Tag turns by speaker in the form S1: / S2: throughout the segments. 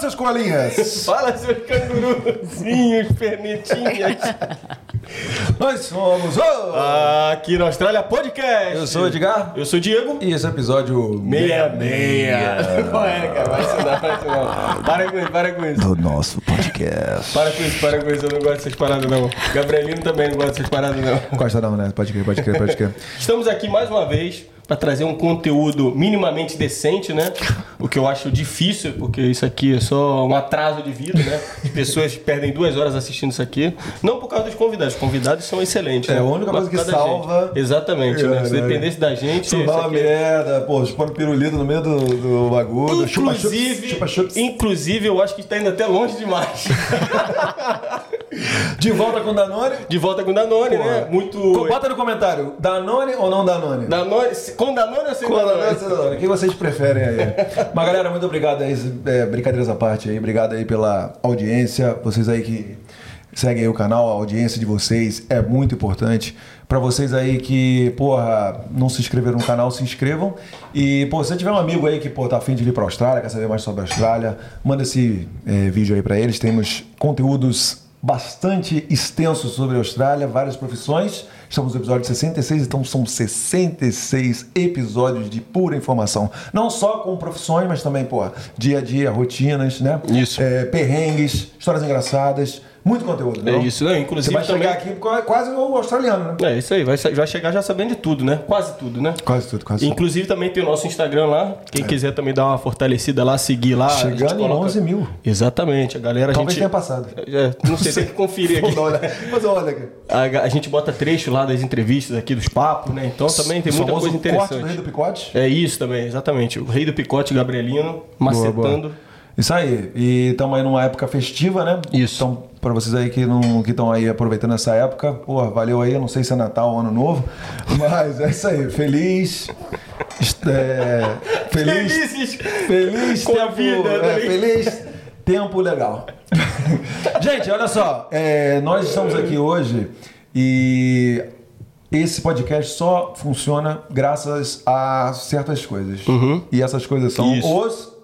S1: seus colinhas!
S2: Fala, seus canguruzinhos, pernitinhas.
S1: Nós somos o...
S2: Aqui na Austrália Podcast.
S1: Eu sou o Edgar.
S2: Eu sou o Diego.
S1: E esse é o episódio...
S2: Qual é, cara? Vai estudar, vai estudar. Para com isso, para com isso.
S1: Do nosso podcast.
S2: Para com isso, para com isso. Eu não gosto dessas paradas, não. Gabrielino também não gosta dessas paradas, não.
S1: Gosta não, né? Pode crer, pode crer, pode crer.
S2: Estamos aqui mais uma vez para trazer um conteúdo minimamente decente, né? O que eu acho difícil, porque isso aqui é só um atraso de vida, né? As pessoas perdem duas horas assistindo isso aqui. Não por causa dos convidados, os convidados são excelentes.
S1: É,
S2: né?
S1: a única
S2: Mas
S1: coisa que
S2: por causa da
S1: salva-
S2: gente. Exatamente, né? Se
S1: É, né?
S2: dependesse da gente.
S1: Isso dá
S2: isso
S1: uma
S2: aqui- é
S1: é- merda, pô, chupando pirulito no meio do, do bagulho.
S2: Inclusive,
S1: chupa chups.
S2: inclusive, eu acho que está indo até longe demais.
S1: De volta com Danone. É
S2: De volta com Danone, né? Muito.
S1: Bota no comentário, Danone ou não Danone?
S2: Danone, com Danone ou sem
S1: Pô,
S2: Danone?
S1: Danone, Danone, o que vocês preferem aí? Mas galera, muito obrigado aí, é, brincadeiras à parte aí, obrigado aí pela audiência, vocês aí que seguem aí o canal, a audiência de vocês é muito importante. Pra vocês aí que, porra, não se inscreveram no canal, se inscrevam. E, pô, se você tiver um amigo aí que, pô, tá afim de vir pra Austrália, quer saber mais sobre a Austrália, manda esse é, vídeo aí pra eles. Temos conteúdos bastante extenso sobre a Austrália, várias profissões. Estamos no episódio 66, então são 66 episódios de pura informação. Não só com profissões, mas também, pô, dia a dia, rotinas, né?
S2: Isso.
S1: É, perrengues, histórias engraçadas, muito conteúdo, né?
S2: É isso, né?
S1: Você
S2: Inclusive
S1: vai
S2: também.
S1: chegar aqui qua- quase o australiano, né?
S2: É isso aí, vai, sa- vai chegar já sabendo de tudo, né? Quase tudo, né?
S1: Quase tudo, quase tudo.
S2: Inclusive também tem o nosso Instagram lá. Quem quiser também dar uma fortalecida lá, seguir lá. a gente
S1: É. Chegando em
S2: coloca-
S1: 11 mil.
S2: Exatamente, a galera.
S1: Talvez
S2: a gente...
S1: tenha passado.
S2: É, não sei, tem que conferir
S1: Vamos
S2: aqui.
S1: dar uma olhada. Mas olha aqui.
S2: A, ga- a gente bota trecho lá das entrevistas aqui, dos papos, né? Então também tem
S1: O
S2: muita
S1: famoso corte
S2: coisa
S1: do
S2: interessante.
S1: rei do picote.
S2: É isso também, exatamente. O rei do picote Gabrielino macetando.
S1: Isso aí. E estamos aí numa época festiva, né?
S2: Isso.
S1: Então, para vocês aí que não que estão aí aproveitando essa época, pô, valeu aí. Eu Não sei se é Natal ou Ano Novo, mas é isso aí. Feliz. est- é, feliz.
S2: Felizes!
S1: Feliz
S2: Com a
S1: tempo,
S2: vida,
S1: é,
S2: né?
S1: feliz tempo legal. Gente, olha só, é, nós estamos aqui hoje e esse podcast só funciona graças a certas coisas. E essas coisas são
S2: Isso.
S1: os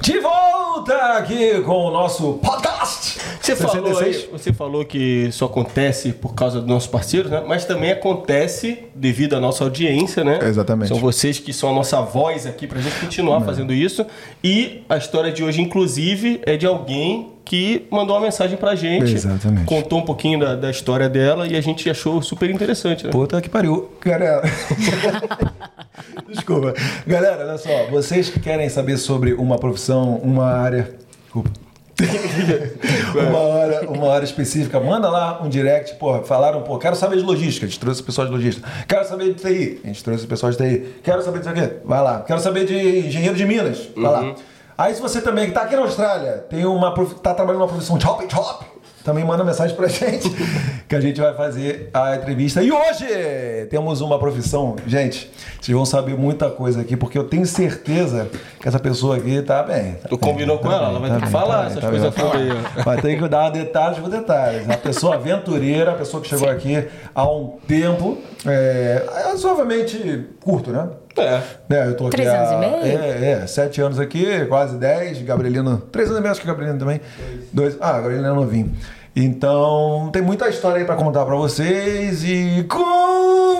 S1: De volta aqui com o nosso podcast!
S2: Você falou, aí- você falou que isso acontece por causa dos nossos parceiros, né? Mas também acontece devido à nossa audiência, né?
S1: Exatamente. É.
S2: São vocês que são a nossa voz aqui pra gente continuar fazendo isso. E a história de hoje, inclusive, é de alguém que mandou uma mensagem pra gente.
S1: Exatamente.
S2: Contou um pouquinho da, da história dela e a gente achou super interessante, né?
S1: Puta que pariu. Galera. Desculpa. Galera, olha só. Vocês que querem saber sobre uma profissão, uma área. Desculpa. uma, hora, uma hora específica, manda lá um direct, porra, falaram, pô, quero saber de logística, a gente trouxe o pessoal de logística. Quero saber de TI, a gente trouxe o pessoal de TI. Quero saber de sei o quê, vai lá. Quero saber de engenheiro de Minas, vai lá. Aí se você também que tá aqui na Austrália, tem uma prof... tá trabalhando numa profissão top top, também manda mensagem pra gente, que a gente vai fazer a entrevista. E hoje temos uma profissão, gente, vocês vão saber muita coisa aqui, porque eu tenho certeza que essa pessoa aqui tá bem. tá
S2: Tu combinou com ela, ela vai ter que falar essas coisas
S1: vai ter-
S2: todas
S1: tá Vai ter que dar detalhes por detalhes. né? A pessoa aventureira, a pessoa que chegou aqui há um tempo, é, é razoavelmente curto, né?
S2: É.
S1: É, eu tô aqui
S3: Três
S1: há-
S3: anos e meio?
S1: É, é, sete anos aqui, quase dez. Gabrielino, três anos e meio, acho que o Gabrielino também. Dois. Ah, Gabrielino é novinho. Então, tem muita história aí pra contar pra vocês e com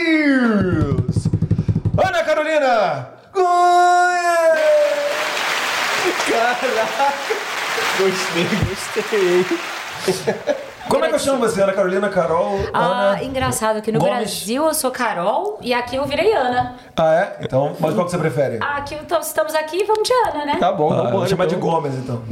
S1: vocês! Ana Carolina! Goiás!
S2: Caraca! Gostei, gostei, hein?
S1: Como é que eu chamo você? Ana Carolina, Carol,
S3: Ah,
S1: Ana...
S3: engraçado que no
S1: Gomes.
S3: Brasil eu sou Carol e aqui eu virei Ana.
S1: Ah, é? Então, mas qual que você prefere?
S3: Ah, Aqui então, estamos aqui, vamos de Ana, né?
S2: Tá bom,
S1: Ah,
S2: vamos
S1: vou chamar de
S2: gol.
S1: Gomes, então.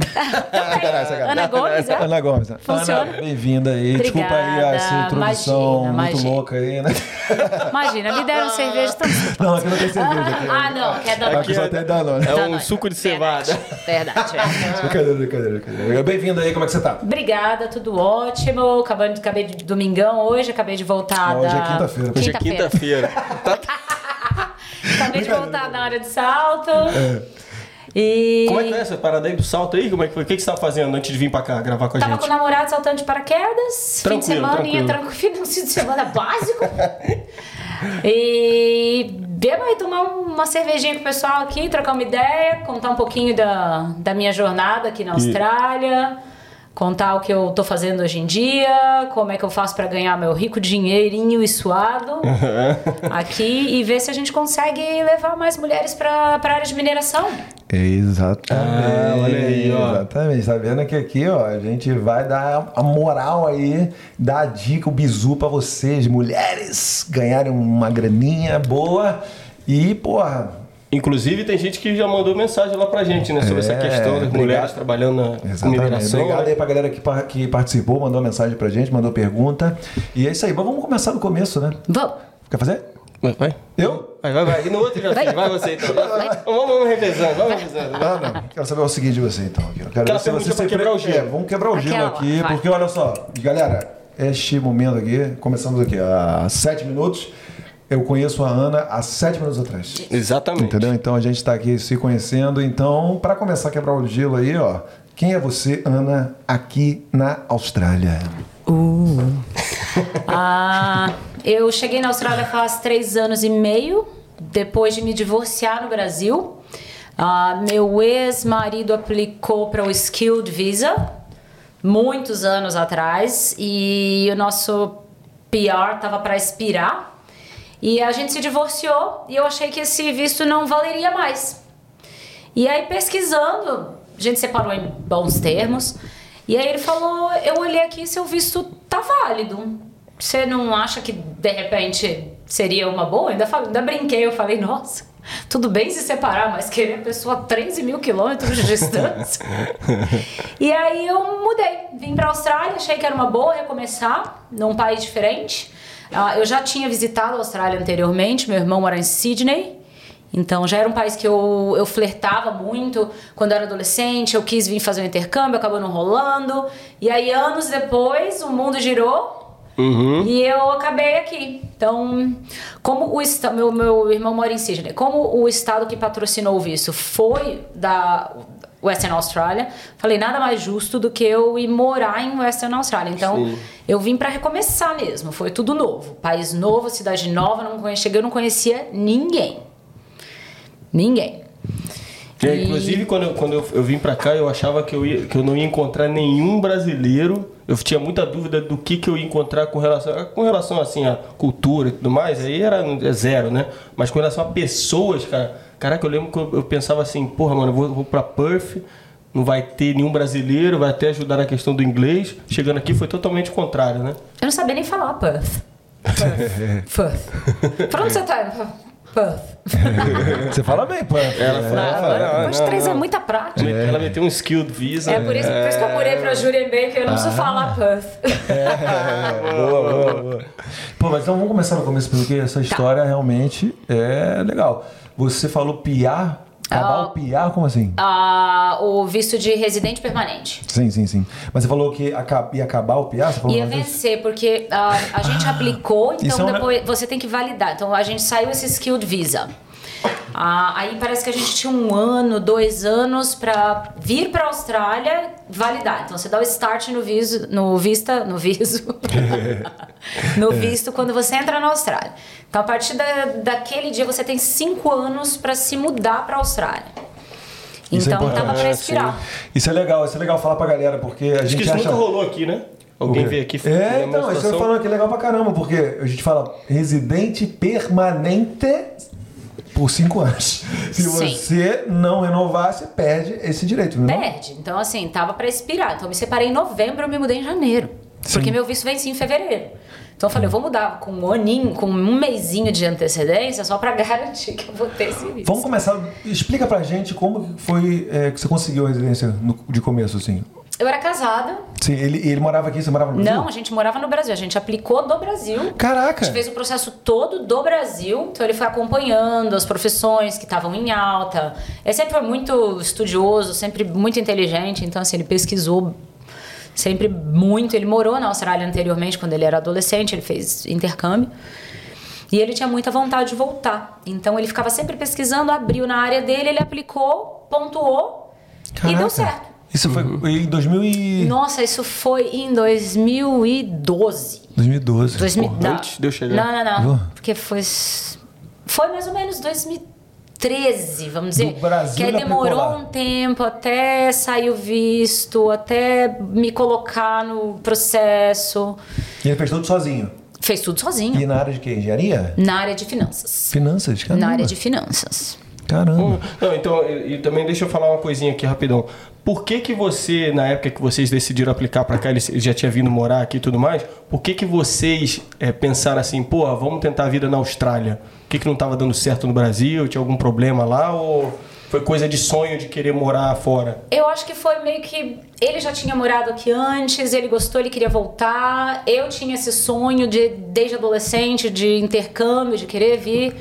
S3: Ana, Gomes, é?
S1: Ana Gomes.
S3: Funciona?
S1: Ana, bem-vinda aí. Desculpa aí
S3: Obrigada,
S1: essa introdução
S3: imagina,
S1: muito
S3: imagina.
S1: louca aí, né?
S3: Imagina, me deram cerveja também.
S1: Não, aqui não tem cerveja. Aqui, né?
S3: Ah, não, quer dar
S1: aqui só tem Danone.
S2: É um
S3: Danone.
S2: suco de cevada.
S3: Verdade. verdade.
S1: Brincadeira, brincadeira, brincadeira. Bem-vinda aí, como é que você tá?
S3: Obrigada, tudo ótimo. Acabando, acabei de domingão hoje, acabei de voltar
S1: Não, hoje
S3: da.
S1: é quinta-feira.
S2: Hoje é
S3: Quinta-feira.
S2: quinta-feira. Tá-
S3: acabei de voltar da área de salto.
S1: É.
S3: E.
S2: Como é que foi essa parada aí do salto aí? Como é que foi? O que que você tava fazendo antes de vir pra cá gravar com a
S3: Tava
S2: gente?
S3: com o namorado saltando de paraquedas.
S2: Tranquilo,
S3: fim de semana
S2: tranquilo.
S3: ia tranquilo. Fim de semana básico. e beba aí tomar uma cervejinha com o pessoal aqui, trocar uma ideia, contar um pouquinho da, da minha jornada aqui na Austrália. Contar o que eu tô fazendo hoje em dia, como é que eu faço pra ganhar meu rico dinheirinho e suado
S2: É.
S3: aqui e ver se a gente consegue levar mais mulheres pra pra área de mineração.
S1: Exatamente.
S2: Ah, olha aí, ó.
S1: Exatamente. Tá vendo que aqui, ó, a gente vai dar a moral aí, dar a dica, o bizu pra vocês, mulheres, ganharem uma graninha boa e, porra.
S2: Inclusive, tem gente que já mandou mensagem lá pra gente, né? Sobre essa
S1: É,
S2: questão das
S1: obrigado.
S2: mulheres trabalhando na
S1: Exatamente.
S2: mineração.
S1: Obrigado
S2: né?
S1: aí pra galera que, par- que participou, mandou mensagem pra gente, mandou pergunta. E é isso aí. Mas vamos começar do começo, né?
S3: Vamos!
S1: Quer fazer?
S2: Vai, vai.
S1: Eu?
S2: Vai, vai, vai. E no outro já
S3: Vai.
S2: fez. Vai você então. Já fez. Vamos, vamos revezando, vamos revezando.
S1: Ana, Ah, quero saber o seguinte de você então. Aqui. Eu quero
S2: Aquela
S1: ver se você
S2: pergunta pra
S1: sempre-
S2: quebrar o gelo.
S1: É, vamos quebrar o gelo
S3: Aquela,
S1: aqui,
S3: vai.
S1: porque olha só, galera, este momento aqui, começamos aqui há sete minutos. Eu conheço a Ana há sete minutos atrás.
S2: Exatamente.
S1: Entendeu? Então a gente tá aqui se conhecendo. Então, pra começar a quebrar o gelo aí, ó, quem é você, Ana, aqui na Austrália?
S3: Uh. Ah, eu cheguei na Austrália faz três anos e meio, depois de me divorciar no Brasil. Ah, meu ex-marido aplicou para o Skilled Visa muitos anos atrás e o nosso PR estava para expirar. E a gente se divorciou e eu achei que esse visto não valeria mais. E aí, pesquisando, a gente separou em bons termos. E aí ele falou: Eu olhei aqui, seu visto tá válido. Você não acha que de repente seria uma boa? Ainda, falei, ainda brinquei, eu falei: Nossa, tudo bem se separar, mas querer a pessoa a 13 mil quilômetros de distância. e aí eu mudei, vim pra Austrália, achei que era uma boa recomeçar num país diferente. Ah, eu já tinha visitado a Austrália anteriormente, meu irmão mora em Sydney. Então já era um país que eu, eu flertava muito quando eu era adolescente, eu quis vir fazer um intercâmbio, acabou não rolando. E aí, anos depois, o mundo girou e eu acabei aqui. Então, como o esta- meu, meu irmão mora em Sydney, como o estado que patrocinou o visto foi da Western Australia, falei nada mais justo do que eu ir morar em Western Australia. Então,
S2: Sim.
S3: eu vim pra recomeçar mesmo, foi tudo novo, país novo, cidade nova, não conhe- cheguei, eu não conhecia ninguém. Ninguém.
S2: É, inclusive, quando, eu, quando eu, eu vim pra cá, eu achava que eu, ia- que eu não ia encontrar nenhum brasileiro. Eu tinha muita dúvida do que, que eu ia encontrar com relação, com relação assim, à cultura e tudo mais. Aí era é zero, né? Mas com relação a pessoas, cara. Caraca, eu lembro que eu, eu pensava assim, porra, mano, eu vou, vou pra Perth, não vai ter nenhum brasileiro, vai até ajudar na questão do inglês. Chegando aqui foi totalmente o contrário, né?
S3: Eu não sabia nem falar Perth. Perth. Perth. Pra onde você
S2: É,
S3: tá? Perth.
S1: Você fala bem, pô.
S2: Ela
S1: É.
S2: falou,
S3: Ah,
S2: não,
S3: Depois
S2: não,
S3: de três
S2: não.
S3: é muita prática.
S2: Me- Ela meteu um skill do visa.
S3: É por isso, por isso que eu morei pra Juremê, que eu não preciso falar Perth.
S1: É. boa, boa, boa. Pô, mas então vamos começar no começo, porque
S3: Tá.
S1: essa história realmente é legal. Você falou piar, acabar o piar, como assim?
S3: Ah, o visto de residente permanente.
S1: Sim, sim, sim. Mas você falou que aca- ia acabar o piar? Você falou
S3: Ia
S1: uma vez?
S3: vencer, porque ah, a gente aplicou,
S1: isso é
S3: então
S1: um-
S3: depois você tem que validar. Então a gente saiu esse skilled visa. Ah, aí parece que a gente tinha um ano, dois anos pra vir pra Austrália validar. Então você dá o start no visto, no vista, no visto,
S1: É.
S3: no visto quando você entra na Austrália. Então a partir da- daquele dia você tem cinco anos pra se mudar pra Austrália.
S1: Isso é
S3: Então tava
S1: importante,
S3: pra expirar.
S1: Isso é legal, isso é legal falar pra galera, porque a
S2: Acho que
S1: gente
S2: isso
S1: acha...
S2: nunca rolou aqui, né? Alguém veio aqui
S1: É,
S2: uma
S1: então, isso eu
S2: situação-
S1: falando que é legal pra caramba, porque a gente fala residente permanente por cinco anos. Se
S3: Sim.
S1: você não renovar, você perde esse direito, não é?
S3: Perde. Então, assim, tava pra expirar. Então, eu me separei em novembro, eu me mudei em janeiro. Porque meu visto vence em fevereiro. Então eu falei, eu vou mudar com um aninho, com um mêsinho de antecedência, só para garantir que eu vou ter esse visto.
S1: Vamos começar. Explica pra gente como foi é, que você conseguiu a residência no- de começo, assim.
S3: Eu era casada.
S1: Sim, ele, ele morava aqui, você morava no
S3: Não, a
S1: Brasil?
S3: gente morava no Brasil. A gente aplicou do Brasil. A
S1: Caraca!
S3: gente fez o processo todo do Brasil, então ele foi acompanhando as profissões que estavam em alta. Ele sempre foi muito estudioso, sempre muito inteligente, então assim, ele pesquisou sempre muito. Ele morou na Austrália anteriormente, quando ele era adolescente, ele fez intercâmbio. E ele tinha muita vontade de voltar. Então ele ficava sempre pesquisando, abriu na área dele, ele aplicou, pontuou e
S1: Caraca.
S3: deu certo.
S1: Isso foi
S2: Uhum.
S1: em 2000 e...
S3: Nossa, isso foi em 2012.
S1: 2012.
S3: 2000,
S1: porra.
S3: não.
S2: antes de eu chegar.
S3: Não, não,
S1: Viu?
S3: não. Porque foi. Foi mais ou menos 2013, vamos dizer.
S1: Do Brasil
S3: que aí
S1: ele aplicou lá.
S3: demorou um tempo até sair o visto, até me colocar no processo.
S1: E ele fez tudo sozinho.
S3: Fez tudo
S1: E
S3: sozinho.
S1: na área de quê? Engenharia?
S3: Na área de finanças.
S1: Finanças, caramba.
S3: Na área de finanças.
S1: Caramba.
S2: Não, então, e, e também deixa eu falar uma coisinha aqui rapidão. Por que que você, na época que vocês decidiram aplicar pra cá, ele já tinha vindo morar aqui e tudo mais, por que que vocês eh, pensaram assim, porra, vamos tentar a vida na Austrália? Por que que não tava dando certo no Brasil? Tinha algum problema lá? Ou foi coisa de sonho de querer morar fora?
S3: Eu acho que foi meio que. Ele já tinha morado aqui antes, ele gostou, ele queria voltar. Eu tinha esse sonho de, desde adolescente de intercâmbio, de querer vir.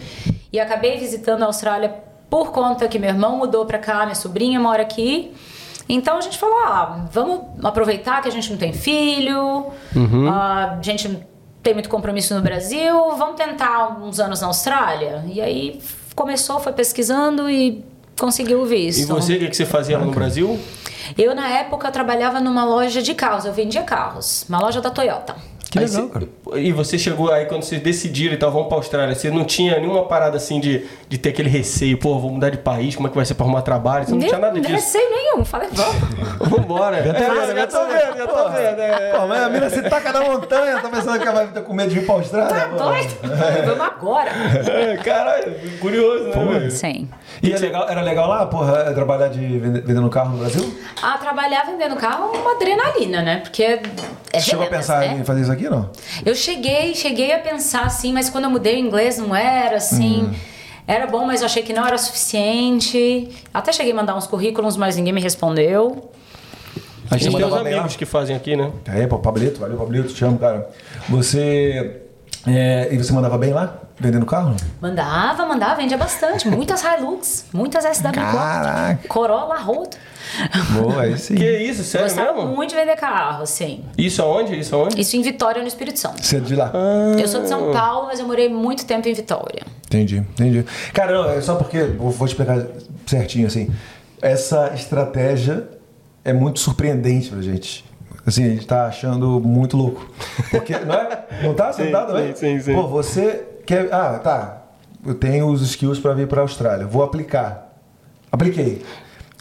S3: E acabei visitando a Austrália por conta que meu irmão mudou pra cá, minha sobrinha mora aqui. Então a gente falou: ah, vamos aproveitar que a gente não tem filho,
S2: Uhum.
S3: a gente não tem muito compromisso no Brasil, vamos tentar uns anos na Austrália. E aí começou, foi pesquisando e conseguiu o visto.
S2: E
S1: Então,
S2: você, o que que você fazia lá no Brasil?
S3: Eu, na época, eu trabalhava numa loja de carros, eu vendia carros, uma loja da Toyota.
S1: Que
S2: Aí
S1: legal,
S2: você-
S1: cara.
S2: E você chegou aí quando vocês decidiram e tal, vamos pra Austrália. Você não tinha nenhuma parada assim de, de ter aquele receio, pô, vou mudar de país, como é que vai ser pra arrumar trabalho? Você não tinha nada
S3: Nem
S2: disso.
S3: receio nenhum, falei, vamos.
S2: Vambora.
S1: tô vendo,
S2: já tô vendo, já tô vendo. é.
S1: Pô, mas a mina se taca na montanha, tá pensando que ela vai ter com medo de vir pra Austrália?
S3: Tá
S1: pô?
S3: doido? Vamos agora.
S2: É, Caralho, curioso, né? velho?
S3: Sim.
S1: E é legal- era legal lá, porra, trabalhar de vende- vendendo carro no Brasil?
S3: Ah, trabalhar vendendo carro é uma adrenalina, né? Porque é é
S1: Chegou a
S3: vendas,
S1: pensar
S3: né?
S1: em fazer isso aqui, não?
S3: Eu cheguei, cheguei a pensar assim, mas quando eu mudei o inglês não era assim.
S2: Uhum.
S3: Era bom, mas eu achei que não era suficiente. Até cheguei a mandar uns currículos, mas ninguém me respondeu.
S2: A gente tem uns
S1: mandava bem
S2: amigos
S1: lá.
S2: que fazem aqui, né?
S1: É, pô, Pablito, valeu, Pablito, te amo, cara. Você. é, e você mandava bem lá, vendendo carro?
S3: Mandava, mandava, vendia bastante. Muitas Hilux, muitas SW4.
S1: Caraca.
S3: Corolla roto.
S1: Boa, aí sim.
S2: Que isso, sério
S3: Gostava
S2: mesmo?
S3: muito de vender carro, assim.
S2: Isso aonde? Isso aonde?
S3: Isso em Vitória, no Espírito Santo.
S1: Cedo é de lá.
S3: Eu sou de
S1: Hum.
S3: São Paulo, mas eu morei muito tempo em Vitória.
S1: Entendi, entendi. Cara, não, é só porque, vou, vou explicar certinho, assim, essa estratégia é muito surpreendente pra gente. Assim, a gente tá achando muito louco. Porque, não é? Não tá sentado,
S2: sim,
S1: né?
S2: sim, sim.
S1: Pô, você quer... Ah, tá. Eu tenho os skills pra vir pra Austrália. Vou aplicar. Apliquei.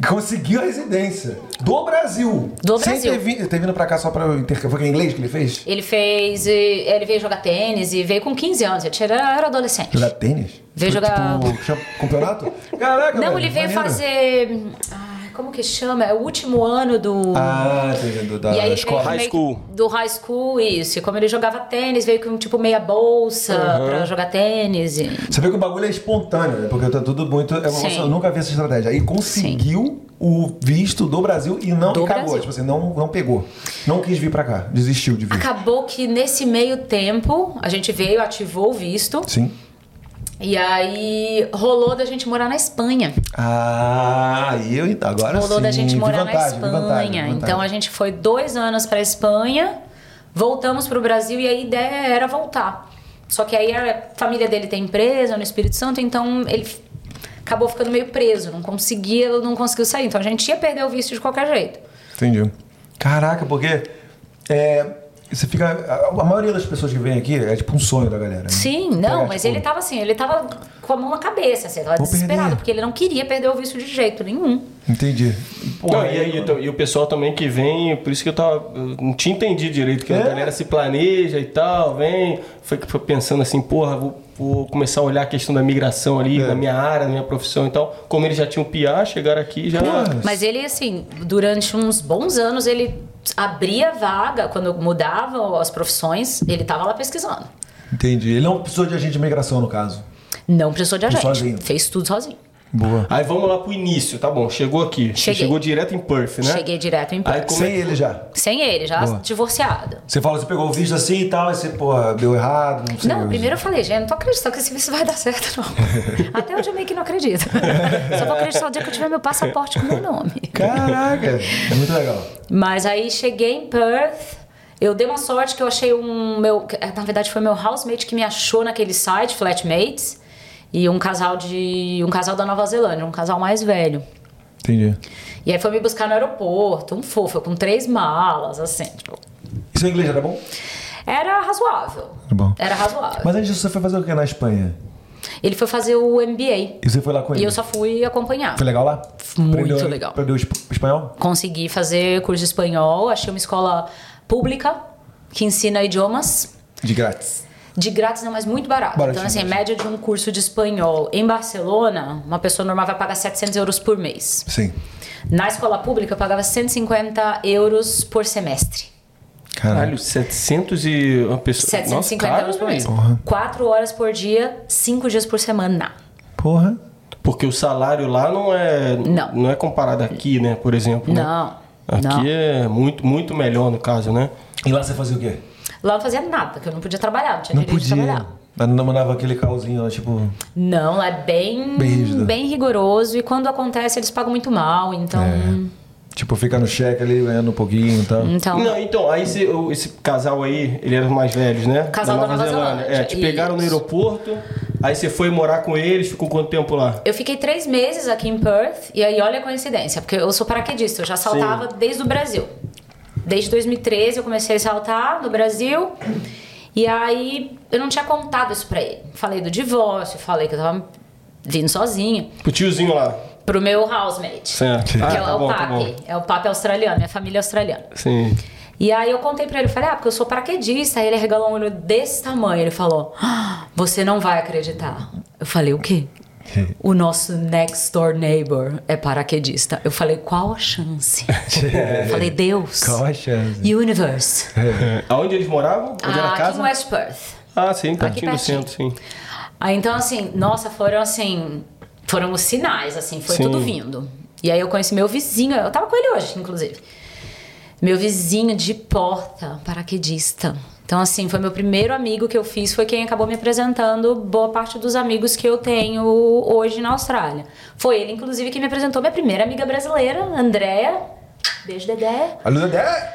S1: Consegui a residência. Do Brasil.
S3: Do
S1: Sem
S3: Brasil.
S1: Ter, vindo, ter vindo pra cá só pra intercâmbio. Foi que é inglês que ele fez?
S3: Ele fez. eh, Ele veio jogar tênis e veio com 15 anos. Ele tinha- era adolescente.
S1: Jogar tênis?
S3: Veio
S1: Foi,
S3: jogar-
S1: Tipo, cham- campeonato? Caraca,
S3: Não,
S1: velho,
S3: ele veio
S1: maneiro.
S3: fazer. ai, Como que chama? É o último ano do.
S1: Ah, entendi, do- da
S3: tipo, e aí ele
S1: escola.
S3: veio
S2: high
S3: meio que-
S2: school.
S3: Do high school, isso. E como ele jogava tênis, veio com tipo meia bolsa pra jogar tênis. e-
S1: Você vê que o bagulho é espontâneo, né? Porque tá tudo muito. Eu,
S3: Sim.
S1: nossa, eu nunca vi essa estratégia. Aí conseguiu o visto do Brasil e não
S3: Do
S1: e cagou.
S3: Brasil.
S1: Tipo assim, não, não pegou. Não quis vir pra cá. Desistiu de vir.
S3: Acabou que nesse meio tempo a gente veio, ativou o visto.
S1: Sim.
S3: E aí rolou da gente morar na Espanha.
S1: Ah, aí eu agora
S3: rolou
S1: sim.
S3: da gente
S1: vi
S3: morar na
S1: vantagem, vi
S3: Espanha.
S1: vantagem, vi
S3: Então a
S1: vantagem.
S3: gente foi dois anos pra Espanha, voltamos pro Brasil e a ideia era voltar. Só que aí a família dele tem empresa no Espírito Santo, então ele f- acabou ficando meio preso, não conseguia, não conseguiu sair. Então a gente ia perder o visto de qualquer jeito.
S1: Hum. Entendi. Caraca, porque. É, você fica. A, a maioria das pessoas que vêm aqui é tipo um sonho da galera. né?
S3: Sim,
S1: Pegar,
S3: não, mas
S1: tipo,
S3: ele tava assim, ele tava com a mão na cabeça, assim, ele tava
S1: Vou perder.
S3: desesperado, porque ele não queria perder o visto de jeito nenhum.
S1: Entendi.
S2: Não, e aí, então, e o pessoal também que vem, por isso que eu tava. Eu não tinha entendido direito, que
S1: É?
S2: a galera se planeja e tal, vem. Foi, foi pensando assim, porra, vou, vou começar a olhar a questão da migração ali,
S1: É.
S2: na minha área, na minha profissão e tal. Como eles já tinham PIA, chegaram aqui e já.
S1: Porra.
S3: Mas ele, assim, durante uns bons anos, ele abria vaga, quando mudavam as profissões, ele estava lá pesquisando.
S1: Entendi. Ele não precisou de agente de migração, no caso.
S3: Não precisou de
S1: Tudo
S3: agente.
S1: sozinho.
S3: Fez tudo sozinho.
S1: Boa.
S2: Aí vamos lá pro início, tá bom? Chegou aqui. Você
S3: Cheguei.
S2: Chegou direto em Perth, né?
S3: Cheguei direto em
S2: Aí
S3: Perth.
S2: como
S1: Sem
S2: é que
S1: ele já.
S3: Sem ele, já
S1: Boa.
S3: divorciado.
S1: Você fala, você pegou o visto assim e tal, aí você, porra, deu errado, não sei.
S3: Não, primeiro eu falei, gente, não tô acreditando que esse vício vai dar certo, não. Até hoje eu meio que não acredito. Só vou acreditar o dia que eu tiver meu passaporte com meu nome.
S1: Caraca, é muito legal.
S3: Mas aí cheguei em Perth. Eu dei uma sorte que eu achei um meu. Na verdade, foi meu housemate que me achou naquele site, Flatmates. E um casal de. um casal da Nova Zelândia, um casal mais velho.
S1: Entendi.
S3: E aí foi me buscar no aeroporto, um fofo, com três malas, assim. tipo,
S1: E seu é inglês era bom?
S3: era razoável.
S1: Tá bom.
S3: Era razoável.
S1: Mas antes disso, você foi fazer o que na Espanha?
S3: Ele foi fazer o MBA.
S1: E você foi lá com ele?
S3: E eu só fui acompanhar.
S1: Foi legal lá?
S3: Muito
S1: Aprendeu-
S3: legal.
S1: Aprendeu esp- espanhol?
S3: consegui fazer curso de espanhol, achei uma escola pública que ensina idiomas.
S1: De grátis.
S3: De grátis não, mas muito barato.
S1: Baratinho
S3: então, assim,
S1: mesmo.
S3: média de um curso de espanhol em Barcelona, uma pessoa normal vai pagar 700 euros por mês.
S1: Sim.
S3: Na escola pública, eu pagava 150 euros por semestre.
S2: Caralho, 700 e uma pessoa.
S3: 750
S2: Nossa, né?
S3: euros por
S2: cara,
S3: mês.
S2: velho.
S3: Quatro horas por dia, cinco dias por semana.
S1: Porra.
S2: Porque o salário lá não é.
S3: Não.
S2: é comparado aqui, né? Por exemplo. né?
S3: Não,
S2: Aqui
S3: não.
S2: é muito, muito melhor no caso, né?
S1: E lá você fazia o quê?
S3: Lá eu não fazia nada, porque eu não podia trabalhar, não tinha
S1: Não
S3: direito
S1: podia.
S3: de trabalhar.
S1: Mas não mandava aquele calzinho, né, tipo...
S3: Não, lá é bem,
S1: Bem rígido.
S3: bem rigoroso e quando acontece eles pagam muito mal, então.
S1: É. Tipo, ficar no cheque ali, ganhando um pouquinho e tal.
S3: Então,
S2: Não, então, aí esse, o- esse casal aí, ele era os mais velhos, né?
S3: Casal da Nova Zelândia,
S2: É, te
S3: isso.
S2: pegaram no aeroporto, aí você foi morar com eles, ficou quanto tempo lá?
S3: eu fiquei três meses aqui em Perth e aí olha a coincidência, porque eu sou paraquedista, eu já saltava desde o Brasil. Desde 2013 eu comecei a saltar no Brasil e aí eu não tinha contado isso pra ele. Falei do divórcio, falei que eu tava vindo sozinha
S2: Pro tiozinho lá.
S3: pro meu housemate.
S2: Certo.
S3: Que
S2: Ah,
S3: é, o-
S2: tá
S3: é o
S2: bom, tá
S3: papi, é o papi australiano, minha família é australiana.
S2: Sim.
S3: E aí eu contei pra ele, eu falei, ah, porque eu sou paraquedista. Aí ele regalou um olho desse tamanho. Ele falou, ah, você não vai acreditar. Eu falei, o quê? O nosso next door neighbor é paraquedista. Eu falei, qual a chance? Eu falei, Deus.
S1: Qual a chance?
S3: Universe.
S2: É. Aonde eles moravam? Onde era a
S3: Ah, aqui
S2: casa?
S3: em West Perth.
S2: Ah, sim,
S3: Aqui
S2: pertinho do
S3: pertinho.
S2: centro, sim.
S3: Aí então, assim, nossa, foram assim. Foram os sinais, assim, foi
S2: Sim.
S3: tudo vindo. E aí eu conheci meu vizinho, eu tava com ele hoje, inclusive. Meu vizinho de porta, paraquedista. Então, assim, foi meu primeiro amigo que eu fiz, foi quem acabou me apresentando boa parte dos amigos que eu tenho hoje na Austrália. Foi ele, inclusive, que me apresentou minha primeira amiga brasileira, Andréa. Beijo, Dedé.
S1: Alô, Dedé!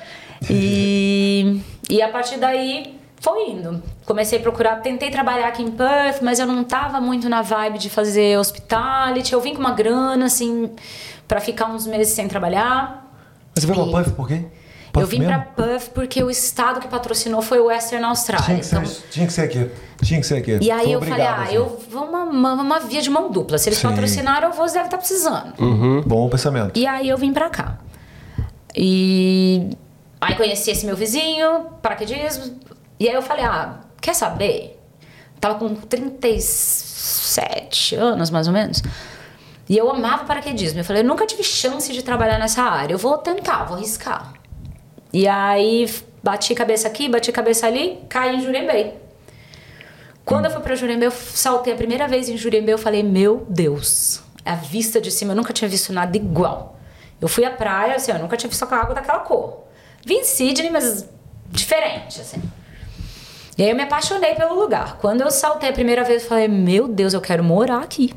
S3: E, e a partir daí foi indo. Comecei a procurar, tentei trabalhar aqui em Perth, mas eu não tava muito na vibe de fazer hospitality. Eu vim com uma grana, assim, pra ficar uns meses sem trabalhar.
S1: Mas você foi pra
S3: E-
S1: Puff por quê? Puff
S3: eu vim
S1: mesmo?
S3: pra Perth porque o estado que patrocinou foi o Western
S1: Tinha
S3: Austrália.
S1: que, ser,
S3: Então,
S1: tinha que ser aqui. Tinha que ser aqui.
S3: e aí
S1: Foi
S3: eu
S1: obrigado,
S3: falei, ah,
S1: assim.
S3: eu vou uma, uma, uma via de mão dupla. Se eles
S1: Sim.
S3: patrocinaram, eu vou, deve estar precisando.
S1: Bom pensamento.
S3: E aí eu vim pra cá. E aí conheci esse meu vizinho, paraquedismo. E aí eu falei, ah, quer saber? Tava com 37 anos, mais ou menos. E eu amava paraquedismo. Eu falei, eu nunca tive chance de trabalhar nessa área. Eu vou tentar, vou arriscar. E aí f- bati cabeça aqui, bati cabeça ali, caí em Jurembei. Quando eu fui pra Jurembei, eu f- saltei a primeira vez em Jurembei, eu falei, meu Deus, é a vista de cima, eu nunca tinha visto nada igual. Eu fui à praia, assim, eu nunca tinha visto aquela água daquela cor. Vim em Sydney, mas diferente, assim. E aí eu me apaixonei pelo lugar. Quando eu saltei a primeira vez, eu falei, meu Deus, eu quero morar aqui.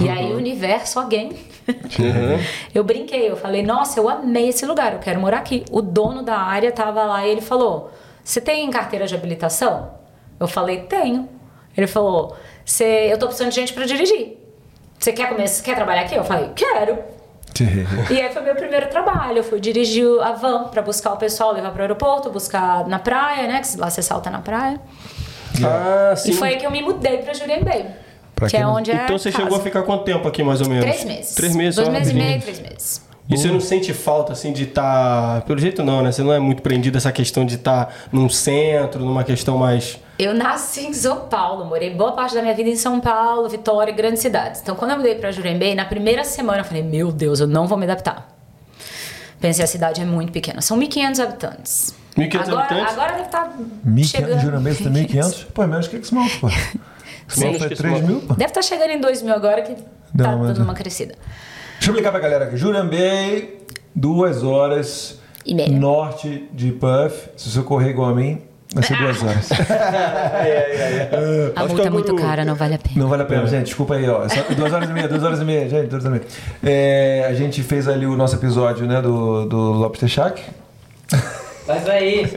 S3: E aí o universo, alguém...
S2: Uhum. É.
S3: Eu brinquei, eu falei, nossa, eu amei esse lugar, eu quero morar aqui. O dono da área tava lá e ele falou: Você tem carteira de habilitação? Eu falei, tenho. Ele falou: "Cê- Eu tô precisando de gente pra dirigir. Você quer começar, quer trabalhar aqui? Eu falei, quero. E aí foi meu primeiro trabalho. Eu fui dirigir a van pra buscar o pessoal, levar pro aeroporto, buscar na praia, né? Que lá você salta na praia.
S2: Ah, sim.
S3: E foi aí que eu me mudei pra Jurembei.
S1: Pra
S3: que
S1: quem
S3: é
S1: não-
S3: onde é.
S2: Então você
S3: casa.
S2: chegou a ficar quanto tempo aqui, mais ou menos?
S3: Três meses.
S2: Três meses,
S3: Dois
S2: só?
S3: meses e meio,
S2: Rapidinho.
S3: três meses.
S2: E você não sente falta, assim, de estar... Pelo jeito não, né? Você não é muito prendido essa questão de estar num centro, numa questão mais...
S3: Eu nasci em São Paulo, morei boa parte da minha vida em São Paulo, Vitória, grandes cidades. Então, quando eu mudei pra Jurembei, na primeira semana eu falei: Meu Deus, eu não vou me adaptar. Pensei, a cidade é muito pequena. São 1.500 habitantes.
S2: 1.500
S3: agora,
S2: habitantes?
S3: Agora deve estar
S1: 1.500
S3: chegando...
S1: juramentos tem 1.500? Pô, é menos que X-Mouth, pô. X-Mouth foi
S2: Sim.
S1: 3 mil, pô.
S3: Deve estar chegando em 2 mil agora, que
S1: Não,
S3: tá
S1: mas- é.
S3: dando uma crescida.
S1: Deixa eu explicar pra galera aqui. Jurambei, duas horas
S3: E meia.
S1: norte de Puff. Se você correr igual a mim, vai ser duas
S3: Ah.
S1: horas.
S2: Acho
S4: A multa
S2: que
S4: é
S2: agora
S4: muito
S2: o-
S4: cara, não vale a pena.
S1: Não vale a pena, gente. Desculpa aí, ó. É só duas horas e meia, duas horas e meia, gente, duas horas e meia. É, a gente fez ali o nosso episódio, né, do, do Lobster Shack.
S5: Mas aí,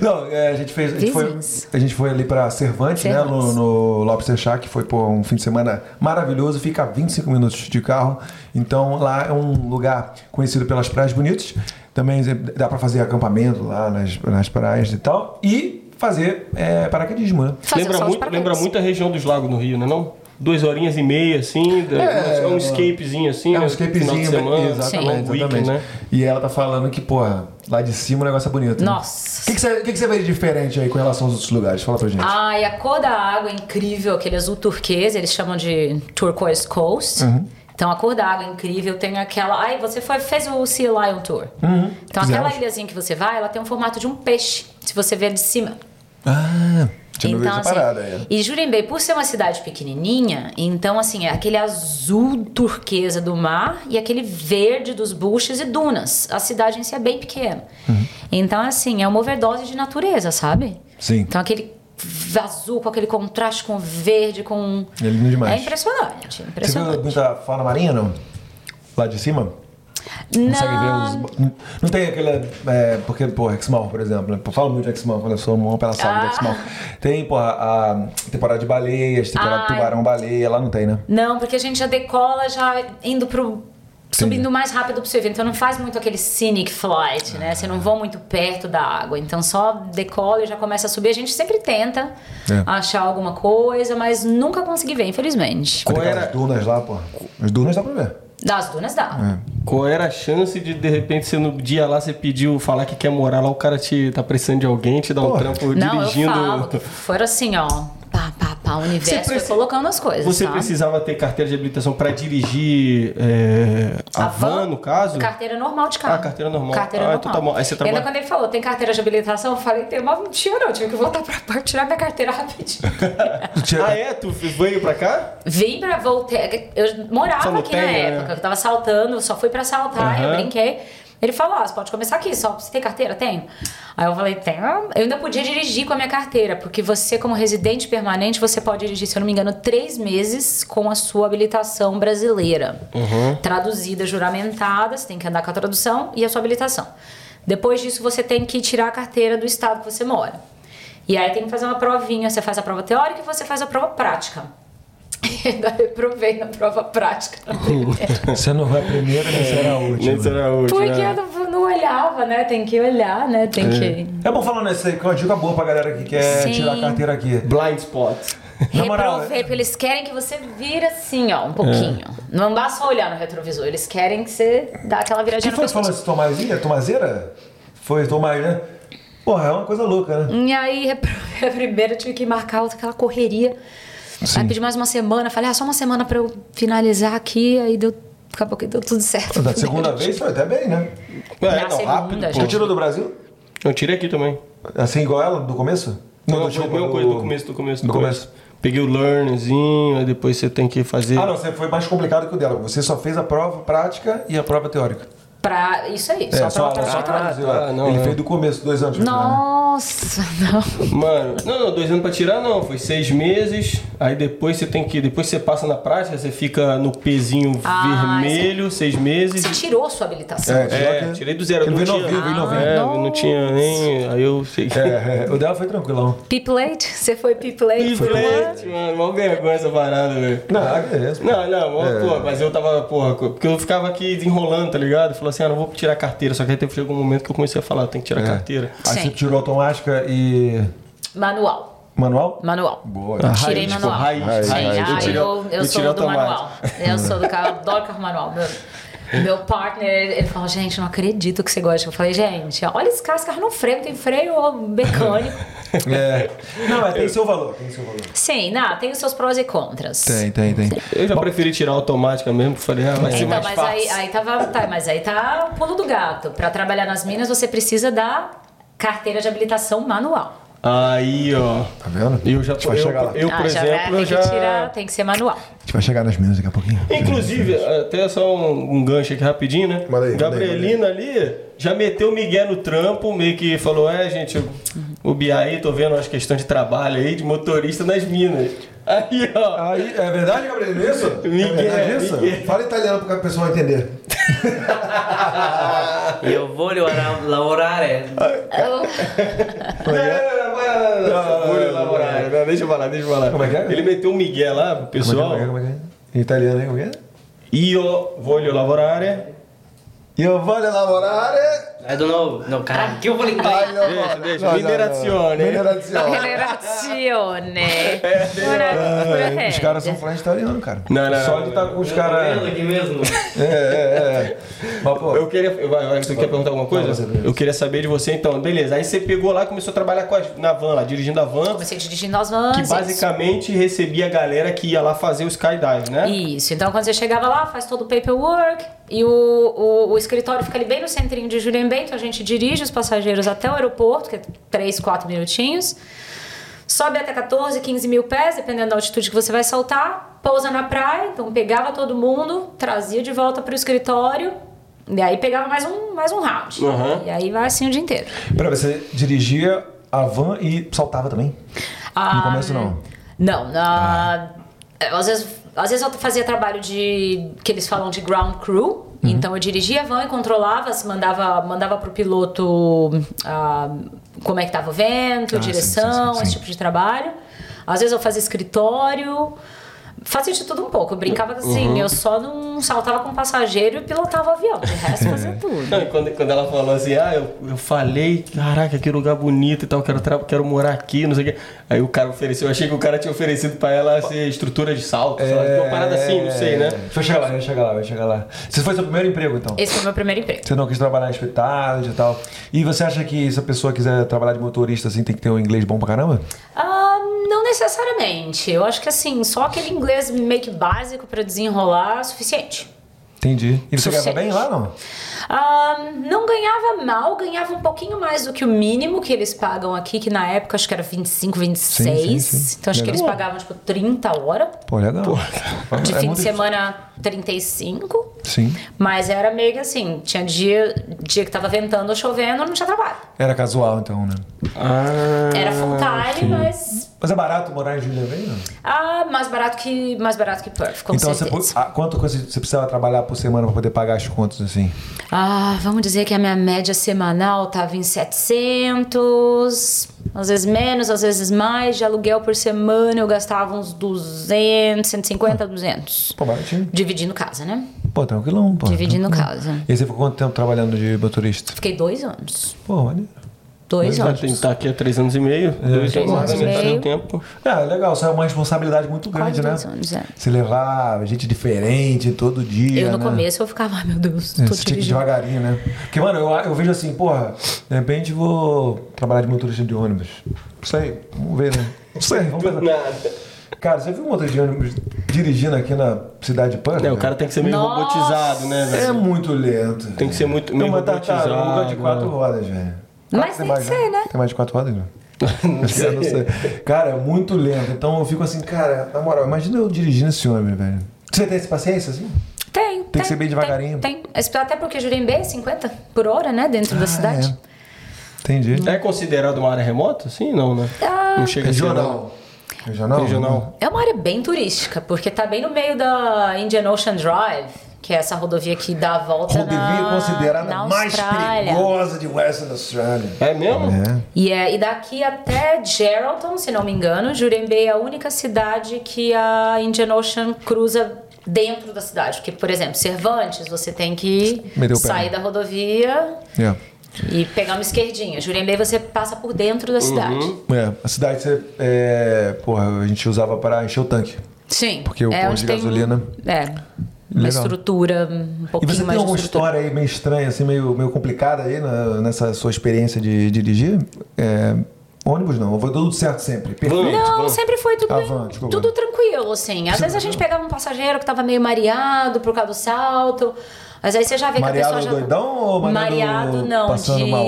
S1: Não, é, a gente fez. A gente, foi,
S4: Vizinhos.
S1: a gente foi ali pra Cervantes, né? No,
S4: Cervantes.
S1: no Lobster Shack, foi pô, um fim de semana maravilhoso, fica a 25 minutos de carro. Então lá é um lugar conhecido pelas praias bonitas. Também dá pra fazer acampamento lá nas, nas praias e tal. E fazer é, paraquedismo, né?
S4: Fazer
S2: lembra,
S4: só os
S2: muito,
S4: parabéns.
S2: lembra muito a região dos lagos no Rio, não é não? Duas horinhas e meia, assim, da- é, um escapezinho, assim,
S1: É um
S2: né?
S1: escapezinho,
S2: final de semana,
S1: exatamente,
S2: long weekend,
S1: exatamente.
S2: né?
S1: E ela tá falando que, porra, lá de cima o negócio é bonito. né? O
S3: Nossa. Ah.
S1: que, que, você, o que, que você vê de diferente aí com relação aos outros lugares? Fala pra gente.
S3: Ai, a cor da água é incrível, aquele azul turquesa, eles chamam de turquoise coast.
S1: Uhum.
S3: Então a cor da água é incrível, tem aquela. Ai, você foi- fez o Sea Lion Tour. Então
S1: Uhum. fizemos.
S3: aquela ilhazinha que você vai, ela tem um formato de um peixe, se você ver de cima.
S1: Ah, tinha então,
S3: Então,
S1: essa
S3: assim,
S1: parada aí.
S3: E Jurembei, por ser uma cidade pequenininha, então, assim, é aquele azul turquesa do mar e aquele verde dos buches e dunas. A cidade em si é bem pequena.
S1: Uhum.
S3: Então, assim, é uma overdose de natureza, sabe?
S1: Sim.
S3: Então, aquele v- azul com aquele contraste com o verde, com...
S1: É lindo demais.
S3: É impressionante, é
S1: Você viu
S3: impressionante.
S1: muita fauna marinha, não? Lá de cima? Consegue
S3: Não,
S1: ver os... Não tem aquele... é, porque, porra, X-Mall, por exemplo. né? Eu falo muito de X-Mall, quando eu sou uma pela saga de
S3: Ah.
S1: X-Mall. Tem, porra, a temporada de baleias, temporada de
S3: Ai.
S1: tubarão-baleia. Lá não tem, né?
S3: não, porque a gente já decola já indo pro...
S1: Entendi.
S3: Subindo o mais rápido possível. Então não faz muito aquele scenic flight,
S2: Ah.
S3: né? Você não voa muito perto da água. Então só decola e já começa a subir. A gente sempre tenta
S1: É.
S3: achar alguma coisa, mas nunca consegui ver, infelizmente.
S1: Qual tem
S2: era-
S1: aquelas dunas lá, porra. As dunas dá pra ver.
S3: Das dunas dá.
S2: É. Qual era a chance de, de repente, você no dia lá, você pediu falar que quer morar lá, o cara te tá precisando de alguém, te dá um
S1: Porra.
S2: trampo
S3: Não,
S2: dirigindo...
S3: eu falo que foram assim, ó. Pá, pá, pá, o universo foi
S2: preci-
S3: colocando as coisas.
S2: Você
S3: tá?
S2: precisava ter carteira de habilitação pra dirigir é, a, van, no caso?
S3: Carteira normal de carro.
S2: Ah, carteira normal.
S3: Carteira
S2: Ah,
S3: normal.
S2: então tá bom. Aí você
S3: E
S2: trabalha-
S3: Ainda quando ele falou, tem carteira de habilitação, eu falei, tem uma mentira, não. Eu tive que voltar pra parte, tirar minha carteira rapidinho.
S1: Tu tinha-
S2: Ah, é? Tu veio pra cá?
S3: Vim pra voltar. Eu
S2: Só
S3: morava
S2: não
S3: aqui
S2: tem,
S3: na
S2: né?
S3: época, eu tava saltando, só fui pra saltar,
S2: Aham.
S3: eu brinquei. Ele falou: ah, você pode começar aqui, só você tem carteira? Tenho. Aí eu falei: tenho. Eu ainda podia dirigir com a minha carteira, porque você, como residente permanente, você pode dirigir, se eu não me engano, três meses com a sua habilitação brasileira. Traduzida, juramentada, você tem que andar com a tradução e a sua habilitação. Depois disso, você tem que tirar a carteira do estado que você mora. E aí tem que fazer uma provinha, você faz a prova teórica e você faz a prova prática. E ainda reprovei na prova prática. na primeira.
S1: Você não vai primeiro, nem será a última.
S2: será hoje.
S3: Porque eu não, não olhava, né? Tem que olhar, né? Tem que.
S1: é. É bom falando isso aí, que é uma dica boa pra galera que quer
S3: Sim.
S1: tirar a carteira aqui.
S2: Blind spot.
S1: Na moral, é-
S3: Reprovei, porque eles querem que você vira assim, ó, um pouquinho.
S1: É.
S3: Não basta olhar no retrovisor, eles querem que você dá aquela
S1: Quem
S3: viradinha
S1: foi que
S3: no
S1: falou
S3: pescoço.
S1: isso? Tomazinha? Tomazeira? Foi, Tomaz, né? Porra, é uma coisa louca, né?
S3: E aí, reprovei a primeira, tive que marcar outra, aquela correria. Aí pedi mais uma semana, falei, ah, só uma semana pra eu finalizar aqui, aí deu. Acabou que deu tudo certo.
S1: Da segunda vez foi até bem, né?
S2: É,
S3: Na
S2: não,
S3: segunda,
S2: rápido,
S3: já.
S1: Você
S2: pô.
S1: tirou do Brasil?
S2: Eu tirei aqui também.
S1: Assim, igual ela, do começo?
S2: Não, foi a
S1: desculpa,
S2: mesma coisa do começo, do começo,
S1: Do começo.
S2: Peguei o learnzinho, aí depois você tem que fazer...
S1: Ah, não, você foi mais complicado que o dela. Você só fez a prova prática e a prova teórica.
S3: Pra isso aí,
S1: É,
S3: só,
S1: só,
S3: pra,
S1: só
S3: pra,
S1: traduziu.
S2: tá,
S1: é.
S2: não,
S1: Ele
S2: é.
S1: fez do começo, dois anos. pra Né? tirar, né?
S3: Nossa, não.
S2: Mano, não, não, dois anos pra tirar não, foi seis meses, aí depois você tem que, depois você passa na prática, você fica no pezinho
S3: Ah,
S2: vermelho, seis meses.
S3: Você tirou sua habilitação.
S1: É, tirou
S2: É,
S1: aqui.
S2: tirei do zero,
S1: Ele
S2: não
S1: veio
S2: tinha.
S1: novinho,
S3: Ah,
S1: veio novinho.
S2: É, eu não tinha nem, aí eu sei.
S1: É, é, o dela foi tranquilão.
S3: Pipelate? Você foi
S1: É,
S3: pipelate? por um ano?
S2: Infelizmente, né? mano, mal vergonha essa parada, velho.
S1: Não, É. agradeço.
S2: Não, não, ó, pô, mas eu tava, porra, co- porque eu ficava aqui desenrolando, tá ligado? Falou assim, ah, não vou tirar a carteira, só que aí teve- chegou um momento que eu comecei a falar, tem que tirar a carteira.
S1: É. Aí você
S3: Sim.
S1: tirou automática e
S3: Manual.
S1: manual?
S3: Manual.
S1: Boa.
S3: Tirei
S2: Ah, Raiz,
S3: manual.
S2: pô, raiz,
S3: Sim,
S2: raiz.
S3: ah,
S2: Eu tirei-
S3: eu, eu
S2: eu
S3: sou
S2: tirei
S3: do
S2: automático.
S3: manual. Eu sou do carro, adoro carro manual. meu. Meu partner, ele, ele falou, gente, não acredito que você gosta. Eu falei, gente, olha esse carro, esse carro não freio, não tem freio mecânico.
S1: É. Não, mas tem seu valor, tem seu valor. Tá
S3: Sim, não, tem os seus prós e contras.
S1: Tem, tem, tem.
S2: Eu já preferi tirar a automática mesmo, porque falei, ah, vai ser
S3: Então,
S2: mais
S3: mas
S2: fácil.
S3: aí, aí tava, tá, mas aí tá o pulo do gato. Pra trabalhar nas minas, você precisa da carteira de habilitação manual. Ah,
S2: Aí, ó.
S1: Tá vendo?
S2: Eu já
S1: A gente vai
S2: eu,
S1: chegar lá.
S2: eu, por
S3: já vai-
S2: exemplo,
S3: tem
S2: eu já
S3: que tirar, tem que ser manual.
S1: A gente vai chegar nas minas daqui a pouquinho.
S2: Inclusive, até só um, um gancho aqui rapidinho, né?
S1: Manda aí, manda aí,
S2: Gabrielina ali já meteu o Miguel no trampo, meio que falou: é, gente, eu- o BI aí, tô vendo umas questões de trabalho aí, de motorista nas minas. Aí, ó.
S1: Aí, é verdade, Gabriel? Isso?
S2: Miguel,
S1: é verdade isso?
S2: Miguel.
S1: Fala italiano para o pessoal entender.
S5: Io voglio la- lavorare.
S1: é
S2: Não, não, não, não, não, não, vou elaborar. Não, Deixa eu falar, deixa eu falar.
S1: Como é que é?
S2: Ele meteu o Miguel lá, pro pessoal.
S1: Como é que é? Em italiano, hein? Como é que é?
S2: Io voglio lavorare.
S1: Io voglio lavorare.
S5: I don't know. No, Ah, caralho, que eu falei inglês.
S2: Deixa, deixa. Minerazione.
S1: Minerazione.
S3: Generazione.
S1: É, Os caras são fãs de italiano, cara.
S2: Não, não,
S1: Só
S2: não.
S1: de estar com os
S5: Eu tô vendo
S1: caras.
S5: aqui mesmo.
S1: É, é, é. Mas, pô,
S2: Eu queria. Vai, vai, você quer perguntar alguma
S1: Não,
S2: coisa?
S1: você mesmo.
S2: eu queria saber de você então. Beleza, aí você pegou lá e começou a trabalhar com a- na van, lá, dirigindo a van,
S3: Comecei dirigindo as vans.
S2: que
S3: isso.
S2: basicamente recebia a galera que ia lá fazer o skydive, né?
S3: Isso, então quando você chegava lá, faz todo o paperwork e o, o, o escritório fica ali bem no centrinho de Julian Bento, a gente dirige os passageiros até o aeroporto, que é 3, 4 minutinhos, sobe até 14, 15 mil pés, dependendo da altitude que você vai saltar, pousa na praia, então pegava todo mundo, trazia de volta para o escritório, e aí pegava mais um, mais um round.
S2: Uhum.
S3: E aí vai assim o dia inteiro.
S1: Pera, você dirigia a van e saltava também? No começo não.
S3: Ah,
S1: Ah.
S3: Não, na- é, às, vezes, às vezes eu fazia trabalho de. que eles falam de ground crew.
S1: Uhum.
S3: Então eu dirigia a van e controlava, se mandava, mandava pro piloto ah, como é que tava o vento,
S1: Ah, sim, sim,
S3: direção,
S1: sim, sim.
S3: esse tipo de trabalho. Às vezes eu fazia escritório. Fazia de tudo um pouco. Eu brincava assim,
S1: Uhum.
S3: eu só não saltava com passageiro e pilotava o avião. De resto fazia tudo.
S2: Não, e Quando, quando ela falou assim, ah, eu, eu falei, caraca, que lugar bonito e tal, quero, tra- quero morar aqui, não sei o quê. Aí o cara ofereceu, eu achei que o cara tinha oferecido pra ela ser estrutura de salto, sei lá, uma parada assim, não sei, né?
S1: É. Deixa eu chegar lá, deixa eu chegar lá, vai chegar lá. Você foi seu primeiro emprego, então?
S3: Esse foi o meu primeiro emprego.
S1: Você não quis trabalhar em hospitais e tal. E você acha que se a pessoa quiser trabalhar de motorista, assim, tem que ter um inglês bom pra caramba?
S3: Ah, não necessariamente. Eu acho que assim, só aquele inglês meio que básico pra desenrolar é suficiente.
S1: Entendi. E você ganhava
S3: Suficiente.
S1: bem lá, não?
S3: Ah, não ganhava mal, ganhava um pouquinho mais do que o mínimo que eles pagam aqui, que na época acho que era 25, 26.
S1: Sim, sim, sim.
S3: Então acho que
S1: Legal.
S3: eles pagavam tipo 30 horas.
S1: Pô, legal.
S3: De
S1: É
S3: fim
S1: muito-
S3: de semana, 35.
S1: Sim.
S3: Mas era meio que assim, tinha dia, dia que tava ventando ou chovendo, não tinha trabalho.
S1: Era casual, então, né?
S2: Ah,
S3: Era full time, mas
S1: Mas é barato morar em Julia Vane?
S3: ah, mais barato que mais barato que Perth, com
S1: Então, você,
S3: certeza.
S1: po- ah, quanto coisa você precisava trabalhar por semana pra poder pagar as contas, assim?
S3: Ah, vamos dizer que a minha média semanal tava em 700, às vezes menos, às vezes mais. De aluguel por semana eu gastava uns 200, 150, 200.
S1: Pô, baratinho.
S3: Dividindo casa, né?
S1: Pô, tranquilão, pô.
S3: Dividindo
S1: tranquilão.
S3: casa.
S1: E aí você ficou quanto tempo trabalhando de motorista?
S3: Fiquei dois anos.
S1: Pô, olha.
S3: Dois
S2: vai
S3: anos.
S2: tentar aqui há três anos e meio, dois
S3: Três
S2: anos,
S3: anos e
S2: né? Tá
S3: meio.
S2: no tempo.
S1: É, legal, isso é uma responsabilidade muito grande, né?
S3: Quase dois anos, é.
S1: Se levar gente diferente todo dia.
S3: Eu no
S1: né?
S3: começo eu ficava, ai meu Deus,
S1: É,
S3: tô
S1: você tinha que ir
S3: dirigindo.
S1: devagarinho, né? Porque, mano, eu, eu vejo assim, porra, de repente vou trabalhar de motorista de ônibus. Não sei, vamos ver, né? Não sei, vamos ver.
S2: Nada.
S1: Cara, você viu um motorista de ônibus dirigindo aqui na cidade de Pan?
S2: É, o cara tem que ser meio
S3: Nossa.
S2: robotizado, né, velho?
S1: É muito lento.
S2: Tem que ser muito
S1: Tem
S2: meio
S1: uma
S2: robotizado.
S1: tartaruga de quatro rodas, velho.
S3: Mas tem que
S1: mais, né?
S3: ser, né?
S1: Tem mais de quatro rodas, né?
S2: Não
S1: Acho que eu não sei. Cara, é muito lento. Então eu fico assim, cara, na moral, imagina eu dirigindo esse homem, velho. Você tem essa paciência, assim?
S3: Tem, tem.
S1: que ser bem devagarinho.
S3: Tem, tem. Até porque Jurembê é 50 por hora, né? Dentro da
S1: Ah,
S3: cidade.
S1: é. Entendi.
S2: É considerado uma área remota? Sim, não, né?
S3: Ah.
S2: não chega a ser. não.
S1: Regional. Regional?
S2: Regional.
S3: É uma área bem turística, porque tá bem no meio da Indian Ocean Drive, que é essa rodovia que dá a volta
S1: Rodovia
S3: na,
S1: considerada
S3: na
S1: mais
S3: Austrália.
S1: perigosa de Western Australia.
S2: É mesmo?
S1: É.
S3: E, é, e daqui até Geraldton, se não me engano, Jurembê é a única cidade que a Indian Ocean cruza dentro da cidade. Porque, por exemplo, Cervantes, você tem que
S1: Meteu o pé.
S3: sair da rodovia
S1: É.
S3: e pegar uma esquerdinha. Jurembê você passa por dentro da cidade.
S1: É, a cidade, você, é, porra, a gente usava para encher o tanque.
S3: Sim.
S1: Porque o posto
S3: onde
S1: de
S3: tem-
S1: gasolina-
S3: É. uma
S1: Legal.
S3: estrutura um
S1: E
S3: pouquinho
S1: você tem
S3: mais de
S1: alguma
S3: estrutura.
S1: história aí meio estranha, assim, meio, meio complicada aí na- nessa sua experiência de, dirigir? É, ônibus não, foi tudo certo sempre. Perfeito.
S2: Vamos.
S3: Não,
S2: Vamos.
S3: sempre foi tudo bem,
S1: Avante, Colônia.
S3: tudo tranquilo, assim. Às vezes a gente pegava um passageiro que tava meio mareado por causa do salto. Mas aí você já vê que a
S1: Mareado
S3: pessoa já...
S1: doidão ou mareado
S3: Mareado, não,
S1: passando
S3: de...
S1: mal?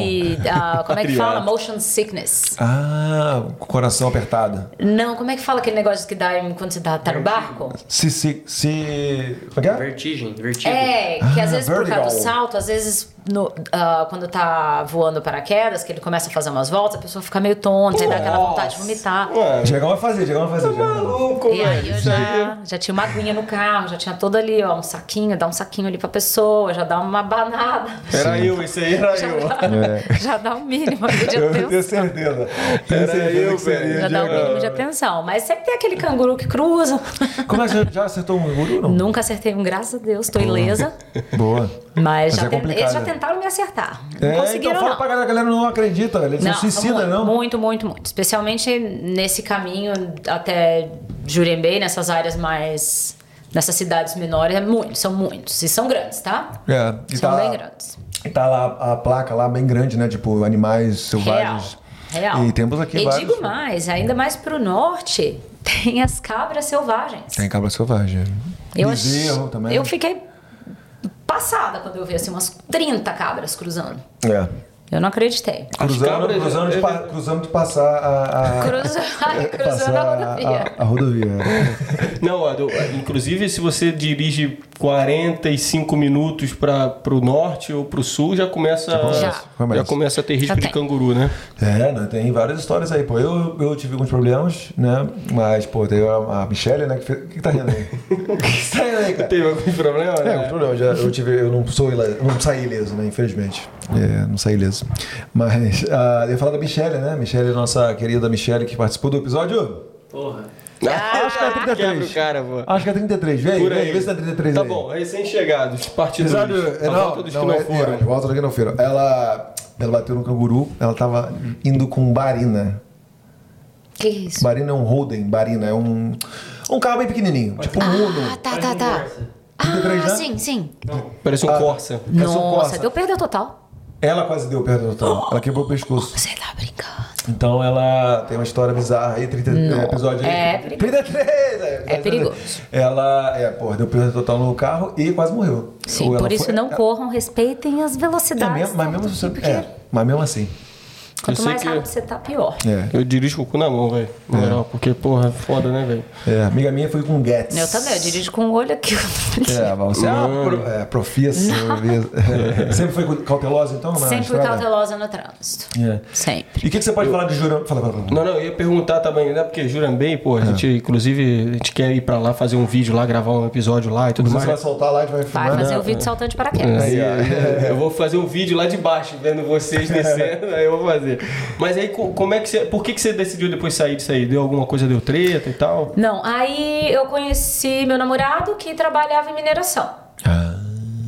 S3: ah, como é que fala?
S2: Mareado.
S3: Motion sickness.
S1: Ah, com o coração apertado.
S3: Não, como é que fala aquele negócio que dá em- quando você tá, tá no barco?
S1: Se, se, se... Como é que é?
S5: Vertigem, vertigem.
S3: É, que às
S1: Ah,
S3: vezes por causa do
S1: vertigo.
S3: salto, às vezes no- ah, quando tá voando paraquedas, que ele começa a fazer umas voltas, a pessoa fica meio tonta, aí dá aquela vontade de vomitar.
S2: Ué,
S1: Diegão vai fazer, Diegão
S3: Tá
S1: vai fazer. Diegão.
S2: maluco,
S3: E aí
S2: velho. é-
S3: eu já, já tinha uma aguinha no carro, já tinha todo ali, ó, um saquinho, dá um saquinho ali pra pessoa, já dá uma banada.
S2: Era eu, esse aí era eu.
S3: tá. Já dá o mínimo ali de
S1: É. Eu tenho
S3: atenção.
S1: certeza. Tenho
S2: Era
S1: certeza
S2: eu,
S1: que seria.
S2: velho.
S3: Já dá o
S1: Diegão.
S3: mínimo de atenção. Mas sempre tem aquele canguru que cruza.
S1: Como é que você já acertou um guru não?
S3: Nunca acertei um, graças a Deus, tô ilesa.
S1: Boa.
S3: Mas,
S1: Mas
S3: já
S1: é
S3: ten-
S1: complicado,
S3: eles já
S1: né?
S3: tentaram me acertar. Não
S1: É, então
S3: conseguiram,
S1: fala
S3: não.
S1: pra galera, a galera não acredita, velho. Eles não, se suicida,
S3: muito,
S1: não.
S3: Muito, muito, muito. Especialmente nesse caminho até Jurembei, nessas áreas mais. nessas cidades menores, é muito, são muitos. E são grandes, tá?
S1: É, e
S3: são
S1: tá,
S3: bem grandes.
S1: e tá lá a placa lá bem grande, né? Tipo, animais
S3: Real.
S1: selvagens.
S3: Real.
S1: E temos aqui
S3: E
S1: vários.
S3: digo mais, ainda mais pro norte, tem as cabras selvagens.
S1: Tem cabra selvagem.
S3: ach-
S1: Bezerro também.
S3: Eu fiquei passada quando eu vi assim, umas 30 cabras cruzando.
S1: É.
S3: Eu não acreditei.
S1: Cruzando,
S3: é
S2: cabras-
S1: cruzando, de, pa- cruzando de passar a. a...
S3: Cruzou, cruzou
S1: passar
S3: na
S1: a-
S3: rodovia.
S1: A, a rodovia.
S2: Não, Ado, inclusive se você dirige 45 minutos para o norte ou para o sul, já começa,
S3: Já.
S2: já começa a ter risco
S3: Já
S2: de
S3: tem.
S2: canguru, né?
S1: É, né? tem várias histórias aí, pô. Eu, eu tive alguns problemas, né? Mas, pô, teve a, a Michelle, né? que fez- O que, que tá rindo aí? O que tá rindo aí, cara?
S2: Teve algum problema?
S1: É,
S2: né?
S1: o problema, já, eu, tive, eu não sou ileso, não saí ileso, né? Infelizmente. É, não saí ileso. Mas ah, eu ia falar da Michelle, né? Michelle, nossa querida Michelle, que participou do episódio.
S5: Porra.
S3: Ah,
S1: acho que é
S2: Quebra o
S1: 33.
S2: cara, pô.
S1: Acho que é 33. Vem,
S2: Por
S1: vem,
S2: aí.
S1: vê se é 33
S2: tá
S1: aí.
S2: bom, recém-chegados, partidos.
S1: Episódio.
S2: A
S1: não,
S2: volta dos
S1: não,
S2: que não
S1: é-
S2: foram.
S1: é, volta dos que não foram. Ela, ela bateu no canguru, ela tava indo com barina.
S3: Que isso?
S1: Barina é um Holden, barina é um. Um carro bem pequenininho, tipo um
S3: Ah,
S1: Uno.
S3: tá, tá, tá.
S1: três, né?
S3: Ah, sim, sim.
S2: Parece um Corsa.
S1: Parece um Corsa.
S3: Nossa, deu perda total.
S1: Ela quase deu perda total. Ela quebrou o pescoço.
S3: Você tá brincando.
S1: Então ela tem uma história bizarra aí, 30, é, episódio aí.
S3: É
S1: 33!
S3: É perigoso.
S1: Ela, é, porra, deu perda total no carro e quase morreu.
S3: Sim,
S1: Ou ela
S3: por isso
S1: foi-
S3: não
S1: é,
S3: corram, respeitem as
S1: é,
S3: velocidades.
S1: mesmo, mas,
S3: né?
S1: mesmo se
S3: Porque
S1: você, é, mas mesmo assim.
S3: Quanto
S2: Eu sei
S3: mais
S2: que-
S3: rápido você tá, pior.
S1: É.
S2: Eu dirijo com o cu na mão, velho. Na moral, porque, porra, é foda, né, velho?
S1: É, amiga minha foi com Gats.
S3: Eu também, eu dirijo com o olho aqui.
S1: É, mas você é, uma pro, é profissa. viu? Sempre foi cautelosa, então? na
S3: Sempre fui
S1: estrada?
S3: cautelosa no trânsito.
S1: É.
S3: Sempre.
S1: E o que, que você pode falar de Jurão? Fala, fala, fala.
S2: Não, não, eu ia perguntar também, né? Porque Jurambei, pô, a
S1: É.
S2: gente, inclusive, a gente quer ir pra lá fazer um vídeo lá, gravar um episódio lá e tudo
S1: Você
S2: mais.
S1: vai soltar lá, a gente vai
S3: Vai
S1: filmar.
S3: fazer
S1: né?
S3: o vídeo saltando de paraquedas.
S2: Aí, ó, eu vou fazer um vídeo lá de baixo, vendo vocês descendo, aí eu vou fazer. Mas aí, co- como é que você. Por que, que você decidiu depois sair disso aí? Deu alguma coisa, deu treta e tal?
S3: Não, aí eu conheci meu namorado que trabalhava em mineração.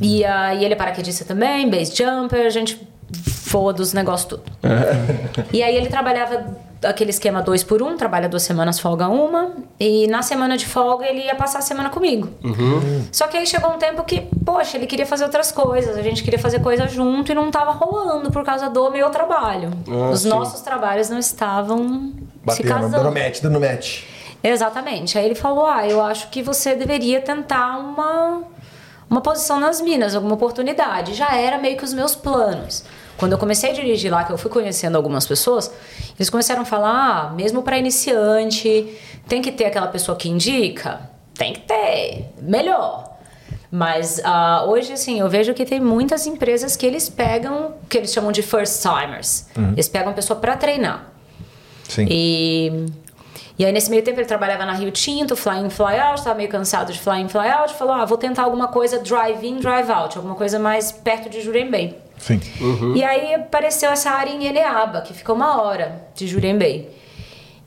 S3: E aí ele é paraquedista também, base jumper, a gente foda os negócios tudo. E aí ele trabalhava aquele esquema dois por um, trabalha duas semanas, folga uma. E na semana de folga ele ia passar a semana comigo. Só que aí chegou um tempo que, poxa, ele queria fazer outras coisas, a gente queria fazer coisa junto e não tava rolando por causa do meu trabalho.
S2: Ah,
S3: Os
S2: sim.
S3: nossos trabalhos não estavam se
S1: Batendo,
S3: casando.
S1: dando match, dando match.
S3: Exatamente. Aí ele falou: Ah, eu acho que você deveria tentar uma, uma posição nas minas, alguma oportunidade. Já era meio que os meus planos. Quando eu comecei a dirigir lá, que eu fui conhecendo algumas pessoas, eles começaram a falar: ah, mesmo para iniciante, tem que ter aquela pessoa que indica? Tem que ter. Melhor. Mas ah, hoje, assim, eu vejo que tem muitas empresas que eles pegam, que eles chamam de first timers. Eles pegam a pessoa para treinar.
S1: Sim.
S3: E, e aí, nesse meio tempo, ele trabalhava na Rio Tinto, fly in, fly out, tava meio cansado de fly in, fly out. Falou: ah, vou tentar alguma coisa drive in, drive out, alguma coisa mais perto de Jurembei.
S1: Sim.
S3: E aí apareceu essa área em Eneaba, que ficou uma hora de Jurembei.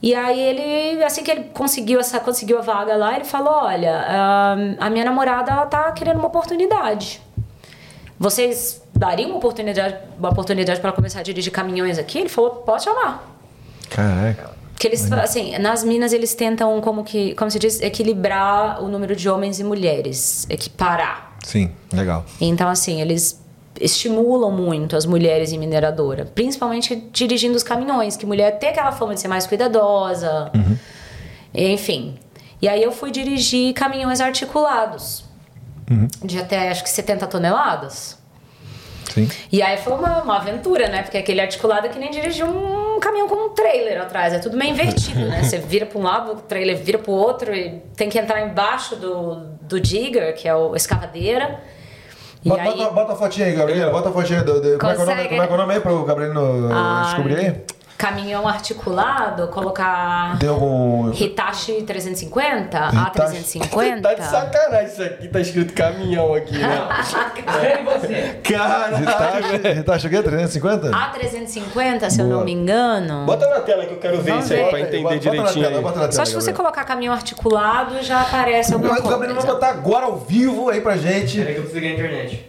S3: E aí ele, assim que ele conseguiu essa conseguiu a vaga lá, ele falou: "Olha, ahn, a minha namorada ela tá querendo uma oportunidade. Vocês dariam uma oportunidade, uma oportunidade para começar a dirigir caminhões aqui?" Ele falou: "Pode chamar".
S1: Caraca.
S3: Que eles, assim, nas Minas eles tentam, como que, como se diz, equilibrar o número de homens e mulheres, equiparar.
S1: Sim, legal.
S3: Então, assim, eles estimulam muito as mulheres em mineradora, principalmente dirigindo os caminhões, que mulher tem aquela fama de ser mais cuidadosa, enfim. E aí eu fui dirigir caminhões articulados, de até acho que 70 toneladas.
S1: Sim.
S3: E aí foi uma, uma aventura, né? Porque aquele articulado é que nem dirigir um caminhão com um trailer atrás. É tudo meio invertido, né? Você vira para um lado, o trailer vira para o outro e tem que entrar embaixo do, do digger, que é o escavadeira. E
S1: Bota,
S3: aí...
S1: bota- bota a fotinha aí, Gabriela. Bota a fotinha aí. Do, do- como, é que é o nome,
S3: Consegue?
S1: como é que é o nome aí pro Gabriel
S3: Ah,
S1: descobrir aí?
S3: Caminhão articulado, colocar
S1: Tem algum.
S3: Hitachi 350,
S2: Tá de
S3: A350.
S2: sacanagem isso aqui, tá escrito caminhão aqui, né?
S5: E você?
S2: Caralho!
S1: Hitachi, Hitachi o quê? 350?
S3: Ah. A350, se eu
S1: Boa.
S3: não me engano.
S2: Bota na tela que eu quero ver
S3: Vamos
S2: isso aí,
S3: ver.
S2: pra entender
S1: Bota na
S2: direitinho.
S1: tela,
S2: aí.
S1: bota na tela,
S3: Só se você
S1: Gabriela.
S3: colocar caminhão articulado já aparece alguma
S1: Mas o
S3: coisa.
S1: Gabriel vai botar agora ao vivo aí pra gente.
S5: Peraí que eu preciso ganhar internet.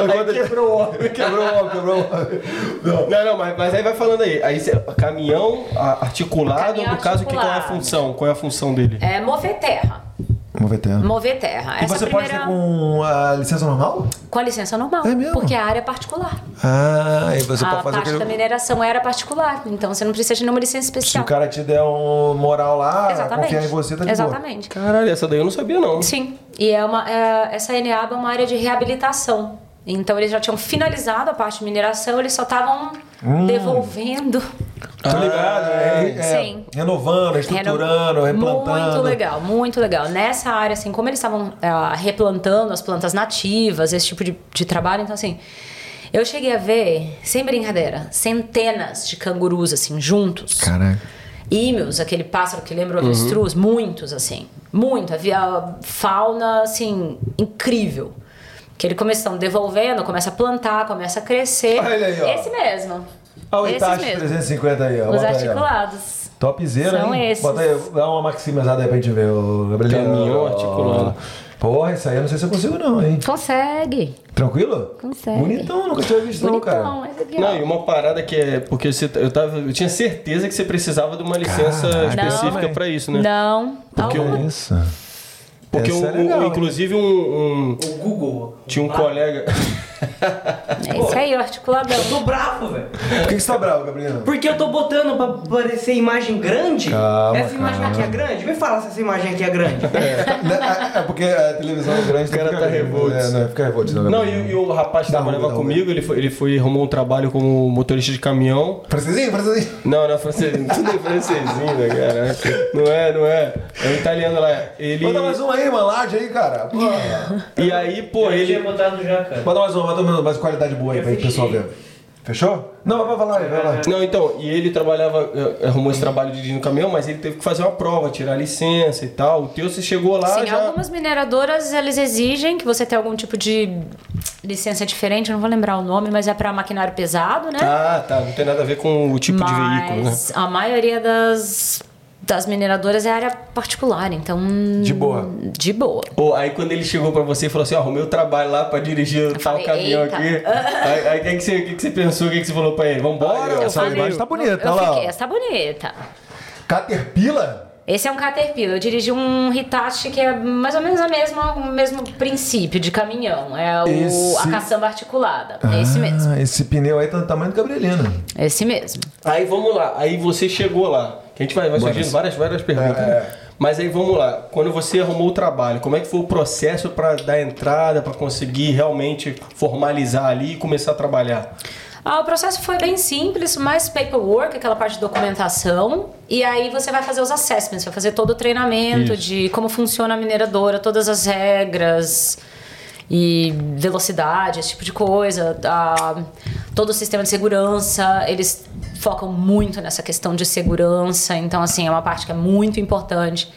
S1: Agora-
S2: Aí quebrou o óculos.
S1: Quebrou o óculos, quebrou o óculos. Não.
S2: Não, não, mas, mas aí vai falando aí. Aí cê- caminhão a- articulado,
S3: Caminhão
S2: no caso, o que, qual é a
S3: articulado.
S2: função? Qual é a função dele?
S3: É mover terra.
S1: Vamos ver, terra.
S3: Mover terra.
S1: Uhum. E
S3: Essa
S1: você pode
S3: primeira...
S1: ter com a licença normal?
S3: Com a licença normal.
S1: É mesmo?
S3: Porque a área é particular.
S1: Ah, e você
S3: a
S1: pode fazer
S3: parte da mineração era particular. Então você não precisa de nenhuma licença
S1: Se o
S3: especial.
S1: cara te der um moral lá,
S3: Exatamente.
S1: confiar em você, tá de
S3: Exatamente.
S2: Caralho, essa daí eu não sabia, não.
S3: Sim. E é uma, é- essa NEAB é uma área de reabilitação. Então eles já tinham finalizado a parte de mineração, eles só estavam
S1: Hum.
S3: devolvendo.
S1: boa. Tô ligado, é, é,
S3: Sim.
S1: Renovando, estruturando,
S3: Era
S1: replantando.
S3: Muito legal, muito legal. Nessa área, assim, como eles estavam ah, replantando as plantas nativas, esse tipo de, de trabalho, então assim. Eu cheguei a ver, sem brincadeira, centenas de cangurus, assim, juntos.
S1: Caraca.
S3: Ímios, aquele pássaro que lembra o
S1: Uhum.
S3: avestruz, muitos, assim. Muito. Havia fauna, assim, incrível. Que ele começa estão devolvendo, começa a plantar, começa a crescer.
S1: Olha ele aí, ó.
S3: Esse mesmo.
S1: Olha o
S3: Esses
S1: Itachi
S3: mesmo.
S1: 350 aí, ó.
S3: Os
S1: bota aí, ó.
S3: articulados.
S1: Topzera,
S3: São
S1: hein?
S3: esses.
S1: Bota aí, dá uma maximizada aí pra gente ver, o Gabriel.
S2: Caminhão articulado.
S1: Porra, isso aí eu não sei se eu consigo não, hein?
S3: Consegue.
S1: Tranquilo?
S3: Consegue.
S1: Bonitão, nunca tinha visto não, cara.
S3: Bonitão, é esse aqui, ó.
S2: Não, e uma parada que é. Porque você- eu, tava, eu tinha certeza que você precisava de uma licença
S1: Caraca.
S2: específica
S1: Não.
S2: pra isso, né?
S3: Não.
S1: Que
S3: Alguma-
S1: isso?
S2: Porque,
S1: Essa
S2: um,
S1: é legal,
S2: um-
S1: hein?
S2: inclusive, um, um-
S5: O Google.
S2: tinha um
S5: Ah,
S2: colega.
S3: É isso aí, o articuladão.
S5: Eu tô bravo, velho.
S1: Por que que você tá bravo, Gabriel?
S5: Porque eu tô botando pra parecer imagem grande.
S1: Calma,
S5: essa imagem
S1: calma.
S5: aqui é grande? Me fala se essa imagem aqui é grande.
S1: Né? É, é porque a televisão grande
S2: O cara
S1: fica-
S2: tá revolto.
S1: É, não, fica revolto.
S2: Não, e, e o rapaz que
S1: Dá
S2: trabalhava
S1: ruim, dá
S2: comigo, ele foi, ele foi arrumou um trabalho como motorista de caminhão.
S1: Francesinho, francesinho.
S2: Não, não é francesinho. Tudo é francesinho, né, cara? Não é, não é. É um italiano lá. Ele.
S1: Manda mais uma aí, uma laje aí, cara. Pô.
S2: E aí, pô,
S5: eu tinha
S2: ele.
S5: botado já, cara.
S1: Manda mais uma, manda mais, mais qualidade boa aí pra gente, pessoal ver. Fechou? Não, vai lá, vai lá.
S2: Não, então, e ele trabalhava, eh, arrumou esse trabalho de dirigindo caminhão, mas ele teve que fazer uma prova, tirar a licença e tal. O teu, você chegou lá
S3: Sim,
S2: já...
S3: algumas mineradoras eles exigem que você tenha algum tipo de licença diferente, eu não vou lembrar o nome, mas é para maquinário pesado, né?
S2: Ah, tá. Não tem nada a ver com o tipo de veículo, né?
S3: mas a maioria das, das mineradoras é área particular, então.
S1: De boa.
S3: De boa.
S2: Pô, aí quando ele chegou pra você e falou assim, ó, arrumei o trabalho lá pra dirigir o tal
S3: falei,
S2: caminhão
S3: "Eita."
S2: aqui. aí aí o que, que, você- o que que você pensou, o que, que você falou pra ele? Vambora?
S1: Aí, ó,
S2: ou
S1: essa
S2: foi-
S1: imagem tá bonita,
S3: eu
S1: olha lá,
S3: Fiquei,
S1: ó.
S3: essa tá bonita.
S1: Caterpillar?
S3: Esse é um Caterpillar. Eu dirigi um Hitachi que é mais ou menos a mesma, o mesmo princípio de caminhão. É o,
S1: Esse-
S3: a caçamba articulada. É esse mesmo.
S1: Ah, esse pneu aí tá do tamanho do Gabrielino.
S3: Esse mesmo.
S2: Aí vamos lá, aí você chegou lá. Que a gente vai, vai surgindo várias, várias perguntas.
S1: É.
S2: né? Mas aí vamos lá, quando você arrumou o trabalho, como é que foi o processo pra dar entrada, pra conseguir realmente formalizar ali e começar a trabalhar?
S3: Ah, o processo foi bem simples, mais paperwork, aquela parte de documentação. E aí você vai fazer os assessments, vai fazer todo o treinamento
S2: Isso.
S3: de como funciona a mineradora, todas as regras e velocidade, esse tipo de coisa. Ah, todo o sistema de segurança, eles focam muito nessa questão de segurança. Então, assim, é uma parte que é muito importante.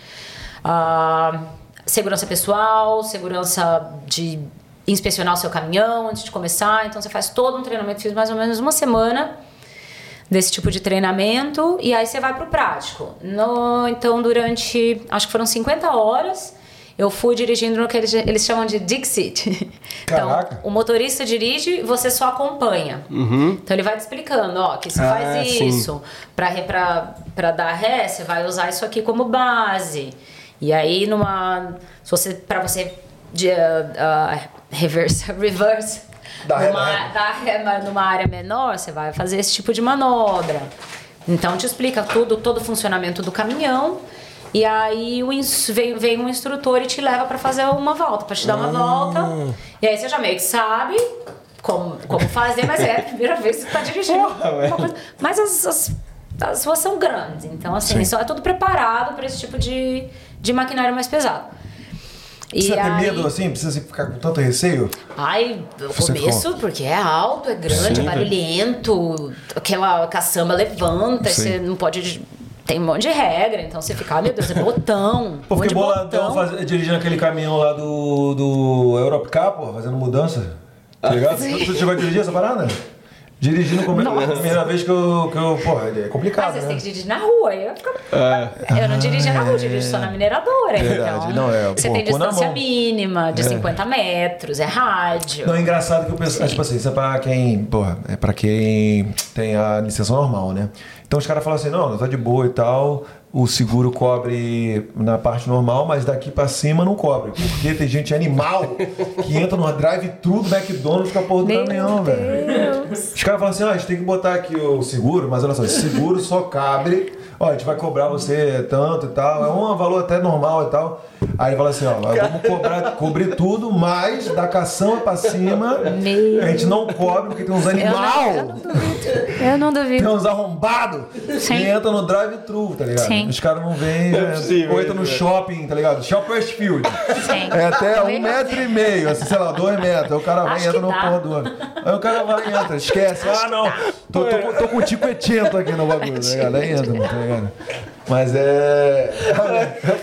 S3: Ah, segurança pessoal, segurança de inspecionar o seu caminhão antes de começar. Então você faz todo um treinamento, fiz mais ou menos uma semana desse tipo de treinamento e aí você vai pro prático. No- então durante, acho que foram 50 horas, Eu fui dirigindo no que eles, eles chamam de Dixit.
S1: Caraca.
S3: Então, o motorista dirige e você só acompanha. Então ele vai te explicando, ó, que você
S2: Uhum. Ah,
S3: faz
S2: sim.
S3: isso. Pra, re- pra, pra dar ré, você vai usar isso aqui como base. E aí, numa. Se você, pra você. De, ah, ah, reverse. reverse
S1: Dá ré,
S3: numa-
S1: dá ré.
S3: dar ré ma- numa área menor, você vai fazer esse tipo de manobra. Então te explica tudo, todo o funcionamento do caminhão. E aí o ins- vem, vem um instrutor e te leva pra fazer uma volta, pra te dar
S2: Ah.
S3: uma volta. E aí você já meio que sabe como, como fazer, mas é a primeira vez que você tá dirigindo.
S2: Porra,
S3: uma
S2: velho.
S3: coisa. Mas as, as, as ruas são grandes, então assim, só é tudo preparado pra esse tipo de, de maquinário mais pesado. E
S1: Precisa ter
S2: é
S3: aí-
S1: medo assim? Precisa ficar com tanto receio?
S3: Ai, o
S1: Você né?
S3: começo,
S1: ficou-
S3: porque é alto, é grande,
S2: Sim,
S3: é barulhento, aquela caçamba levanta,
S1: Sim.
S3: você não pode. Tem um monte de regra, então você fica, ah, meu Deus, é botão.
S1: Pô,
S3: um
S1: fiquei
S3: monte de
S1: boladão
S3: botão.
S1: faz- dirigindo aquele caminhão lá do, do Europe Car, pô, fazendo mudança. Tá
S3: Ah,
S1: ligado? Você chegou a dirigir essa parada? Dirigindo como a primeira vez que eu, que eu. Porra, é complicado.
S3: Mas você
S1: né? É.
S3: tem que dirigir na rua. Eu, ficava- eu não dirigia na rua, eu dirijo só na mineradora.
S1: Verdade,
S3: Então,
S1: não, é,
S3: você
S1: pô,
S3: tem
S1: pô na
S3: distância
S1: mão.
S3: mínima de 50 metros, é rádio.
S1: Não, é engraçado que eu penso, tipo assim, isso é pra quem, porra, é pra quem tem a licença normal, né? Então os caras falam assim, não, tá de boa e tal, o seguro cobre na parte normal, mas daqui pra cima não cobre. Porque tem gente animal que entra numa drive tudo McDonald's com a porra do
S3: Meu
S1: caminhão, velho. Os caras falam assim, ó, a gente tem que botar aqui o seguro, mas olha só, esse seguro só cabe. Ó, a gente vai cobrar você tanto e tal. É um valor até normal e tal. Aí fala assim, ó, vamos cobrar, cobrir tudo, mas da caçamba pra cima,
S3: Meu.
S1: a gente não cobre, porque tem uns
S3: Eu não, eu
S1: animal,
S3: não duvido. Eu não
S1: tem
S3: duvido.
S1: uns arrombados,
S3: Sim.
S1: que entra no drive-thru, tá ligado?
S3: Sim.
S1: Os caras não vêm,
S2: Não é
S1: né?
S2: possível
S1: ou entra no
S2: isso, é.
S1: shopping, tá ligado? Shopping Westfield.
S3: Sim.
S1: É até um
S3: Também não.
S1: metro e meio, assim, sei lá, dois metros. Aí o cara vai e
S3: Acho
S1: entra
S3: que
S1: no
S3: dá.
S1: porra do ônibus. Aí o cara vai e entra, esquece. Ah, não, tô, tô, com- tô com o Tico Etiento aqui no bagulho, tá ligado? Aí entra, tá ligado? Mas é.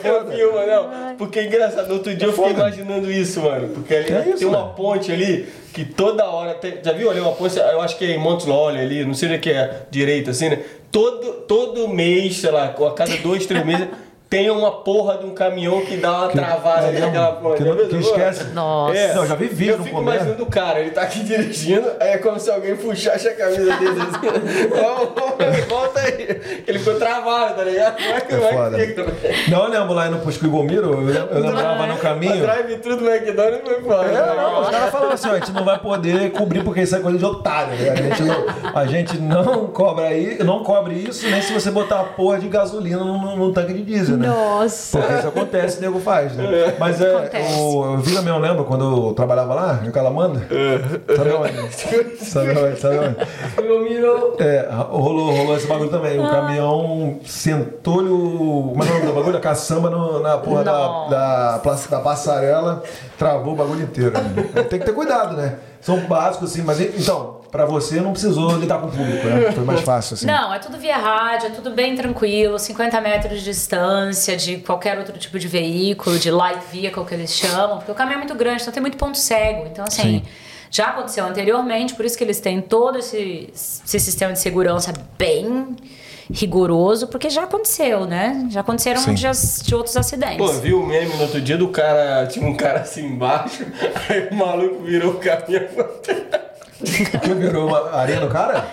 S2: Eu vi, mano, não. Porque é engraçado, outro dia eu fiquei imaginando isso, mano. Porque ali
S1: Que é isso,
S2: tem uma
S1: mano?
S2: ponte ali que toda hora. tem- já viu ali uma ponte? Eu acho que é em Montlolho ali, não sei onde é que é direito, assim, né? Todo, todo mês, sei lá, a cada dois, três meses, tem uma porra de um caminhão que dá uma travada ali
S1: não,
S2: naquela ponte.
S1: é um que não-
S2: Já viu,
S1: que
S2: mano?
S1: esquece.
S3: Nossa.
S2: É.
S1: Não, já vi vídeo
S2: né? Eu
S1: no
S2: fico
S1: começo.
S2: imaginando o cara, ele tá aqui dirigindo, aí é como se alguém puxasse a camisa dele assim. Vamos, volta aí. Ele ficou travado, tá ligado? Como é que
S1: É
S2: vai
S1: foda. Não, eu lembro lá indo pro Esquigomiro, eu, lem- eu lembrava no
S2: a
S1: caminho.
S2: drive-thru do McDonald's foi foda.
S1: É, não, os
S2: né?
S1: caras falaram assim, ó, a gente não vai poder cobrir porque isso é coisa de otário, né? A gente não, a gente não cobra aí, não cobre isso, nem se você botar a porra de gasolina num, num- num tanque de diesel, né?
S3: Nossa.
S1: Porque isso acontece, o nego faz, né? Mas é,
S3: Acontece.
S1: o, eu vi também, eu lembro, quando eu trabalhava lá, em Calamanda. Sabe onde? Sabe onde? Sabe onde?
S5: Eu miro.
S1: É, rolou, rolou esse bagulho também.
S3: Ah.
S1: O caminhão sentou-lhe o. Como é o nome do bagulho? A caçamba no- na porra da,
S3: Nossa.
S1: da, plaça- da passarela, travou o bagulho inteiro. né? Tem que ter cuidado, né? São básicos, assim, mas e- então, pra você não precisou lidar com o público, né? Foi mais fácil, assim.
S3: Não, é tudo via rádio, é tudo bem tranquilo, 50 metros de distância de qualquer outro tipo de veículo, de light vehicle que eles chamam, porque o caminho é muito grande, então tem muito ponto cego. Então, assim, já aconteceu anteriormente, por isso que eles têm todo esse, esse sistema de segurança bem rigoroso, porque já aconteceu, né? Já aconteceram
S1: Sim.
S3: de, as- de outros acidentes.
S2: Pô, viu o meme no outro dia do cara, tinha um cara assim embaixo, aí o maluco virou o caminhão.
S1: Porque virou uma areia no cara?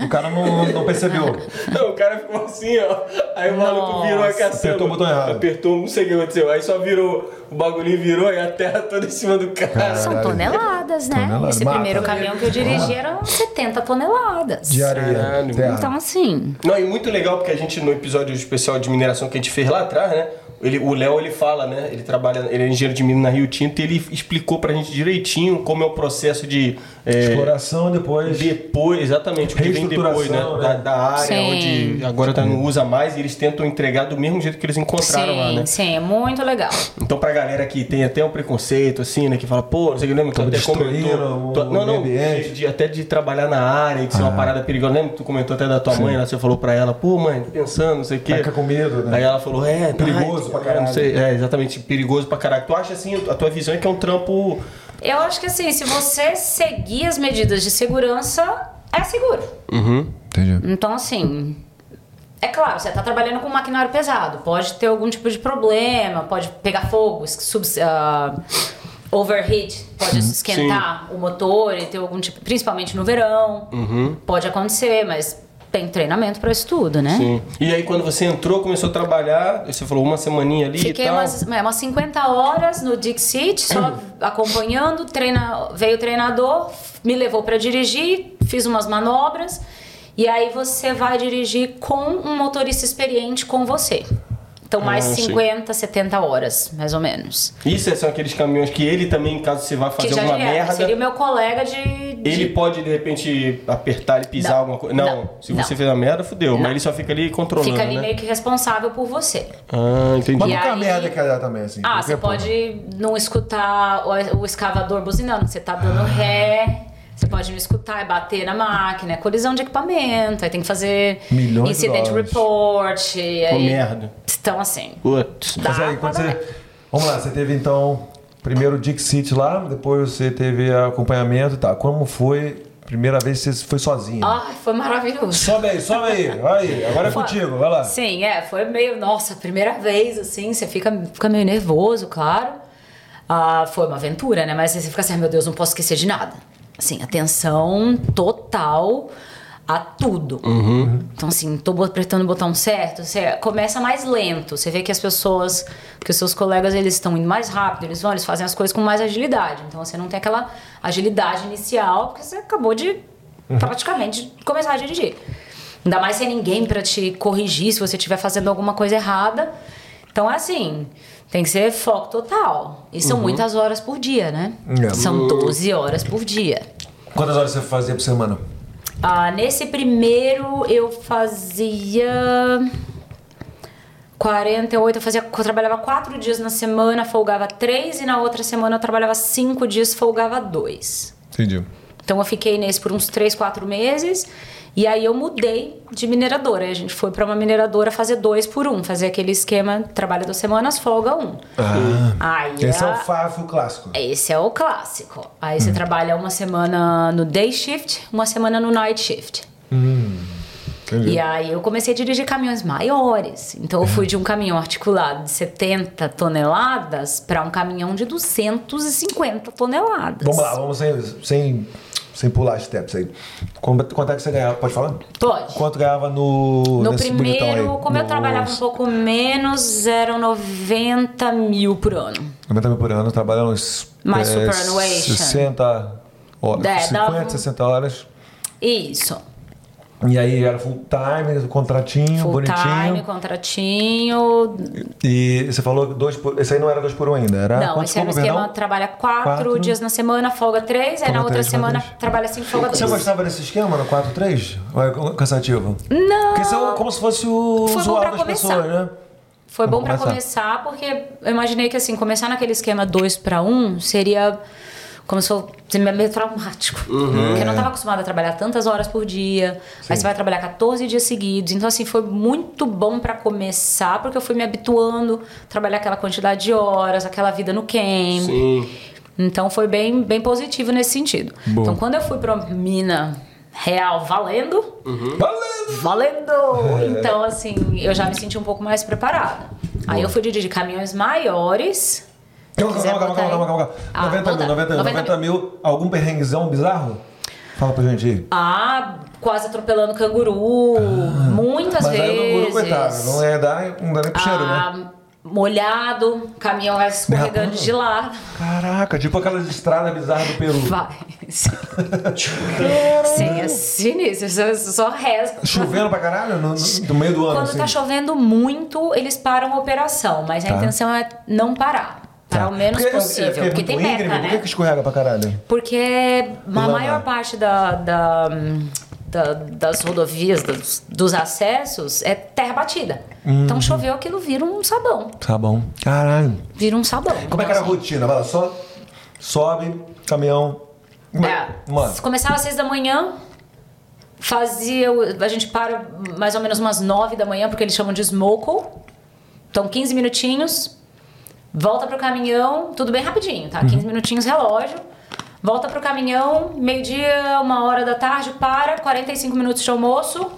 S1: O cara não, não percebeu.
S2: Não, o cara ficou assim, ó. Aí o maluco
S3: Nossa.
S2: virou a caçamba.
S1: Apertou o botão errado.
S2: Apertou, não sei o que aconteceu. Aí só virou, o bagulhinho virou e a terra toda em cima do cara.
S3: São
S1: Caralho.
S3: toneladas, né?
S1: Toneladas.
S3: Esse
S1: Mata.
S3: primeiro caminhão que eu dirigi eram 70 toneladas.
S1: De areia.
S2: Caralho.
S1: terra.
S3: Então, assim.
S2: Não, e muito legal porque a gente, no episódio especial de mineração que a gente fez lá atrás, né? Ele, o Léo, ele fala, né? Ele trabalha, ele é engenheiro de mina na Rio Tinto e ele explicou pra gente direitinho como é o processo de... é,
S1: Exploração depois.
S2: Depois, exatamente, o que vem depois, né?
S1: Reestruturação,
S2: Da,
S1: né?
S2: da área
S3: Sim.
S2: onde agora tá, não usa mais e eles tentam entregar do mesmo jeito que eles encontraram
S3: sim,
S2: lá, né?
S3: sim, é muito legal.
S2: Então, pra galera que tem até um preconceito, assim, né? Que fala, pô, não sei o que, lembra que tu
S1: Tão
S2: até
S1: destruindo
S2: comentou.
S1: o
S2: tu- não, não,
S1: meio ambiente. Ah.
S2: de, de- até de trabalhar na área, que isso é uma parada perigosa. Lembra que tu comentou até da tua mãe, lá, você falou pra ela, pô, mãe, tô pensando, não sei o quê.
S1: Fica com medo, né?
S2: Aí ela falou, é, tá,
S1: Perigoso pra
S2: é,
S1: caralho.
S2: Não sei, é, exatamente, perigoso pra caralho. Tu acha, assim, a tua visão é que é um trampo...
S3: Eu acho que assim, se você seguir as medidas de segurança, é seguro.
S1: Entendi.
S3: Então, assim, É claro, você está trabalhando com um maquinário pesado, pode ter algum tipo de problema, pode pegar fogo, es- subs- ah, overheat, pode esquentar o motor e ter algum tipo, principalmente no verão, pode acontecer, mas tem treinamento para isso tudo, né?
S2: Sim. E aí quando você entrou, começou a trabalhar, você falou uma semaninha ali e
S3: Fiquei
S2: tal.
S3: umas, é, umas 50 horas no Dixit, só acompanhando. Treina, veio o treinador, me levou para dirigir, fiz umas manobras. E aí você vai dirigir com um motorista experiente com você. Então, mais
S2: Ah, sim.
S3: 50, 70 horas, mais ou menos.
S2: Isso é, são aqueles caminhões que ele também, caso você vá fazer
S3: que já
S2: alguma
S3: direto,
S2: merda,
S3: seria o meu colega de. de-
S2: ele pode de repente apertar e pisar
S3: Não.
S2: alguma coisa. Não,
S3: Não.
S2: se você
S3: Não.
S2: fez a merda, fudeu. Mas
S3: Não.
S2: ele só fica ali controlando,
S3: Fica ali
S2: né?
S3: meio que responsável por você.
S2: Ah, entendi.
S1: Mas
S3: E
S1: qualquer
S3: aí-
S1: merda que dá também, assim.
S3: Ah,
S1: qualquer
S3: você
S1: porra.
S3: pode não escutar o, o escavador buzinando, você tá
S1: Ah.
S3: dando ré, você pode não escutar, é bater na máquina, é colisão de equipamento, aí tem que fazer
S1: Milhões de
S3: incident
S1: dólares.
S3: report. E
S2: Pô,
S3: aí,
S2: merda.
S3: Então, assim,
S2: Putz.
S1: Mas
S3: dá
S1: aí, quando
S3: pra
S1: você... Vamos lá, você teve então primeiro o Dixit lá, depois você teve acompanhamento, tá? Como foi a primeira vez que você foi sozinho?
S3: Ai, foi maravilhoso.
S1: Sobe aí, sobe aí, vai aí, agora é
S3: Foi-
S1: contigo, vai lá.
S3: Sim, é, foi meio, nossa, primeira vez, assim, você fica, fica meio nervoso, claro. Ah, foi uma aventura, né? Mas você fica assim, "Ai, meu Deus, não posso esquecer de nada. Assim, atenção total a tudo. Então, assim, tô bo- apertando o botão certo, você começa mais lento. Você vê que as pessoas, que os seus colegas, eles estão indo mais rápido, eles vão, eles fazem as coisas com mais agilidade. Então, você não tem aquela agilidade inicial, porque você acabou de,
S1: Uhum.
S3: praticamente, começar a dirigir. Ainda mais sem ninguém pra te corrigir se você estiver fazendo alguma coisa errada. Então, é assim, tem que ser foco total. E são muitas horas por dia, né?
S1: É.
S3: São 12 horas por dia.
S1: Quantas horas você fazia por semana?
S3: Ah, nesse primeiro eu fazia 48, eu fazia, eu trabalhava quatro dias na semana, folgava três e na outra semana eu trabalhava cinco dias, folgava dois.
S1: Entendi.
S3: Então eu fiquei nesse por uns três, quatro meses e aí eu mudei de mineradora. Aí A gente foi pra uma mineradora fazer dois por um, fazer aquele esquema trabalha duas semanas, folga um. Aí
S1: Esse é o Hum.
S3: a-
S1: Fafo clássico.
S3: esse é o clássico. Aí você trabalha uma semana no day shift, uma semana no night shift.
S1: Hum.
S3: E aí eu comecei a dirigir caminhões maiores. Então eu fui de um caminhão articulado de 70 toneladas para um caminhão de 250 toneladas.
S1: Vamos lá, vamos sem, sem, sem pular as steps aí. Quanto quanto é que você ganhava? Pode falar?
S3: Pode.
S1: Quanto ganhava no.
S3: No
S1: nesse bonitão
S3: primeiro,
S1: aí?
S3: como eu trabalhava um pouco menos, eram 90 mil por ano.
S1: 90 mil por ano, trabalhando uns.
S3: Mais
S1: eh,
S3: superannuation.
S1: 60 horas.
S3: É,
S1: 50,
S3: dava um-
S1: 60 horas.
S3: Isso.
S1: E aí era full time, contratinho,
S3: Full
S1: Ah, bonitinho.
S3: time, contratinho,
S1: E você falou que dois por. Esse aí não era dois por um ainda, era.
S3: Não,
S1: quantos
S3: esse era o
S1: por um,
S3: esquema,
S1: perdão?
S3: trabalha quatro,
S1: Quatro.
S3: dias na semana, folga três, aí
S1: Folga
S3: na outra
S1: três, folga
S3: semana
S1: três.
S3: trabalha cinco, folga
S1: Você é
S3: três.
S1: gostava desse esquema no 4-3? Ou é cansativo?
S3: Não,
S1: Porque isso é como se fosse o
S3: Foi bom
S1: usual
S3: pra
S1: das
S3: começar.
S1: pessoas, né?
S3: foi bom
S1: Vamos
S3: pra começar, porque eu imaginei que assim, começar naquele esquema dois pra um seria como se fosse meio traumático. Porque eu não tava acostumada a trabalhar tantas horas por dia, aí você vai trabalhar 14 dias seguidos. Então assim, foi muito bom pra começar, porque eu fui me habituando a trabalhar aquela quantidade de horas, aquela vida no camp.
S2: Sim.
S3: Então foi bem, bem positivo nesse sentido. Então quando eu fui pra mina real valendo,
S1: Valendo!
S3: valendo! Então assim, eu já me senti um pouco mais preparada. Aí eu fui dirigir caminhões maiores.
S1: Calma,
S3: quiser
S1: calma, calma,
S3: botar aí.
S1: calma, calma, calma.
S3: Ah,
S1: 90 mil, 90
S3: volta.
S1: mil, 90 mil. Algum perrenguezão bizarro? Fala pra gente aí.
S3: Ah, quase atropelando canguru, muitas
S1: Ah, Mas
S3: vezes.
S1: aí o canguru, coitado, não, é dar, não dá nem pro cheiro, né?
S3: Ah, Molhado, caminhão vai escorregando
S1: Derrapando?
S3: de lado.
S1: Caraca, tipo aquelas estradas bizarras do Peru.
S3: Vai. Sim, Sim, é sinistro. Só, só reza.
S1: Chovendo pra caralho no, no- no meio do ano,
S3: Quando
S1: assim.
S3: tá chovendo muito, eles param a operação, mas a intenção é não parar. Parar o menos
S1: Tá. Porque-
S3: possível.
S1: é
S3: Porque, tem
S1: muito
S3: meca,
S1: íngreme, Por que,
S3: né?
S1: que escorrega pra caralho?
S3: Porque a
S1: Lama.
S3: maior parte da, da- da- das rodovias, dos, dos acessos, é terra batida.
S1: Uhum.
S3: Então choveu, aquilo vira um sabão.
S1: Tá bom. Caralho.
S3: Vira um sabão.
S1: Como é que era a rotina? Vai lá, só sobe, caminhão.
S3: É,
S1: Mano.
S3: Começava às seis da manhã, fazia. o- A gente para mais ou menos umas nove da manhã, porque eles chamam de smoke. Então, 15 minutinhos, volta pro caminhão, tudo bem rapidinho, tá? 15 minutinhos relógio. Volta pro caminhão, meio-dia, uma hora da tarde, para, 45 minutos de almoço,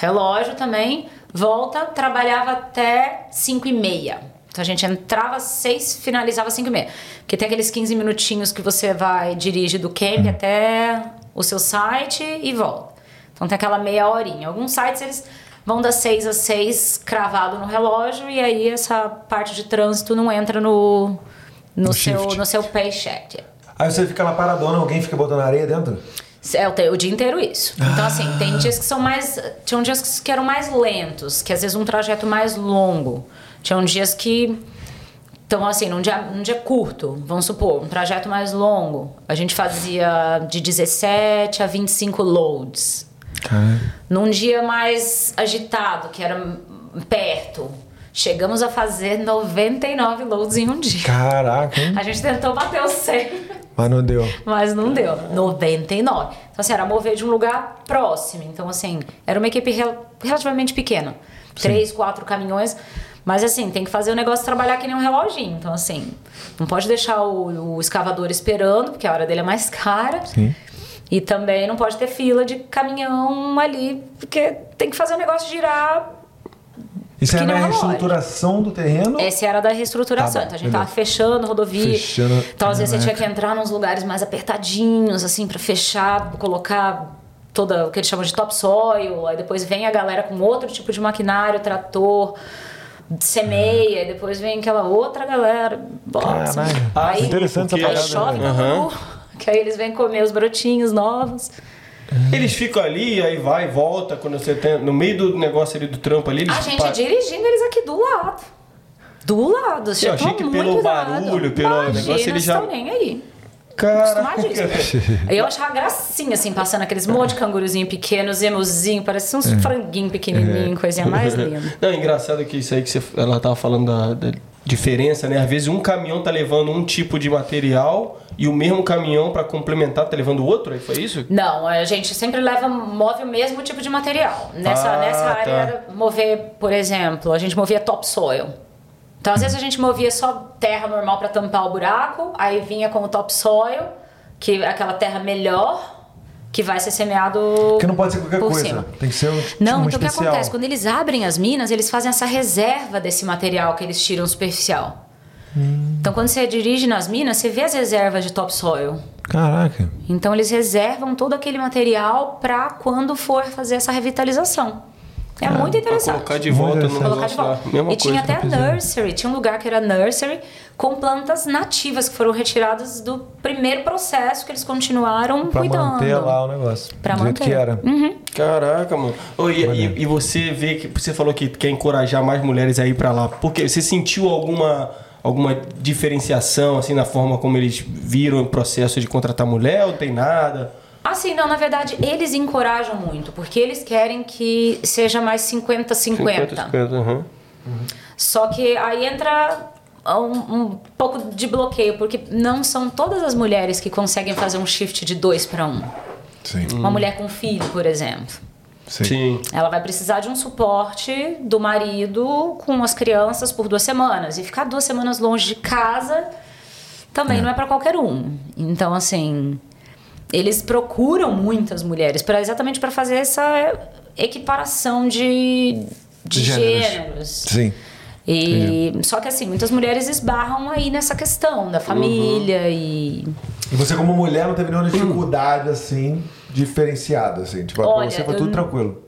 S3: relógio também, Volta, trabalhava até 5 e meia. Então a gente entrava às 6, finalizava às 5 e meia. Porque tem aqueles 15 minutinhos que você vai, dirige do camp até o seu site e volta. Então tem aquela meia horinha. Alguns sites eles vão das 6 às 6 cravado no relógio e aí essa parte de trânsito não entra no, no,
S1: No
S3: seu,
S1: shift.
S3: no seu paycheck.
S1: Aí você fica lá paradona, alguém fica botando areia dentro?
S3: É o, te- o dia inteiro isso. Então, assim, tem dias que são mais. Tinham dias que s- que eram mais lentos, que às vezes um trajeto mais longo. Tinham dias que. Então, assim, num dia, num dia curto, vamos supor, um trajeto mais longo. A gente fazia de 17 a 25 loads. Num dia mais agitado, que era m- perto, chegamos a fazer 99 loads em um dia.
S1: Caraca, hein?
S3: A gente tentou bater os 100.
S1: Mas não deu.
S3: Mas não deu. 99. Então, assim, era mover de um lugar próximo. Então, assim, era uma equipe rel- relativamente pequena. Três, quatro caminhões. Mas, assim, tem que fazer o negócio trabalhar que nem um reloginho. Então, assim, não pode deixar o, o escavador esperando, porque a hora dele é mais cara.
S1: Sim.
S3: E também não pode ter fila de caminhão ali, porque tem que fazer o negócio girar
S1: Isso
S3: Que
S1: é
S3: nem
S1: na
S3: uma loja.
S1: reestruturação do terreno?
S3: Essa era da
S1: Tá
S3: reestruturação.
S1: bom,
S3: então a gente
S1: beleza.
S3: tava fechando rodovia.
S1: Fechando.
S3: Então às vezes você tinha
S1: Caraca.
S3: que entrar nos lugares mais apertadinhos, assim, pra fechar, colocar toda o que eles chamam de topsoil. Aí depois vem a galera com outro tipo de maquinário, trator, semeia. E depois vem aquela outra galera. Bota.
S1: Caralho.
S3: Aí,
S1: Interessante
S3: aí
S1: essa parada.
S3: chove
S1: né?
S2: né? Aham.
S3: todo que aí eles vêm comer os brotinhos novos.
S2: Eles ficam ali, aí vai, volta, quando você tem. No meio do negócio ali do trampo ali, eles
S3: A gente é
S2: param.
S3: dirigindo eles aqui do lado. Do lado,
S2: Eu
S3: chegou
S2: achei que
S3: muito
S2: pelo
S3: do
S2: barulho,
S3: lado.
S2: pelo
S3: Imagina,
S2: negócio, eles já-
S3: estão nem aí. Acostumadíssimo.
S2: Caraca.
S3: Aí Eu achava gracinha, assim, passando aqueles monte de canguruzinho pequeno, zemuzinho, parecia
S2: É.
S3: uns franguinho pequenininho, coisinha mais linda.
S2: Não, é engraçado que isso aí que você, ela tava falando da, da diferença, né? Às vezes um caminhão tá levando um tipo de material e o mesmo caminhão pra complementar tá levando outro, aí foi isso?
S3: Não, a gente sempre leva, move o mesmo tipo de material. Nessa,
S2: Ah,
S3: nessa área
S2: tá.
S3: era mover, por exemplo, a gente movia topsoil. Então, às vezes a gente movia só terra normal pra tampar o buraco, aí vinha com o topsoil, que é aquela terra melhor, que vai ser semeado
S1: Que não pode ser qualquer
S3: por
S1: coisa.
S3: cima.
S1: Tem que ser um, tipo,
S3: Não,
S1: uma
S3: então o que
S1: especial.
S3: acontece? Quando eles abrem as minas, eles fazem essa reserva desse material que eles tiram superficial.
S1: Hum.
S3: Então, quando você dirige nas minas, você vê as reservas de topsoil.
S1: Caraca.
S3: Então, eles reservam todo aquele material para quando for fazer essa revitalização. É muito
S2: Pra
S3: interessante.
S2: colocar de volta no
S1: Interessante.
S3: Colocar de
S2: negócio lá.
S3: volta.
S2: Mesma
S3: e
S2: coisa.
S3: tinha até a nursery, tinha um lugar que era nursery com plantas nativas que foram retiradas do primeiro processo que eles continuaram
S1: Pra
S3: cuidando.
S1: manter lá o negócio.
S3: Pra
S1: do jeito
S3: manter. Hum. Uhum.
S1: que era.
S2: Caraca, mano. Ô, e,
S1: Maneiro.
S2: e- e você vê que você falou que quer encorajar mais mulheres a ir pra lá. Porque você sentiu alguma alguma diferenciação assim na forma como eles viram o processo de contratar mulher ou tem nada?
S3: Assim, não, na verdade, eles encorajam muito, porque eles querem que seja mais 50-50.
S2: 50, aham.
S3: Só que aí entra um, um pouco de bloqueio, porque não são todas as mulheres que conseguem fazer um shift de dois para um.
S1: Sim.
S3: Uma mulher com filho, por exemplo.
S2: Sim.
S3: Ela vai precisar de um suporte do marido com as crianças por duas semanas. E ficar duas semanas longe de casa também não é pra qualquer um. Então, assim, eles procuram muitas mulheres pra, exatamente pra fazer essa equiparação de, de
S1: Gêneros.
S3: gêneros.
S1: Sim.
S3: E, só que assim, muitas mulheres esbarram aí nessa questão da família e.
S1: E você, como mulher, não teve
S3: Hum.
S1: nenhuma dificuldade assim, diferenciada, assim. Tipo, pra
S3: Olha,
S1: você foi
S3: eu
S1: tudo
S3: não-
S1: tranquilo.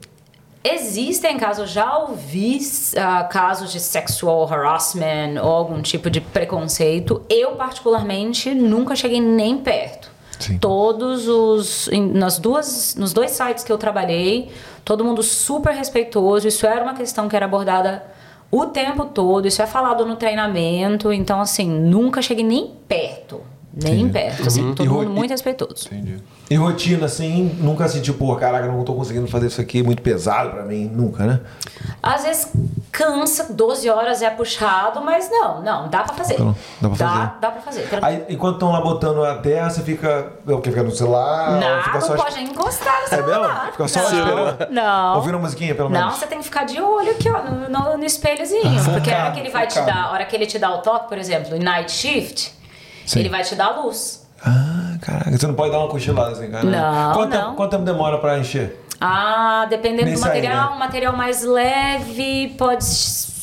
S3: Existem casos, eu já ouvi ah, casos de sexual harassment ou algum tipo de preconceito. Eu, particularmente, nunca cheguei nem perto.
S1: Sim.
S3: Todos os. em- nas duas, nos dois sites que eu trabalhei, todo mundo super respeitoso. Isso era uma questão que era abordada o tempo todo. Isso é falado no treinamento. Então, assim, nunca cheguei nem perto. Nem
S1: Entendi.
S3: perto. Assim,
S1: Uhum.
S3: Todo
S1: E ro-
S3: mundo
S1: e-
S3: muito respeitoso.
S1: Entendi. E rotina, assim, nunca assim, tipo, pô, caraca, não tô conseguindo fazer isso aqui, muito pesado pra mim, nunca, né?
S3: Às vezes cansa, 12 horas é puxado, mas não, não, dá pra fazer.
S1: Então, dá pra
S3: dá,
S1: fazer.
S3: dá pra fazer. Tranquilo.
S1: Aí, enquanto estão lá botando a terra, você fica. O que? Fica no celular?
S3: não,
S1: ah, fica
S3: não
S1: só
S3: pode encostar no
S1: É
S3: celular.
S1: mesmo? Fica só
S3: não,
S1: esperando.
S3: não.
S1: Ouvindo a musiquinha, pelo
S3: Não,
S1: menos. Ah,
S3: você tem que ficar de olho aqui, ó, no, no, no espelhozinho. porque a hora que ele vai te
S2: focado.
S3: dar, a hora que ele te dá o toque, por exemplo, em night shift,
S1: Sim.
S3: ele vai te dar a luz.
S1: Ah, caraca, você não pode dar uma cochilada assim, cara. né?
S3: Não,
S1: Quanto,
S3: não.
S1: Tempo, quanto tempo demora pra encher?
S3: Ah, dependendo
S1: Nem
S3: do
S1: saída.
S3: material, um material mais leve pode s-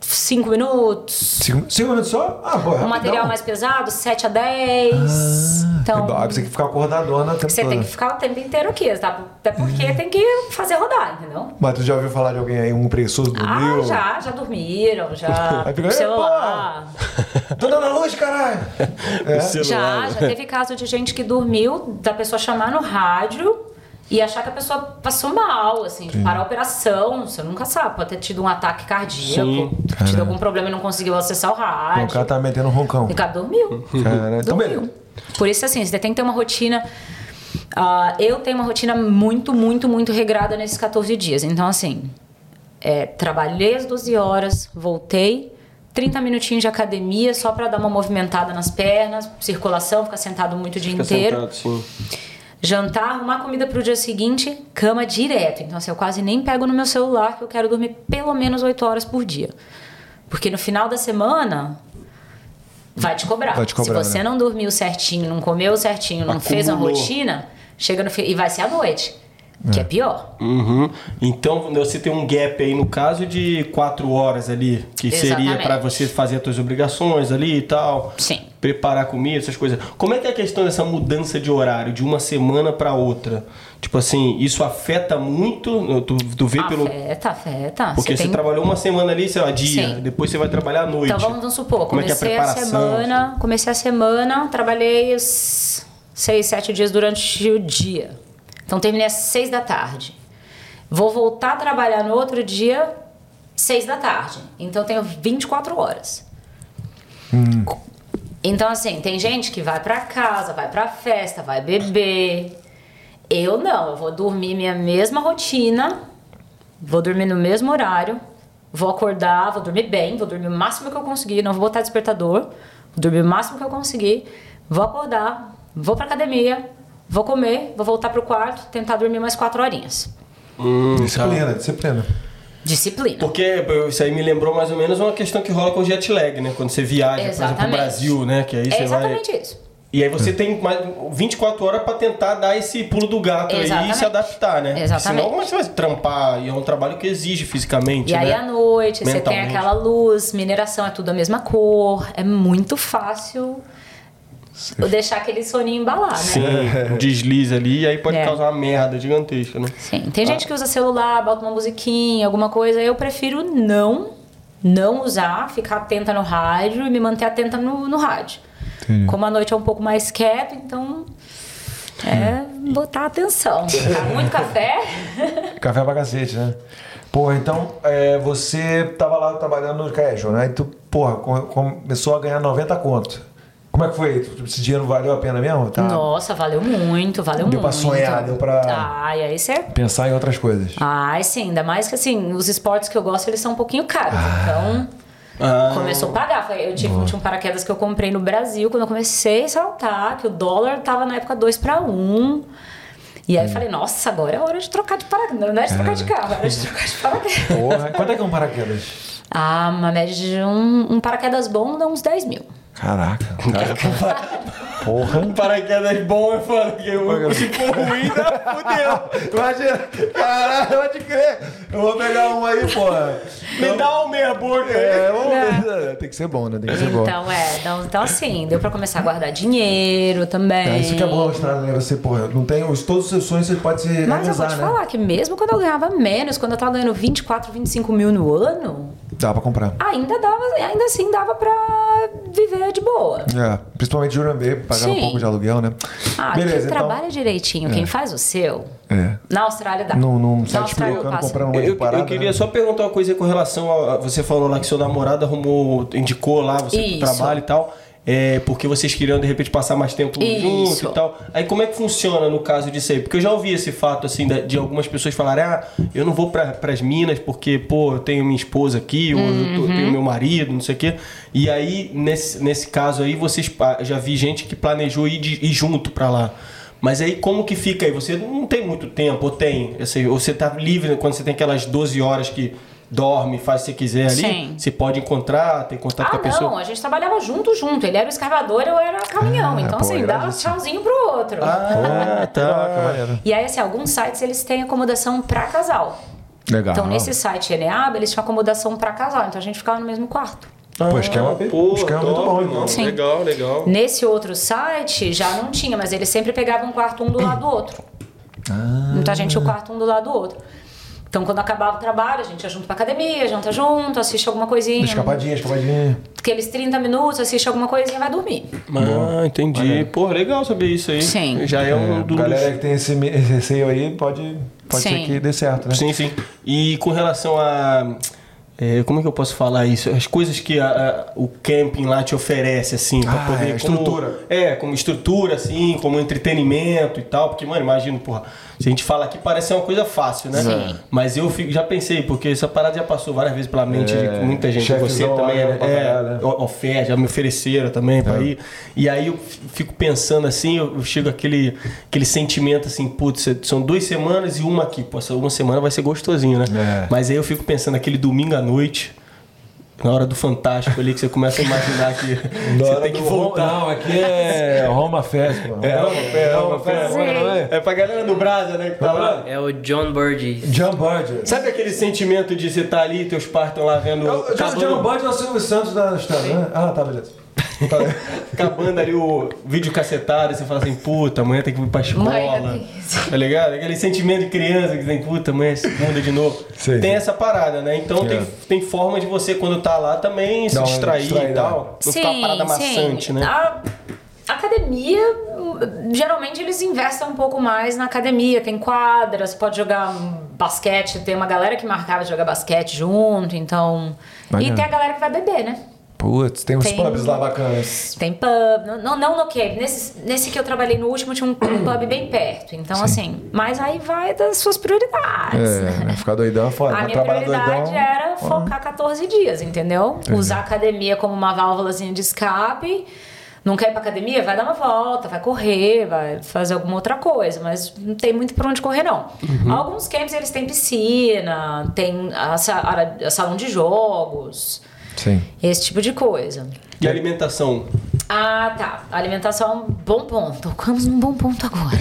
S3: cinco minutos.
S1: Cinco, cinco minutos só? Ah, pô,
S3: Um material mais pesado, 7 a 10. então,
S1: Então... Você tem que ficar acordadona o tempo
S3: você tem
S1: todo.
S3: que ficar o tempo inteiro aqui, tá? Até porque
S1: Uhum.
S3: tem que fazer rodar, entendeu?
S1: Mas tu já ouviu falar de alguém aí, um preguiçoso do
S3: Ah,
S1: meu?
S3: já, já dormiram, já.
S1: Aí fica, "Ei,
S3: celular.
S1: Tô dando a luz, caralho! É.
S3: Já,
S2: né?
S3: já teve caso de gente que dormiu, da pessoa chamar no rádio e achar que a pessoa passou mal, assim, de parar a operação. Você nunca sabe, pode ter tido um ataque cardíaco,
S2: Sim.
S1: Caralho.
S3: tido algum problema e não conseguiu acessar o
S1: O
S3: rádio.
S1: cara tá metendo um roncão.
S3: O cara dormiu.
S1: Caralho. Então, beleza.
S3: Dormiu. Por isso, assim, você tem que ter uma rotina. ah, eu tenho uma rotina muito, muito, muito regrada nesses 14 dias. Então, assim, é, trabalhei às 12 horas, voltei, 30 minutinhos de academia só pra dar uma movimentada nas pernas, circulação, ficar sentado muito o dia
S2: Fica
S3: inteiro.
S2: sentado, sim.
S3: Jantar, arrumar comida pro dia seguinte, cama direto. Então, assim, eu quase nem pego no meu celular, que eu quero dormir pelo menos 8 horas por dia. Porque no final da semana. Vai te cobrar.
S1: Vai te cobrar,
S3: Se você
S1: né?
S3: não dormiu certinho, não comeu certinho, não fez a
S2: Acumulou.
S3: rotina, chega no fi- e vai ser à noite, que é pior.
S2: Uhum. Então você tem um gap aí no caso de quatro horas ali, que seria
S3: Exatamente.
S2: pra você fazer as suas obrigações ali e tal.
S3: Sim.
S2: Preparar comida, essas coisas. Como é que é a questão dessa mudança de horário de uma semana pra outra? Tipo assim, isso afeta muito? Tu, tu vê pelo.
S3: Afeta, afeta.
S2: Porque você, tá
S3: tem-
S2: trabalhou uma semana ali, sei lá, dia.
S3: Sim.
S2: Depois você vai trabalhar à noite.
S3: Então vamos, vamos supor,
S2: Como é que é a
S3: comecei a,
S2: preparação?
S3: semana, comecei a semana, trabalhei os seis, sete dias durante o dia. Então terminei às seis da tarde. Vou voltar a trabalhar no outro dia, seis da tarde. Então eu tenho 24 horas.
S2: Hum.
S3: Então, assim, tem gente que vai pra casa, vai pra festa, vai beber. Eu não, eu vou dormir minha mesma rotina, vou dormir no mesmo horário, vou acordar, vou dormir bem, vou dormir o máximo que eu conseguir, não vou botar despertador, vou dormir o máximo que eu conseguir, vou acordar, vou pra academia, vou comer, vou voltar pro quarto, tentar dormir mais quatro horinhas.
S2: Hum, tá.
S1: Disciplina, disciplina.
S3: Disciplina.
S2: Porque pô, isso aí me lembrou mais ou menos uma questão que rola com o jet lag, né? Quando você viaja, por exemplo, pro
S3: Exatamente.
S2: Brasil, né? Que aí
S3: É
S2: você vai.
S3: exatamente isso.
S2: E aí você tem mais 24 horas pra tentar dar esse pulo do gato aí e
S3: Exatamente.
S2: se adaptar, né?
S3: Exatamente.
S2: Senão como é que você vai trampar e é um trabalho que exige fisicamente,
S3: E aí
S2: né?
S3: à noite você tem
S2: Mentalmente.
S3: aquela luz, mineração é tudo a mesma cor, é muito fácil eu deixar aquele soninho embalar, né?
S2: Sim, um deslize ali e aí pode
S3: É.
S2: causar uma merda gigantesca, né?
S3: Sim. Tem
S1: Ah.
S3: gente que usa celular, bota uma musiquinha, alguma coisa. Eu prefiro não, não usar, ficar atenta no rádio e me manter atenta no, no rádio. Como a noite é um pouco mais quieta, então é botar atenção. Tá muito café.
S1: Café pra cacete, né? Porra, então é, você tava lá trabalhando no Caejo, né? E tu, porra, com- começou a ganhar 90 conto. Como é que foi? Esse dinheiro valeu a pena mesmo? Tá?
S3: Nossa, valeu muito, valeu
S1: Deu
S3: muito.
S1: pra sonhar, deu pra-
S3: Ai, aí você
S1: Pensar em outras coisas.
S3: Ai, sim, ainda mais que assim, os esportes que eu gosto, eles são um pouquinho caros. Então,
S2: Ah.
S3: começou a pagar. Foi- Eu tive, tinha um paraquedas que eu comprei no Brasil, quando eu comecei a saltar, que o dólar tava na época 2 para 1. E
S1: Hum.
S3: aí eu falei, nossa, agora é hora de trocar de paraquedas. Não é de trocar de carro, é hora de trocar de paraquedas.
S1: Porra, quanto é que é um paraquedas?
S3: Ah, uma média de um, um paraquedas bom dá uns 10 mil.
S1: Caraca. Porra.
S2: Paraquedas bom, eu falo que eu, se for ruim, dá, fudeu.
S1: Imagina, caralho, pode crer. Eu vou pegar um aí, porra.
S2: Me dá um meia boca aí.
S1: É, vamos ver. Tem que ser bom, né? Tem que ser bom.
S3: Então, é, então, então assim, deu pra começar a guardar dinheiro também.
S1: É, isso que é bom na Austrália, né? Você, porra, não tem os, todos os seus sonhos, você pode se
S3: Mas eu vou
S1: realizar,
S3: te
S1: né?
S3: falar que mesmo quando eu ganhava menos, quando eu tava ganhando 24, 25 mil no ano,
S1: Dá pra comprar.
S3: ainda dava, ainda assim dava pra viver de boa.
S1: É, principalmente Jurambê, pagar um
S3: Sim.
S1: pouco de aluguel, né?
S3: Ah,
S1: Beleza,
S3: quem
S1: então.
S3: trabalha direitinho, quem faz o seu,
S1: É.
S3: na Austrália dá.
S1: Não, não
S3: Na
S1: sai te
S3: Austrália eu
S1: colocando,
S3: passo.
S1: comprando um monte
S2: Eu,
S1: de parada.
S2: eu queria
S1: né?
S2: só perguntar uma coisa com relação a. Você falou lá que seu namorado arrumou, indicou lá você pro
S3: Isso.
S2: trabalho e tal. É, porque vocês queriam de repente passar mais tempo
S3: Isso.
S2: junto e tal. Aí como é que funciona no caso disso aí? Porque eu já ouvi esse fato assim da- de, algumas pessoas falarem: ah, eu não vou pra, pras Minas porque, pô, eu tenho minha esposa aqui, ou eu tô-
S3: Uhum.
S2: tenho meu marido, não sei o quê. E aí, nesse, nesse caso aí, vocês pa- já vi gente que planejou ir, de- ir junto pra lá. Mas aí como que fica aí? Você não tem muito tempo, ou tem? Ou você tá livre quando você tem aquelas 12 horas que dorme, faz o que você quiser ali.
S3: Sim.
S2: Você pode encontrar, tem contato com
S3: Ah,
S2: a pessoa.
S3: não, a gente trabalhava junto, junto. Ele era o escavador, eu era o caminhão.
S1: Ah,
S3: então,
S1: pô,
S3: assim, dava
S1: graças.
S3: tchauzinho pro outro.
S2: Ah,
S4: Caraca,
S2: tá.
S4: maneiro.
S3: E aí, assim, alguns sites eles têm acomodação pra casal.
S1: Legal.
S3: Então, nesse site Eneab, eles tinham acomodação pra casal. Então, a gente ficava no mesmo quarto.
S1: Pô, esquema,
S2: Ah, Pô,
S1: esquema muito
S2: top,
S1: bom,
S2: é irmão.
S1: irmão.
S3: Sim.
S2: Legal, legal.
S3: Nesse outro site, já não tinha, mas eles sempre pegavam um quarto um do lado do outro.
S1: Ah,
S3: Muita gente o quarto um do lado do outro. Então, quando acabava o trabalho, a gente ia junto pra academia, janta junto, assiste alguma coisinha.
S1: Escapadinha, escapadinha.
S3: Aqueles 30 minutos, assiste alguma coisinha e vai dormir.
S2: Ah, entendi. Pô, legal saber isso aí.
S3: Sim.
S2: Já é um dos.
S1: Galera que tem esse me- esse receio aí, pode, pode ser
S3: Sim.
S1: que dê certo, né?
S2: Sim, sim. E com relação a. é, como é que eu posso falar isso? As coisas que a- a- o camping lá te oferece, assim, pra
S1: Ah,
S2: poder.
S1: é, estrutura.
S2: Como, é, como estrutura, assim, como entretenimento e tal. Porque, mano, imagino, porra, se a gente fala aqui parece ser uma coisa fácil, né?
S3: Sim.
S2: Mas eu fico- já pensei, porque essa parada já passou várias vezes pela mente
S1: É,
S2: de muita gente.
S1: chefezão
S2: Você
S1: lá,
S2: também
S1: né,
S2: é,
S1: pra caralho, né?
S2: o- oferta, já me ofereceram também
S1: É.
S2: pra ir. E aí eu f- fico pensando assim, eu eu chego aquele aquele sentimento assim, putz, são duas semanas e uma aqui. Pô, essa uma semana vai ser gostosinho, né?
S1: É.
S2: Mas aí eu fico pensando aquele domingo à noite, na hora do fantástico ali que você começa a imaginar que você tem que voltar.
S1: Não, aqui é né? Roma Fest, mano.
S2: É, Roma Fest, Roma Fest.
S1: mano, não é?
S2: É pra galera do Brasa, né, que tá lá.
S5: É o John Burgess.
S1: John Budget.
S2: Sabe aquele sentimento de você estar ali e teus pais estão lá vendo. acabando-
S1: John Budget é o Silvio Santos da história, né? Ah, tá, beleza.
S2: acabando ali o vídeo cacetado, e você fala assim, puta, amanhã tem que ir pra escola.
S3: Mãe, tem
S2: tá ligado? Aquele sentimento de criança que tem, puta, amanhã é segunda de novo.
S1: Sim.
S2: Tem essa parada, né? Então
S1: É.
S2: tem, tem forma de você, quando tá lá, também se
S1: Dá uma
S2: distrair e
S1: distraída.
S2: tal. Não ficar uma parada maçante, né?
S3: A academia, geralmente eles investem um pouco mais na academia. Tem quadras, pode jogar um basquete. Tem uma galera que marcava de jogar basquete junto, então...
S1: Maneiro.
S3: E tem a galera que vai beber, né?
S1: Putz, tem uns
S3: Tem.
S1: pubs lá bacanas.
S3: Tem pub, não, não, não no Cape. Nesse, nesse que eu trabalhei no último tinha um pub bem perto. Então, assim, mas aí vai das suas prioridades. né?
S1: É, ficar doidão é foda.
S3: A
S1: mas
S3: minha
S1: trabalhar
S3: prioridade
S1: doidão.
S3: era focar 14 dias, entendeu? Usar a academia como uma válvulazinha de escape. Não quer ir pra academia? Vai dar uma volta, vai correr, vai fazer alguma outra coisa. Mas não tem muito pra onde correr, não.
S1: Uhum.
S3: Alguns camps, eles têm piscina, tem a, sa- a- a salão de jogos,
S1: Sim.
S3: esse tipo de coisa.
S2: E alimentação.
S3: Ah, tá. Alimentação é um bom ponto. Tocamos num bom ponto agora.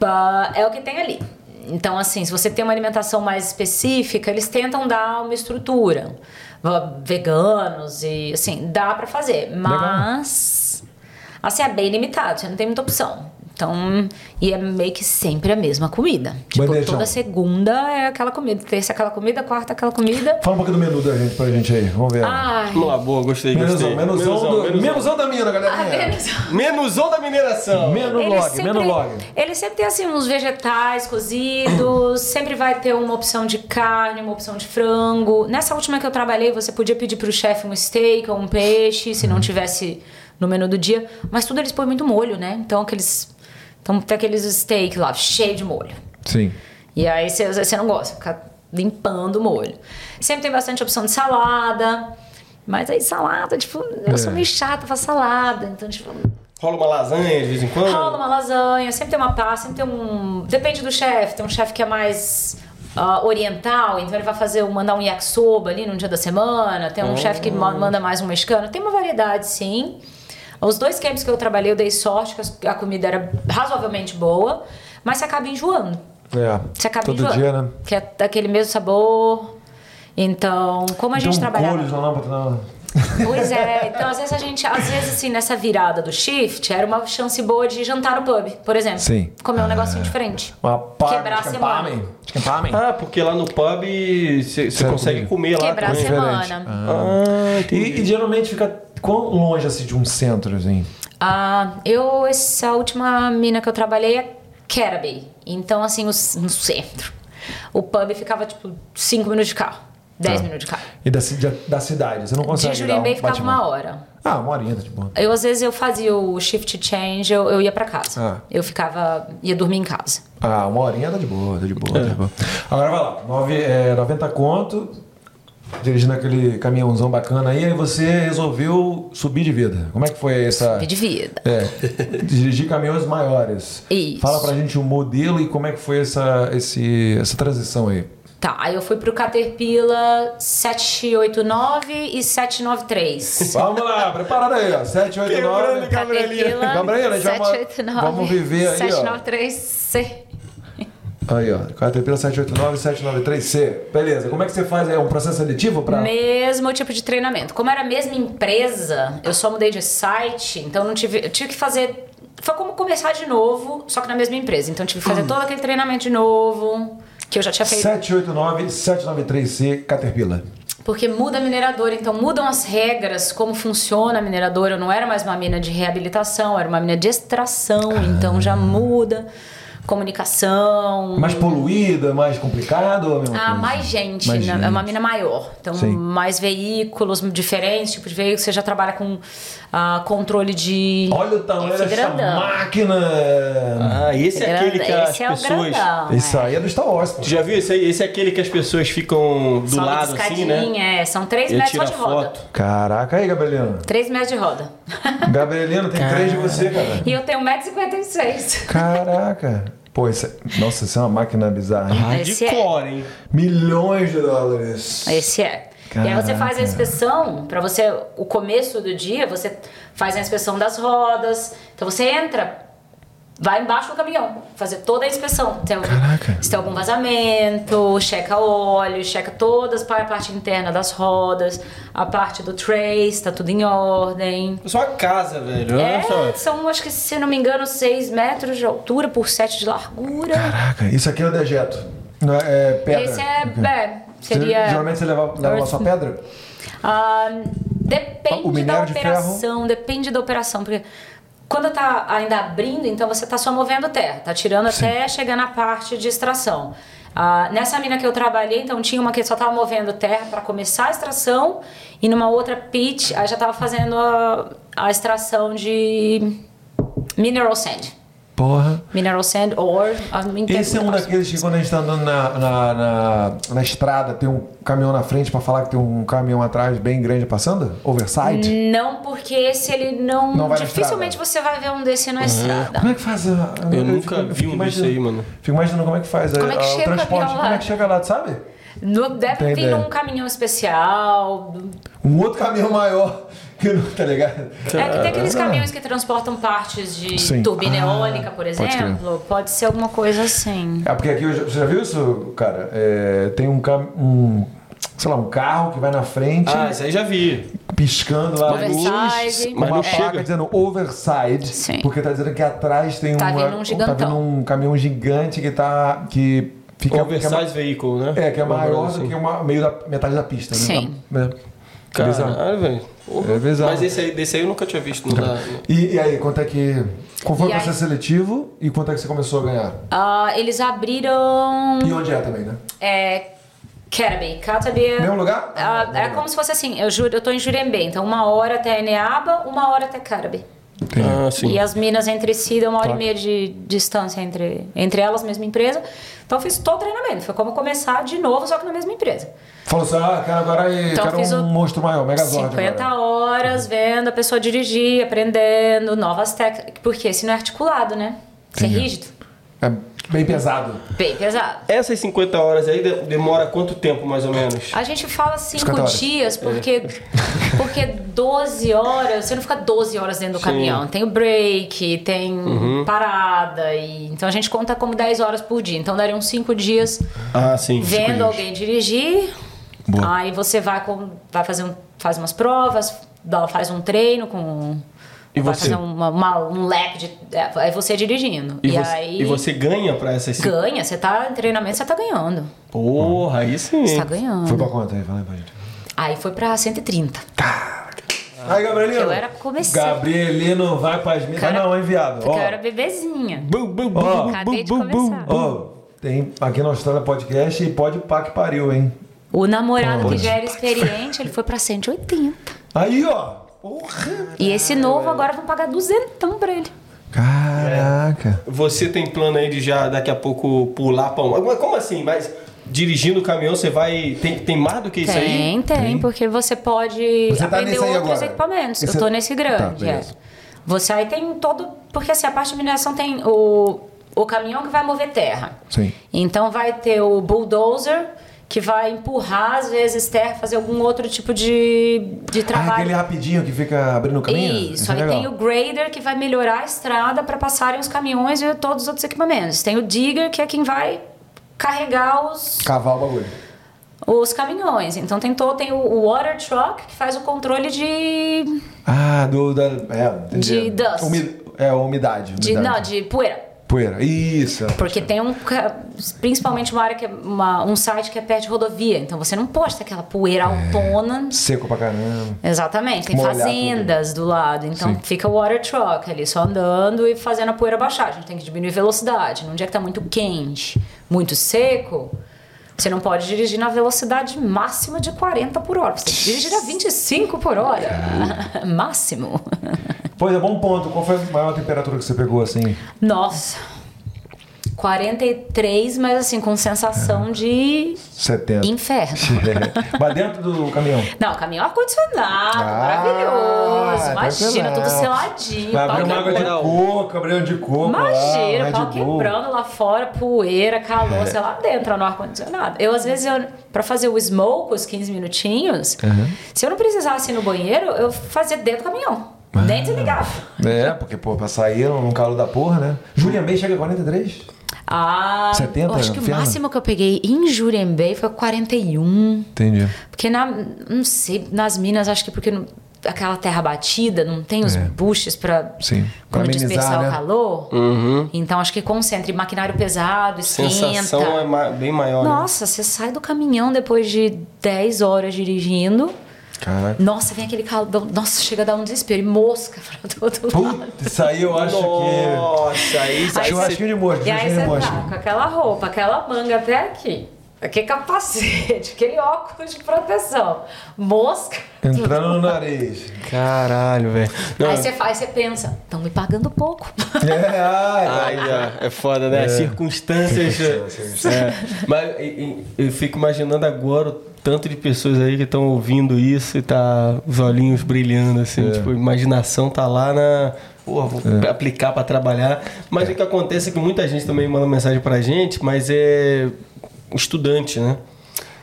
S3: Pá, é o que tem ali. Então, assim, se você tem uma alimentação mais específica, eles tentam dar uma estrutura. Vá, Veganos e, assim, dá pra fazer. Mas, assim, é bem limitado. Você não tem muita opção. Então, e é meio que sempre a mesma comida. Tipo,
S1: Bandejão.
S3: toda segunda é aquela comida. Terça é aquela comida, quarta é aquela comida.
S1: Fala um pouco do menu da gente pra gente aí. Vamos ver.
S3: Ai,
S2: Vamos lá, boa, gostei,
S1: Menusão,
S2: gostei. um,
S1: menusão, um, do- menusão,
S2: menusão.
S1: da mina,
S3: Ah,
S1: galera. É.
S3: apenas...
S2: Menusão um da mineração.
S1: Menu
S3: Ele
S1: log, menu log.
S3: Ele sempre tem assim uns vegetais cozidos, sempre vai ter uma opção de carne, uma opção de frango. Nessa última que eu trabalhei, você podia pedir pro chefe um steak ou um peixe, se
S1: Uhum.
S3: não tivesse no menu do dia, mas tudo eles põem muito molho, né? Então aqueles então tem aqueles steak lá cheio de molho.
S1: Sim.
S3: E aí você, você não gosta, fica limpando o molho. Sempre tem bastante opção de salada. Mas aí salada, tipo, eu
S1: É.
S3: sou meio chata pra salada, então tipo,
S2: Rola uma lasanha de vez em quando.
S3: Rola uma lasanha, sempre tem uma pasta, sempre tem um. Depende do chefe, tem um chefe que é mais ah, oriental, então ele vai fazer um- mandar um yakisoba ali num dia da semana, tem um chefe que
S1: Oh.
S3: ma- manda mais um mexicano, tem uma variedade sim. Os dois camps que eu trabalhei, eu dei sorte, que as- a comida era razoavelmente boa, mas você acaba enjoando.
S1: É.
S3: Você acaba
S1: Todo
S3: enjoando.
S1: dia, né?
S3: Que é daquele mesmo sabor. Então, como a
S1: Tem
S3: gente
S1: um
S3: trabalhava.
S1: coulis na lâmpada, não.
S3: Pois é, então às vezes a gente, às vezes assim, nessa virada do shift, era uma chance boa de jantar no pub, por exemplo.
S1: Sim. Ah.
S3: Comer um negocinho diferente.
S1: Uma pá.
S3: Quebrar a
S1: chicken
S3: semana.
S1: parmen. Chicken parmen.
S2: Ah, porque lá no pub você
S1: Serve
S2: consegue
S1: comigo.
S2: comer lá.
S3: Quebrar a
S2: também.
S1: Diferente.
S3: semana.
S2: Ah,
S1: E,
S2: entendi.
S1: e geralmente fica quão longe assim de um centro, assim?
S3: Ah, eu, essa última mina que eu trabalhei é Kerby. Então, assim, os- no centro. O pub ficava tipo 5 minutos de carro, 10
S1: Tá.
S3: minutos de carro.
S1: E da, ci- da, da cidade, você não consegue
S3: De
S1: dar um
S3: Jurimbei ficava
S1: batimento.
S3: uma hora.
S1: Ah, uma horinha, tá de boa.
S3: Eu, às vezes, eu fazia o shift change, eu, eu ia pra casa.
S1: Ah.
S3: Eu ficava, ia dormir em casa.
S1: Ah, uma horinha tá de boa, tá de boa, tá de boa. Agora vai lá, nove, é, 90 conto, dirigindo aquele caminhãozão bacana aí, aí você resolveu subir de vida. Como é que foi essa...
S3: Fui de vida.
S1: É, dirigir caminhões maiores.
S3: Isso.
S1: Fala pra gente o modelo e como é que foi essa, esse, essa transição aí.
S3: Tá, aí eu fui pro Caterpillar 789 e 793.
S1: Vamos lá, preparada aí, ó. 7, 8,
S2: Quebrando
S1: 9.
S2: com a Gabrielinha.
S3: Caterpillar
S1: Gabriela, a gente vai-
S4: 789.
S1: vamos viver aí, ó.
S4: 793C.
S1: Aí, ó. Caterpillar 789 793C. Beleza. Como é que você faz aí? É um processo seletivo pra.
S3: Mesmo tipo de treinamento. Como era a mesma empresa, eu só mudei de site, então não tive. Eu tive que fazer. Foi como começar de novo, só que na mesma empresa. Então tive que
S1: Hum.
S3: fazer todo aquele treinamento de novo, que eu já tinha feito.
S1: 789 793C Caterpillar.
S3: Porque muda a mineradora, então mudam as regras, como funciona a mineradora. Eu não era mais uma mina de reabilitação, era uma mina de extração, então já muda. Comunicação.
S1: Mais poluída, mais complicado? ou a mesma
S3: Ah,
S1: coisa?
S3: mais gente,
S1: Mais
S3: né?
S1: gente.
S3: é uma mina maior. Então,
S1: Sim.
S3: mais veículos diferentes, tipo de veículo. Você já trabalha com ah, controle de.
S1: Olha o tamanho
S3: Esse
S1: dessa
S3: grandão.
S1: máquina!
S2: Ah, esse é aquele que as
S3: Esse é o
S2: pessoas.
S3: grandão.
S1: Isso
S3: é.
S1: aí é do Star Wars. pô.
S2: Tu já viu esse aí? Esse é aquele que as pessoas ficam do
S3: Só uma
S2: lado assim, né?
S3: piscadinha, é. São 3
S2: Ele
S3: metros só
S2: tira
S3: de roda.
S2: foto.
S1: Caraca, aí, Gabrielina.
S3: 3 metros de roda.
S1: Gabrielina, tem três de você, cara.
S3: E eu tenho 1,56m.
S1: Caraca. Pô, isso é... Nossa, isso é uma máquina bizarra. hein?
S3: Esse é.
S2: Hardcore, Ah, hein?
S1: Milhões de dólares.
S3: Esse é. E aí você faz
S1: Caraca.
S3: a inspeção, pra você, o começo do dia, você faz a inspeção das rodas. Então você entra, vai embaixo do caminhão, fazer toda a inspeção. Tem algum-
S1: Caraca.
S3: Se tem algum vazamento, checa óleo, checa todas a parte interna das rodas, a parte do trace, tá tudo em ordem.
S2: É Só a casa, velho. Olha
S3: É,
S2: só.
S3: são, acho que, se não me engano, 6 metros de altura por 7 de largura.
S1: Caraca, isso aqui é o dejeto. Não é, é pedra.
S3: Esse é,
S1: Ok.
S3: é,
S1: Você-
S3: seria...
S1: geralmente você leva, leva só pedra?
S3: Ah, depende
S1: O
S3: da
S1: minério de ferro?
S3: operação, depende da operação, porque quando tá ainda abrindo, então você tá só movendo terra, tá tirando até chegar na parte de extração. Ah, nessa mina que eu trabalhei, então tinha uma que só tava movendo terra para começar a extração e numa outra pit, aí já tava fazendo a, a extração de mineral sand.
S1: Porra.
S3: Mineral sand or ah, a
S1: Esse é um daqueles que quando a gente tá andando na, na, na, na estrada, tem um caminhão na frente pra falar que tem um caminhão atrás bem grande passando? Oversight?
S3: Hum, Não, porque esse ele não,
S1: Não vai na
S3: dificilmente
S1: estrada.
S3: você vai ver um desse na estrada.
S1: Como é que faz a...
S2: Eu nunca vi um
S1: disso
S2: desse aí, mano.
S1: Fico imaginando como é que faz a-
S4: Como é que
S1: a- o
S4: chega o
S1: transporte.
S4: caminhão lá?
S1: Como é que chega lá, tu sabe?
S3: No- deve
S1: Tem
S3: vir
S1: ideia.
S3: num caminhão especial.
S1: Um outro caminhão maior que não, tá ligado?
S3: É que tem aqueles
S1: Ah.
S3: caminhões que transportam partes de
S1: Sim.
S3: turbina
S1: Ah,
S3: eólica, por
S1: crer.
S3: exemplo. Pode ser alguma coisa assim.
S1: É porque aqui, eu já- você já viu isso, cara? É, tem um, cam- um, sei lá, um carro que vai na frente,
S2: Ah, esse aí já vi.
S1: piscando lá,
S3: Oversize.
S2: Mas
S1: com uma
S2: não
S1: placa
S2: chega.
S1: dizendo overside,
S4: Sim.
S1: porque tá dizendo que atrás tem
S3: Tá
S1: uma-
S3: vindo um gigantão.
S1: tá vindo um caminhão gigante que tá, que fica... que é ma-
S2: Oversize veículo, né?
S1: é, que é maior
S2: Assim.
S1: do que uma, meio da metade da pista. né?
S4: Sim.
S1: Né? Bizarro.
S2: Caralho, velho.
S1: É bizarro. É.
S2: Mas esse aí, desse aí eu nunca tinha visto. Não dá. né?
S1: E, e aí, quanto é que... Qual foi
S3: E
S1: o
S3: aí-
S1: processo seletivo e quanto é que você começou a ganhar?
S3: Ah, eles abriram.
S1: E onde é também, né?
S3: É, Catabia. Catabia.
S1: Mesmo lugar?
S3: Ah, é como se fosse assim, eu juro, eu tô em Jurembê, então uma hora até Eneaba, uma hora até Carabe.
S1: É.
S2: Ah, sim.
S3: E as minas entre si dão uma hora
S1: Tá.
S3: e meia de distância entre, entre elas, mesma empresa. Então eu fiz todo o treinamento, foi como começar de novo, só que na mesma empresa.
S1: Falou assim, ah, quero agora ir,
S3: Então,
S1: quero
S3: fiz
S1: um
S3: o-
S1: monstro maior, Megazord
S3: 50
S1: agora.
S3: horas vendo a pessoa dirigir, aprendendo novas técnicas. Porque se não é articulado, né? Isso é
S1: Entendi.
S3: rígido.
S1: É bem pesado.
S3: Bem pesado.
S2: Essas 50 horas aí de- demora quanto tempo, mais ou menos?
S3: A gente fala
S1: 50
S3: cinco
S1: horas.
S3: dias porque, porque 12 horas, você não fica 12 horas dentro do
S2: Sim.
S3: caminhão. Tem o break, tem parada. E, então a gente conta como 10 horas por dia. Então dariam 5 dias
S2: Ah, sim.
S3: vendo alguém dirigir.
S1: Boa.
S3: Aí você vai, com, vai fazer um, faz umas provas, dá- faz um treino com.
S2: E
S3: vai
S2: você?
S3: fazer uma- uma- um leque de. é, Aí você dirigindo.
S2: E,
S3: E,
S2: você,
S3: aí
S2: e você ganha pra essas 50
S3: ganha, você tá em treinamento, você tá ganhando.
S2: Porra, aí sim.
S3: Você tá
S1: Foi
S3: ganhando.
S1: pra quanto aí? Fala aí pra gente.
S3: Aí foi pra 130.
S2: Tá
S1: Ah. Aí, Gabrielino.
S3: Eu era- comecei.
S1: Gabrielino, vai pras minas. Ah,
S3: Cara-
S1: não, hein, viado.
S3: Porque
S1: Ó,
S3: eu era bebezinha.
S2: Bum, bum, bum,
S1: Ó.
S2: bum,
S4: Acabei de
S2: bum, bum,
S4: começar.
S1: ó, tem aqui na Austrália Podcast e pode pá que pariu, hein?
S3: O namorado
S1: Pô.
S3: que já era experiente, ele foi pra 180.
S1: Aí, ó. Porra.
S3: E esse novo agora vão pagar duzentão pra ele.
S1: Caraca.
S2: Você tem plano aí de já daqui a pouco pular pra uma. Mas Como assim? Mas dirigindo o caminhão você vai. Tem, tem mais do que isso aí?
S3: Tem, tem, porque você pode
S1: Você tá
S3: aprender
S1: nesse aí
S3: outros
S1: agora?
S3: equipamentos.
S1: Esse-
S3: Eu tô nesse
S1: Tá,
S3: grande, é.
S1: beleza.
S3: Você aí tem todo. Porque assim, a parte de mineração tem o, o caminhão que vai mover terra.
S1: Sim.
S3: Então vai ter o bulldozer, que vai empurrar, às vezes, terra, fazer algum outro tipo de, de
S1: Ah,
S3: trabalho.
S1: aquele rapidinho que fica abrindo o caminho?
S3: Isso,
S1: é
S3: aí
S1: legal.
S3: tem o grader que vai melhorar a estrada para passarem os caminhões e todos os outros equipamentos. Tem o digger que é quem vai carregar os,
S1: Cavar o bagulho.
S3: os caminhões. Então tem, todo, tem o- o water truck que faz o controle de,
S1: Ah, do... Da, é, entendi.
S3: De dust.
S1: Umi- é, umidade.
S3: de,
S1: umidade.
S3: não, de poeira.
S1: Poeira. Isso.
S3: Porque tem um, ca- principalmente uma área que é uma- um site que é perto de rodovia, então você não pode ter aquela poeira autona.
S1: Seco pra caramba.
S3: Exatamente, tem
S1: Molhar tudo.
S3: fazendas do lado, então
S1: Sim.
S3: fica o water truck ali só andando e fazendo a poeira baixar. A gente tem que diminuir a velocidade. Num dia que tá muito quente, muito seco, você não pode dirigir na velocidade máxima de 40 por hora. Você tem que dirigir a 25 por hora. Máximo.
S1: Pois é, bom ponto. Qual foi a maior temperatura que você pegou, assim?
S3: Nossa. 43, mas assim, com sensação de
S1: 70.
S3: inferno.
S1: É. Mas dentro do caminhão.
S3: Não, caminhão ar-condicionado,
S1: Ah, é
S3: maravilhoso. Imagina,
S1: tranquilão.
S3: tudo seladinho.
S1: Vai abrir
S3: pau
S1: uma água de
S2: quebrando.
S1: coco, abrindo de coco. lá, um
S3: Imagina,
S1: Red
S3: pau
S1: Bull. É.
S3: quebrando lá fora, poeira, calor, sei lá dentro, no ar-condicionado. Eu, às vezes, eu, pra fazer o smoke, os 15 minutinhos, se eu não precisasse ir no banheiro, eu fazia dentro do caminhão.
S1: Ah.
S3: Nem desligava.
S1: É, porque, pô, pra sair num calor da porra, né? Julia May chega a 43?
S3: Ah,
S1: 70,
S3: eu acho que o
S1: Fernanda?
S3: máximo que eu peguei em Jurembei foi 41.
S1: Entendi.
S3: Porque na, não sei, nas minas, acho que porque não- aquela terra batida, não tem os
S1: É.
S3: buches pra,
S1: Sim, pra
S3: como
S1: amenizar,
S3: dispersar
S1: né?
S3: o calor. Então acho que concentra em maquinário pesado, esquenta.
S2: Uhum. Sensação é ma- bem maior. né?
S3: Nossa, você sai do caminhão depois de 10 horas dirigindo.
S1: Caraca.
S3: Nossa, vem aquele calor. Nossa, chega a dar um desespero. E mosca pra todo lado.
S1: Puta, isso aí eu acho que.
S2: Nossa, aí
S3: Aí
S1: Churrasquinho de
S2: você-
S1: mosca,
S3: E aí
S1: churrasquinho
S3: você
S1: de mosca.
S3: tá com aquela roupa, aquela manga até aqui. Aquele capacete, aquele óculos de proteção. Mosca.
S1: Entrando no nariz.
S2: Caralho, velho. Não,
S3: Aí você faz, você pensa, estão me pagando pouco.
S1: É, ai,
S2: Ai, ó, é foda, né? Circunstâncias. é. Mas e- e- eu fico imaginando agora o tanto de pessoas aí que estão ouvindo isso e tá os olhinhos brilhando, assim, tipo, a imaginação tá lá na. Porra, vou aplicar pra trabalhar. Mas o que acontece é que muita gente também manda mensagem pra gente, mas é estudante, né?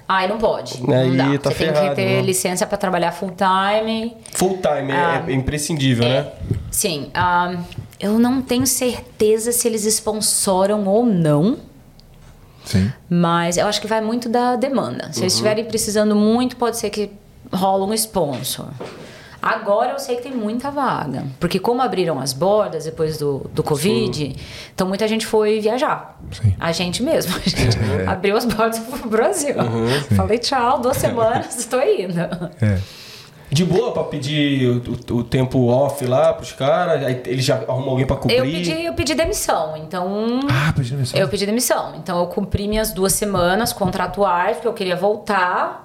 S3: Ai, não pode.
S2: Aí
S3: não dá.
S2: tá
S3: você tem
S2: ferrado,
S3: que ter
S2: né?
S3: licença pra trabalhar full time.
S2: Full time, é-
S3: Ah.
S2: é, imprescindível, né?
S3: Sim. ah, eu não tenho certeza se eles sponsoram ou não.
S1: Sim.
S3: Mas eu acho que vai muito da demanda.
S1: Uhum.
S3: Se eles estiverem precisando muito, pode ser que rola um sponsor. Agora eu sei que tem muita vaga. Porque como abriram as bordas depois do, do Covid, então muita gente foi viajar.
S1: Sim. É.
S3: A gente mesmo. A gente abriu as bordas pro Brasil.
S1: Uhum.
S3: Falei, tchau, duas semanas, estou indo.
S1: É.
S2: De boa pra pedir o, o- o tempo off lá pros caras, aí ele já arruma alguém pra cobrir.
S3: Eu pedi, eu pedi demissão, então.
S1: Ah, pedindo missão.
S3: Eu pedi demissão. Então eu cumpri minhas duas semanas contratuais, porque eu queria voltar.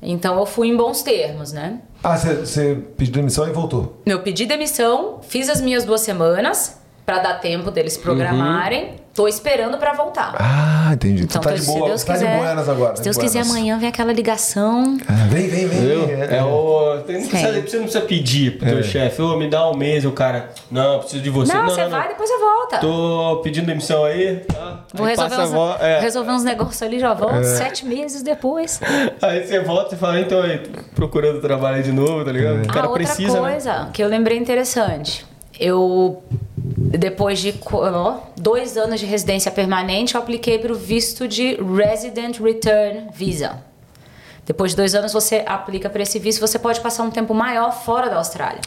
S3: Então eu fui em bons termos, né?
S1: Ah, você- você pediu demissão e voltou.
S3: Eu pedi demissão, fiz as minhas duas semanas pra dar tempo deles programarem. Tô esperando pra voltar.
S1: Uhum. Ah, entendi. Então, tá
S3: tô-
S1: de boa.
S3: Deus
S1: tá de
S3: quiser-
S1: Buenas agora.
S3: Se
S1: de
S3: Deus quiser,
S1: Buenas.
S3: amanhã vem aquela ligação.
S1: Ah, vem, vem, vem.
S2: Entendeu?
S1: É,
S2: É o. tem- Não precisa,
S3: Sim.
S2: você não precisa pedir pro teu
S1: É.
S2: chefe, ô, me dá um mês, o cara. Não, eu preciso de você.
S3: não,
S2: Não,
S3: você
S2: não,
S3: vai, depois você volta.
S2: Tô pedindo demissão aí. Tá?
S3: Vou
S2: Aí
S3: resolver
S2: passa
S3: uns,
S2: a vo- é.
S3: resolver uns negócios ali, já
S1: É.
S3: volto. Sete meses depois.
S2: Aí você volta e fala, então aí, procurando trabalho aí de novo, tá
S1: É.
S2: ligado? O cara
S3: ah, outra
S2: precisa. né?
S3: coisa que eu lembrei interessante. Eu, depois de co- ó, dois anos de residência permanente, eu apliquei para o visto de Resident Return Visa. Depois de dois anos, você aplica para esse visto, você pode passar um tempo maior fora da Austrália.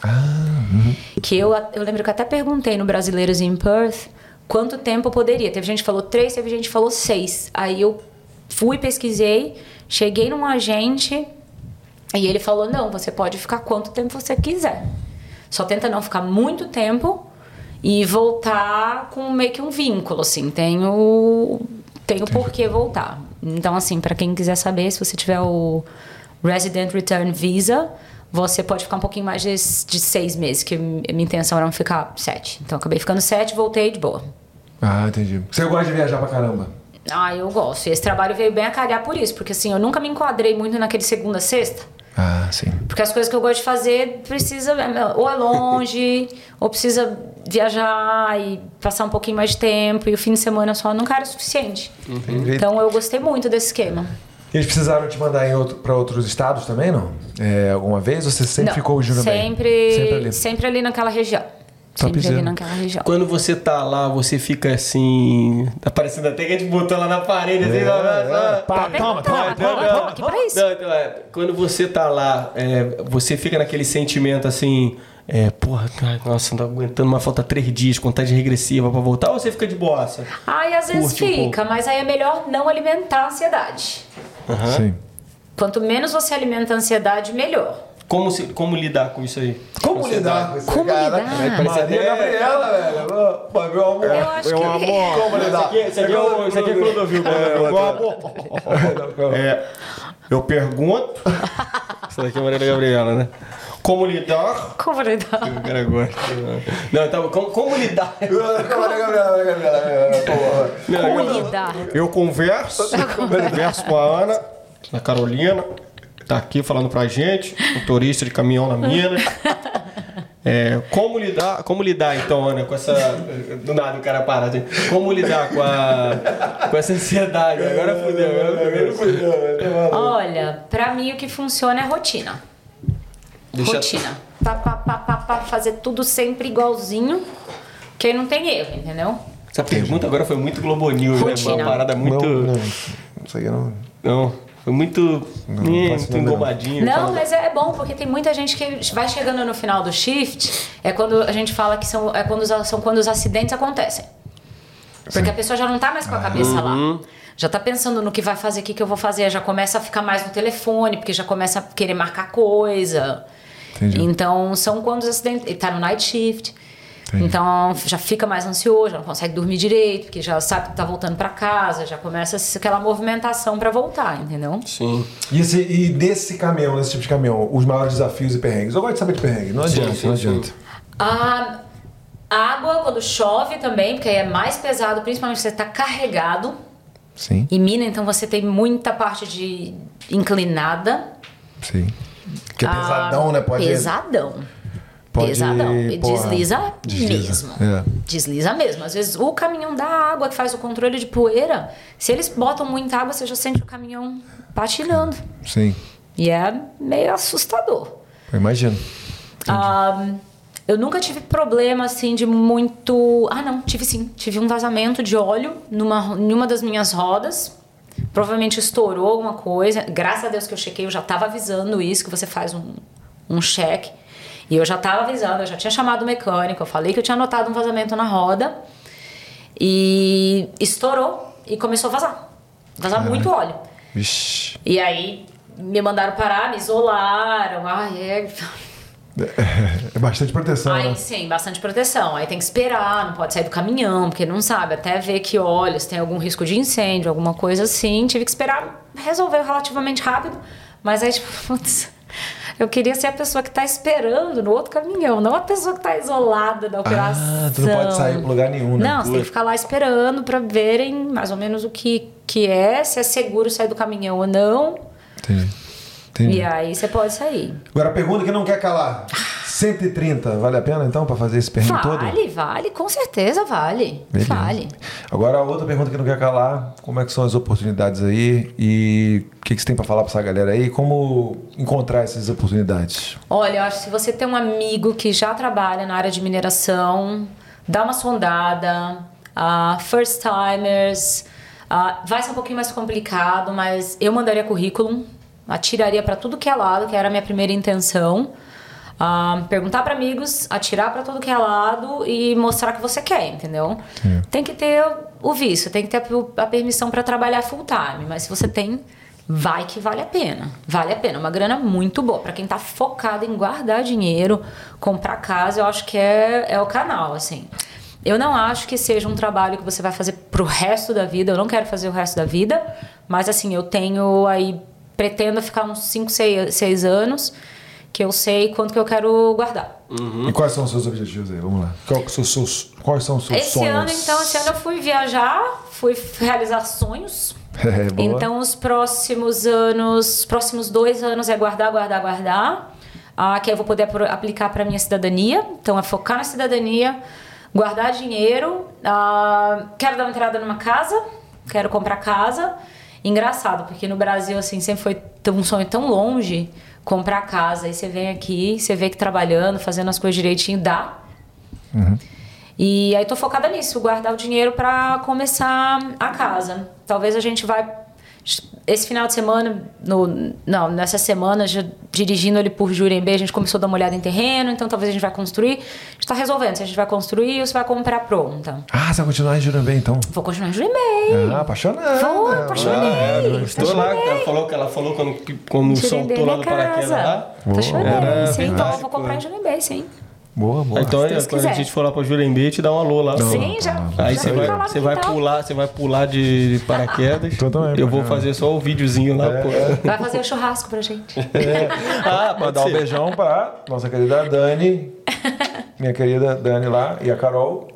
S3: Que eu, a- eu lembro que eu até perguntei no Brasileiros em Perth quanto tempo eu poderia. Teve gente que falou três, teve gente que falou seis. Aí eu fui, pesquisei, cheguei num agente e ele falou: não, você pode ficar quanto tempo você quiser. Só tenta não ficar muito tempo e voltar com meio que um vínculo, assim. Tem o, tem o porquê voltar. Então, assim, pra quem quiser saber, se você tiver o Resident Return Visa, você pode ficar um pouquinho mais de, de seis meses, que minha intenção era ficar sete. Então, eu acabei ficando sete, voltei de boa.
S1: Ah, entendi. Você gosta de viajar pra caramba.
S3: Ah, eu gosto. E esse trabalho veio bem a calhar por isso, porque assim, eu nunca me enquadrei muito naquele segunda, sexta.
S1: Ah, sim.
S3: Porque as coisas que eu gosto de fazer precisa ou é longe, ou precisa viajar e passar um
S1: Uhum.
S3: pouquinho mais de tempo, e o fim de semana só nunca era o suficiente.
S1: Entendi.
S3: Então eu gostei muito desse esquema.
S1: Eles precisaram te mandar em outro, pra outros estados também, não? É, alguma vez? Ou você sempre
S3: Não,
S1: ficou o Júnior bem?
S3: sempre,
S1: Sempre ali.
S3: sempre ali naquela região. sempre
S1: Topzera.
S3: ali naquela região.
S2: Quando você tá lá, você fica assim. Tá parecendo até que a gente botou lá na parede,
S1: É,
S2: assim, lá, lá, lá.
S1: Pá, toma, toma.
S3: Tá, toma, toma, aqui pra isso.
S2: Não, então é, quando você tá lá, é, você fica naquele sentimento assim. É, porra, cara, nossa, não tô aguentando, mas falta três dias, contagem regressiva pra voltar, ou você fica de boassa?
S3: Aí às vezes
S2: Curte um
S3: fica, mas aí é melhor não alimentar a ansiedade.
S1: Sim.
S3: Quanto menos você alimenta a ansiedade, melhor.
S2: Como, se- como lidar com isso aí?
S1: Como lidar com esse
S3: Como
S1: cara?
S3: lidar?
S1: Maria Gabriela, velho. Pô, meu amor.
S3: Eu acho que-
S1: Como
S2: Isso
S1: lidar?
S2: aqui, esse aqui é o esse aqui é Clodovil. Clodovil. Meu amor. É, eu pergunto. Isso daqui é a Maria Gabriela, né? Como lidar?
S3: Como lidar?
S2: O cara gosta. Não, então, como, como lidar?
S1: Maria Gabriela, Maria Gabriela, Maria Gabriela. pô.
S2: Não,
S3: Como
S2: eu-
S3: lidar?
S2: Eu converso, converso com a Ana, a Carolina, tá aqui falando pra gente, motorista de caminhão na Minas. É, como lidar, como lidar então, Ana, com essa. Do nada o cara para. assim, Como lidar com, a, com essa ansiedade? Agora fudeu, agora fudeu.
S3: Olha, pra mim o que funciona é rotina. Rotina. Pá, pá, pá, pá, pá, fazer tudo sempre igualzinho, que aí não tem erro, entendeu?
S2: Essa pergunta agora foi muito Globo News, né? Uma
S3: Rotina.
S2: parada muito.
S1: Não, não.
S2: Não,
S1: Isso aqui não...
S2: foi muito. Hum,
S1: faço
S2: muito
S1: nada, não.
S2: engomadinho.
S3: Não,
S2: falando-
S3: mas é bom, porque tem muita gente que vai chegando no final do shift, é quando a gente fala que são, é quando, os- são quando os acidentes acontecem. Porque a pessoa já não tá mais com a cabeça lá. Já tá pensando no que vai fazer, o que, que eu vou fazer. Já começa a ficar mais no telefone, porque já começa a querer marcar coisa.
S1: Entendi.
S3: Então, são quando os acidentes... Ele tá no night shift. Então, já fica mais ansioso, já não consegue dormir direito, porque já sabe que tá voltando pra casa, já começa aquela movimentação pra voltar, entendeu?
S2: Sim.
S1: E, esse, e desse caminhão, desse tipo de caminhão, os maiores desafios e perrengues? Eu gosto de saber de perrengue, não adianta,
S2: sim,
S1: não
S2: sim.
S1: adianta.
S3: A água, quando chove também, porque aí é mais pesado, principalmente se você está carregado.
S1: Sim,
S3: Em mina, então você tem muita parte de inclinada.
S1: sim. Que é pesadão,
S3: Ah,
S1: né? Pode,
S3: Pesadão.
S1: pode-
S3: pesadão. E
S1: porra,
S3: desliza,
S1: desliza.
S3: mesmo.
S1: É.
S3: Desliza mesmo. Às vezes o caminhão da água que faz o controle de poeira, se eles botam muita água, você já sente o caminhão patinando.
S1: Sim,
S3: E é meio assustador.
S1: eu imagino.
S3: Ah, eu nunca tive problema assim de muito. Ah, não, tive sim. Tive um vazamento de óleo numa, em uma das minhas rodas. Provavelmente estourou alguma coisa. Graças a Deus que eu chequei, eu já estava avisando isso, que você faz um, um cheque. E eu já estava avisando, eu já tinha chamado o mecânico, eu falei que eu tinha notado um vazamento na roda. E estourou e começou a vazar. Vazar muito óleo.
S1: Vixi.
S3: E aí me mandaram parar, me isolaram. Ai, é.
S1: É bastante proteção, né?
S3: Aí sim, bastante proteção. Aí tem que esperar, não pode sair do caminhão, porque não sabe. Até ver que olha, se tem algum risco de incêndio, alguma coisa assim. Tive que esperar, resolveu relativamente rápido. Mas aí, tipo, putz, eu queria ser a pessoa que tá esperando no outro caminhão, não a pessoa que tá isolada da operação.
S1: Ah, tu não pode sair pra lugar nenhum, né?
S3: Não, você tem que ficar lá esperando pra verem mais ou menos o que, que é, se é seguro sair do caminhão ou não.
S1: Entendi.
S3: E
S1: Entendi.
S3: aí você pode sair.
S1: Agora, a pergunta que não quer calar. 130, vale a pena então pra fazer esse perrengue todo?
S3: Ah. Vale, vale, com certeza vale.
S1: Beleza.
S3: Vale.
S1: Agora, a outra pergunta que não quer calar: como é que são as oportunidades aí e o que, que você tem pra falar pra essa galera aí? Como encontrar essas oportunidades?
S3: Olha, eu acho que se você tem um amigo que já trabalha na área de mineração, dá uma sondada, ah, first timers, ah, vai ser um pouquinho mais complicado, mas eu mandaria currículo, atiraria para tudo que é lado, que era a minha primeira intenção. Ah, perguntar para amigos, atirar para tudo que é lado e mostrar que você quer, entendeu? Tem que ter o visto, tem que ter a permissão para trabalhar full time, mas se você tem, vai que vale a pena. Vale a pena, uma grana muito boa para quem tá focado em guardar dinheiro, comprar casa, eu acho que é, é o canal, assim. Eu não acho que seja um trabalho que você vai fazer pro resto da vida, eu não quero fazer o resto da vida, mas assim, eu tenho aí pretendo ficar uns 5, 6 anos, que eu sei quanto que eu quero guardar.
S1: E quais são os seus objetivos aí? Vamos lá. Uhum. Qual que são os seus, quais são os seus
S3: Esse
S1: sonhos?
S3: ano, então, esse ano eu fui viajar, fui realizar sonhos.
S1: É, boa.
S3: Então, os próximos anos, os próximos dois anos é guardar, guardar, guardar. Ah, que aí eu vou poder apro- aplicar para minha cidadania. Então, é focar na cidadania, guardar dinheiro. Ah, quero dar uma entrada numa casa, quero comprar casa. Engraçado, porque no Brasil, assim, sempre foi tão- um sonho tão longe comprar casa. Aí você vem aqui, você vê que trabalhando, fazendo as coisas direitinho, dá. E aí tô focada nisso, guardar o dinheiro pra começar a casa. Talvez a gente vai esse final de semana, no, não, nessa semana, já dirigindo ali por Jurembê, a gente começou a dar uma olhada em terreno, então talvez a gente vai construir. A gente tá resolvendo se a gente vai construir ou se vai comprar pronta.
S1: Ah, você vai continuar em Jurambé, então?
S3: Vou continuar em Jurembê.
S1: Ah, é, apaixonada.
S3: Vou, apaixonei.
S2: Ah, é, Estou lá, que ela falou que ela falou quando, que- quando
S3: Tirei
S2: soltou lá
S3: é minha
S2: do paraquedas
S3: casa.
S2: lá.
S3: Tô chorando. Sim, então eu
S2: verdade,
S3: vou comprar em Jurembê, sim.
S1: Boa, boa.
S2: então,
S3: Deus
S2: quando a
S3: quiser.
S2: gente for lá pra Jurembê, te dá um alô lá.
S3: Sim, já.
S2: Aí
S3: já
S2: você
S3: fica
S2: vai,
S3: lá no
S2: você vai
S3: quintal.
S2: pular, você vai pular de de paraquedas.
S1: Então também,
S2: eu vou
S1: bacana.
S2: fazer só o videozinho lá, pô.
S3: Vai fazer o churrasco pra gente.
S2: É. Ah, pode
S1: Mandar um
S2: ser.
S1: beijão pra nossa querida Dani, minha querida Dani lá, e a Carol.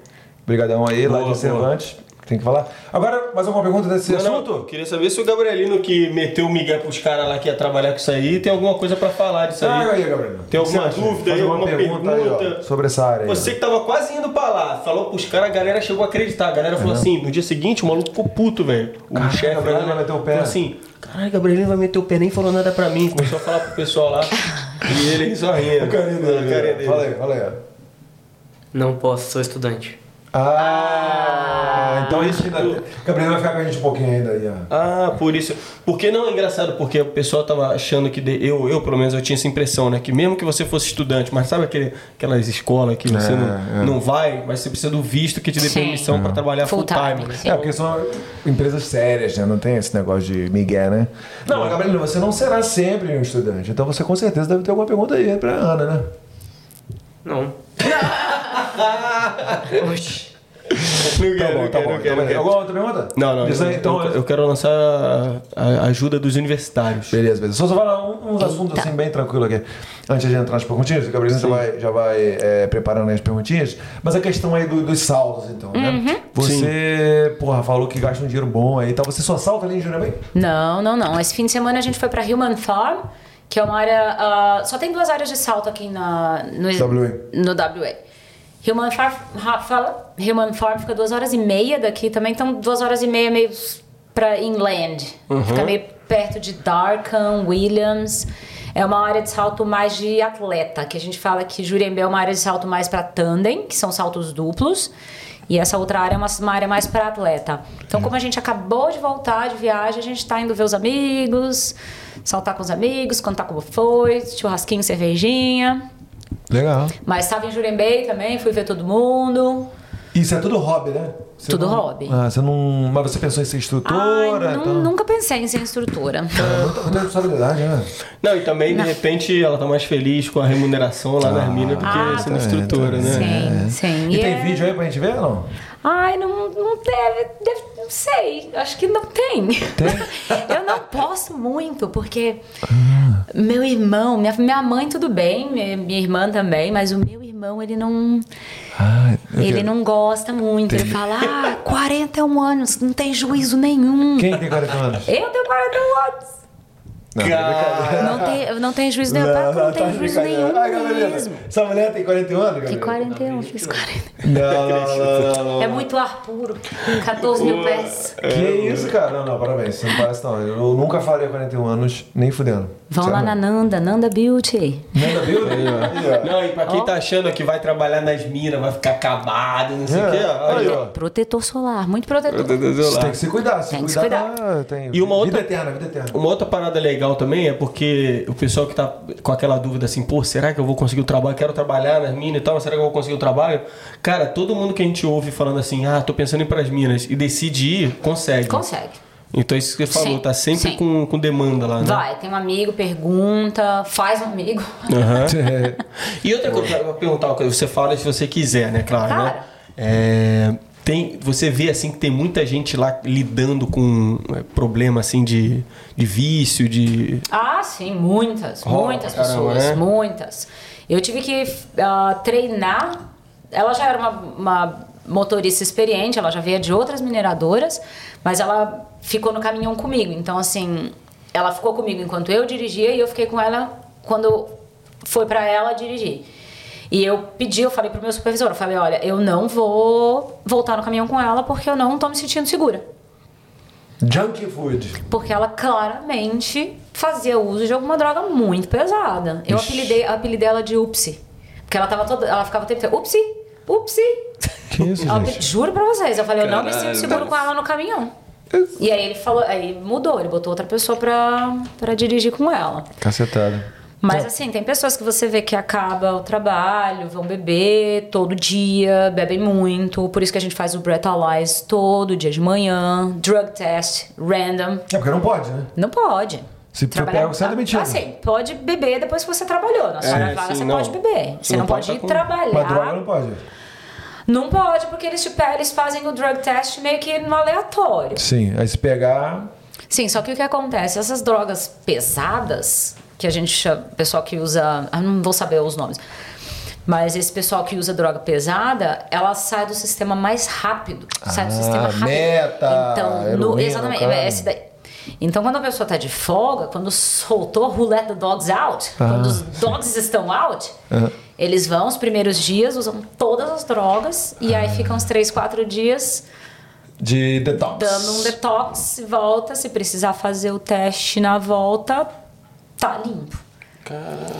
S1: Obrigadão aí, lá
S2: Boa,
S1: de Cervantes. que Tem que falar. Agora, mais alguma pergunta desse
S2: Não, não,
S1: assunto?
S2: eu queria saber se o Gabrielino que meteu o Miguel pros caras lá que ia trabalhar com isso aí, tem alguma coisa pra falar disso aí.
S1: Ah, aí, Gabriel. O
S2: Tem
S1: que
S2: alguma
S1: você acha?
S2: dúvida
S1: Faz
S2: aí,
S1: alguma
S2: alguma
S1: aí, ó,
S2: pergunta?
S1: sobre essa área. aí.
S2: Você que tava quase indo pra lá, falou pros caras, a galera chegou a acreditar. A galera falou assim, no dia seguinte o maluco ficou puto, velho. O
S1: Caralho,
S2: chefe
S1: o Gabrielino
S2: lá,
S1: Uhum. vai meter o pé.
S2: Falou assim, caralho, Gabrielino vai meter o pé, nem falou nada pra mim. Começou a falar pro pessoal lá. e ele só rindo. é A carinha dele.
S1: Fala aí, fala aí. ó.
S5: Não posso, sou estudante.
S1: Ah, então isso que ainda. Gabriel vai ficar com a gente um pouquinho ainda aí, ó.
S2: Ah, por isso. Porque não é engraçado, porque o pessoal tava achando que. de- eu, eu, pelo menos, eu tinha essa impressão, né? Que mesmo que você fosse estudante, mas sabe aquele, aquelas escolas que
S1: É,
S2: você não, não vai, mas você precisa do visto que te dê
S3: Sim.
S2: permissão pra trabalhar full,
S3: Full
S2: time.
S3: time.
S2: né?
S1: É, porque são empresas sérias, né? Não tem esse negócio de migué, né? Não, mas Gabriel, você não será sempre um estudante. Então você com certeza deve ter alguma pergunta aí pra Ana, né?
S5: Não. Oxi.
S2: Não quero, não
S1: tá
S2: quero,
S1: bom.
S2: não quero, não
S1: Então,
S2: quero.
S1: Alguma outra pergunta?
S2: Não, não.
S1: Isso
S2: eu,
S1: aí, então,
S2: eu, eu quero lançar a, a ajuda dos universitários.
S1: Beleza, beleza. Só, só falar um- uns assuntos assim bem tranquilo aqui. Antes de entrar nas perguntinhas, o Gabriel já vai, já vai é, preparando aí as perguntinhas. Mas a questão aí do- dos saldos, então, né? Você, porra, falou que gasta um dinheiro bom aí e tal. Você só salta ali em Jurema?
S3: Não, não, não. Esse fim de semana a gente foi pra Human Farm, que é uma área. ah, só tem duas áreas de salto aqui na, no
S1: WA.
S3: No WA. Human Farm, Rafa, Human Farm fica duas horas e meia daqui também, então duas horas e meia meio pra inland. Fica meio perto de Darkham, Williams. É uma área de salto mais de atleta, que a gente fala que Jurembé é uma área de salto mais pra tandem, que são saltos duplos. E essa outra área é uma, uma área mais para atleta. Então, como a gente acabou de voltar de viagem, a gente está indo ver os amigos, saltar com os amigos, contar como foi, churrasquinho, cervejinha.
S1: Legal.
S3: Mas estava em Jurembei também, fui ver todo mundo.
S1: Isso é tudo hobby, né? Você
S3: Tudo
S1: não-
S3: hobby.
S1: Ah, você não. Mas você pensou em ser instrutora?
S3: Ai, nu-
S1: então...
S3: Nunca pensei em ser instrutora.
S1: É, Muita, muita responsabilidade, né?
S2: Não, e também, de repente, ela tá mais feliz com a remuneração lá das minas do que
S3: Ah,
S2: sendo
S3: tá,
S2: instrutora, né?
S3: Sim, sim.
S1: E tem
S3: é-
S1: vídeo aí pra gente ver ou não?
S3: Ai, não, não deve, deve- Não sei. Acho que não tem. eu não posso muito, porque meu irmão, minha, minha mãe, tudo bem, minha, minha irmã também, mas o meu irmão, ele não.
S1: Ah,
S3: Ele não gosta muito. Ele fala, ah, 41 anos, não tem juízo nenhum.
S1: Quem tem 40 anos?
S3: Eu tenho 41 anos.
S2: Cara,
S3: Não
S1: Ah.
S3: tem, não tem juízo nenhum. Claro que
S1: tá
S3: não tem juízo nenhum
S1: Ai, Gabriela,
S3: mesmo.
S1: essa mulher tem 41 anos,
S3: Que
S1: Gabriela?
S3: 41, fiz 40.
S1: Não, não, não, não, não.
S3: É muito ar puro. 14 mil pés.
S2: É
S1: Que isso, cara? Não, não, parabéns. Você não parece, não. Eu nunca faria 41 anos, nem fudendo.
S3: Vão lá na Nanda, Nanda Beauty.
S1: Nada, viu?
S2: Não, e pra quem tá achando que vai trabalhar nas minas, vai ficar acabado, não sei o quê, ó.
S1: Aí, ó.
S3: Protetor solar, muito protetor.
S1: Você É. tem que se cuidar, se
S3: Tem que se
S1: cuidar. ah, tem-
S2: E uma
S1: Vida
S2: outra-
S1: eterna, vida eterna.
S2: Uma outra parada legal também é porque o pessoal que tá com aquela dúvida assim, pô, será que eu vou conseguir o trabalho? Quero trabalhar nas minas e tal, mas será que eu vou conseguir o trabalho? Cara, todo mundo que a gente ouve falando assim, ah, tô pensando em ir pras minas e decide ir, consegue.
S3: Consegue.
S2: Então isso que você falou,
S3: Sim,
S2: tá sempre
S3: sim.
S2: com, com demanda lá, né?
S3: Vai, tem um amigo, pergunta, faz um amigo.
S2: Aham.
S1: É.
S2: e outra coisa, eu vou perguntar uma coisa, você fala se você quiser, né? Claro,
S3: Claro.
S2: né? É, tem, você vê assim que tem muita gente lá lidando com é, problema assim de, de vício, de.
S3: Ah, sim, muitas,
S2: Rola
S3: muitas
S2: pra caramba,
S3: pessoas,
S2: né?
S3: muitas. Eu tive que ah, treinar. Ela já era uma, uma motorista experiente, ela já veio de outras mineradoras, mas ela ficou no caminhão comigo. Então, assim, ela ficou comigo enquanto eu dirigia e eu fiquei com ela quando foi pra ela dirigir. E eu pedi, eu falei pro meu supervisor, eu falei, olha, eu não vou voltar no caminhão com ela porque eu não tô me sentindo segura.
S4: Junk food.
S3: Porque ela claramente fazia uso de alguma droga muito pesada. Eu apelidei, apelidei ela de Upsi. Porque ela tava toda. Ela ficava o tempo todo. Upsi! Upsi!
S1: Que isso,
S3: Ela-
S1: gente?
S3: juro pra vocês, eu falei, eu não me sinto
S6: Caralho,
S3: seguro
S6: mas-
S3: com ela no caminhão. E aí ele falou, aí mudou, ele botou outra pessoa pra, pra dirigir com ela.
S1: Cacetada.
S3: Mas assim, tem pessoas que você vê que acaba o trabalho, vão beber todo dia, bebem muito. Por isso que a gente faz o Breathalyze todo dia de manhã. Drug test, random.
S4: É porque não pode, né?
S3: Não pode.
S1: Se for pego, você é demitido.
S3: Assim, pode beber depois que você trabalhou. Na sua
S2: É,
S3: vaga
S2: sim,
S3: você
S2: não.
S3: pode beber. Você, não, pode,
S2: tá
S3: ir
S2: com-
S3: trabalhar.
S4: Mas droga não pode.
S3: Não pode, porque eles, te pe- eles fazem o drug test meio que no aleatório.
S1: Sim, aí se pegar.
S3: Sim, só que o que acontece? Essas drogas pesadas, que a gente chama. Pessoal que usa. Eu não vou saber os nomes. Mas esse pessoal que usa droga pesada, ela sai do sistema mais rápido. sai do sistema rápido.
S1: Ah, meta,
S3: Então, no-
S1: heroína,
S3: exatamente.
S1: cara.
S3: é esse daí. Então, quando a pessoa tá de folga, quando soltou who let the dogs out,
S1: Ah.
S3: quando os dogs estão out, eles vão os primeiros dias, usam todas as drogas, e aí ficam uns 3, 4 dias
S1: De detox.
S3: dando um detox, volta. Se precisar fazer o teste na volta, tá limpo.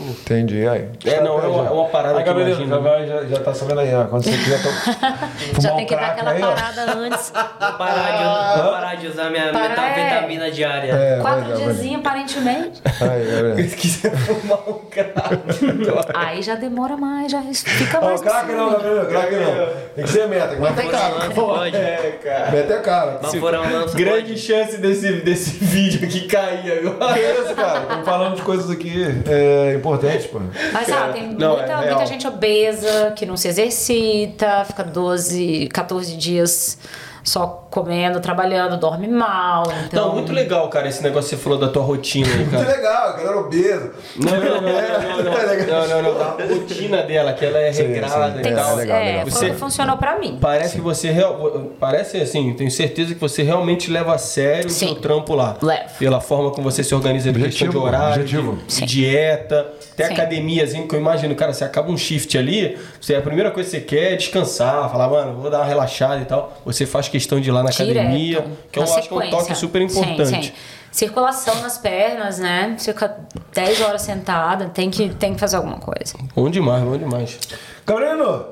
S1: Entendi, aí.
S2: É, não, é uma, é uma parada
S4: Aí,
S2: que eu
S4: Gabriela,
S2: imagino. né?
S4: já, vai, já, já tá sabendo aí, ó. Quando você quiser to...
S3: Já
S4: fumar
S3: tem
S4: um
S3: que dar
S4: crack
S3: aquela
S4: aí, ó.
S3: parada antes.
S5: Vou parar de, vou parar de usar minha
S3: Parar
S5: metavitamina diária.
S1: É,
S3: Quatro
S1: vai, vai.
S3: diazinhos, aparentemente.
S1: Aí, Gabriela.
S2: Se quiser fumar um carro.
S3: Aí já demora mais, já fica
S4: Ó,
S3: mais.
S4: o Tá crack não,
S1: tá
S4: Gabriela, crack não. Tem que ser meta, mas tem
S5: Foram
S4: cara.
S3: né?
S5: lança, pode.
S2: É, cara.
S4: Meta é cara.
S5: Mas foram lança,
S2: Grande
S5: pode.
S2: chance desse, desse vídeo aqui cair agora.
S4: Que isso, cara? Estamos falando de coisas aqui é, importantes, pô.
S3: Mas ah, tem
S2: Não,
S3: muita,
S2: é real.
S3: muita gente obesa que não se exercita, fica 12, 14 dias só comendo, trabalhando, dorme mal. Então,
S2: Não, muito legal, cara, esse negócio que você falou da tua rotina aí,
S4: Que
S2: cara.
S4: legal, galera é obesa.
S2: Não, não, não, não, não, não, não, não, não, da rotina dela, que ela é regrada
S1: sim,
S2: e
S3: tem que,
S2: tal.
S1: legal,
S3: é,
S1: legal.
S3: foi
S2: Você-
S3: o que funcionou pra mim.
S2: Parece que você real, parece assim, tenho certeza que você realmente leva a sério
S3: Sim.
S2: o seu trampo lá.
S3: Levo.
S2: Pela forma como você se organiza de questão de
S1: Objetivo,
S2: horário,
S1: objetivo.
S2: de- de dieta, até
S3: Sim.
S2: academiazinho, que eu imagino, cara, você acaba um shift ali, você, a primeira coisa que você quer é descansar, falar, mano, vou dar uma relaxada e tal. Você faz questão de ir lá na academia,
S3: Direto,
S2: que eu
S3: na
S2: acho que é um
S3: sequência.
S2: toque super
S3: Sim,
S2: importante.
S3: sim. Circulação nas pernas, né? Fica 10 horas sentada, tem que, tem que fazer alguma coisa.
S2: Bom demais, bom demais.
S4: Gabrielino,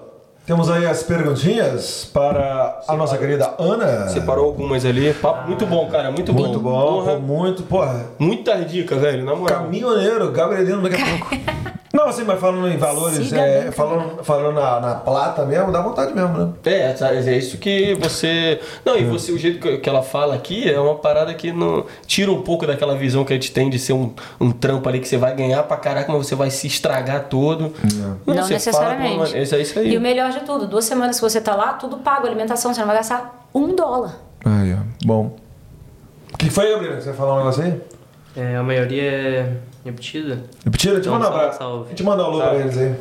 S4: temos aí as perguntinhas para a nossa querida Ana.
S2: Separou algumas ali. Papo muito bom, cara. Muito bom.
S4: Muito bom,
S2: Porra,
S4: pô, muito, porra.
S2: Muitas dicas, velho. Na moral.
S4: Caminhoneiro, Gabrielino daqui a pouco. Não, assim, mas falando em valores,
S3: Siga
S4: é,
S3: bem,
S4: falando, falando na, na plata mesmo, dá vontade mesmo, né?
S2: É, sabe, é isso que você. Não, e você, o jeito que- que ela fala aqui é uma parada que não tira um pouco daquela visão que a gente tem de ser um, um trampo ali que você vai ganhar pra caraca, mas você vai se estragar todo. você
S3: Não,
S2: fala de uma
S3: necessariamente.
S2: maneira- Isso é isso aí.
S3: E o melhor de tudo, duas semanas que você tá lá, tudo pago, alimentação, você não vai gastar um dólar.
S1: Aí, ó. Bom.
S4: O que foi, Gabrielino? Você vai falar um negócio aí?
S5: É, a maioria é repetida.
S4: Repetiram, eu te
S5: Não,
S4: manda um
S5: salve,
S4: abraço.
S5: salve.
S4: A gente manda um alô pra eles aí.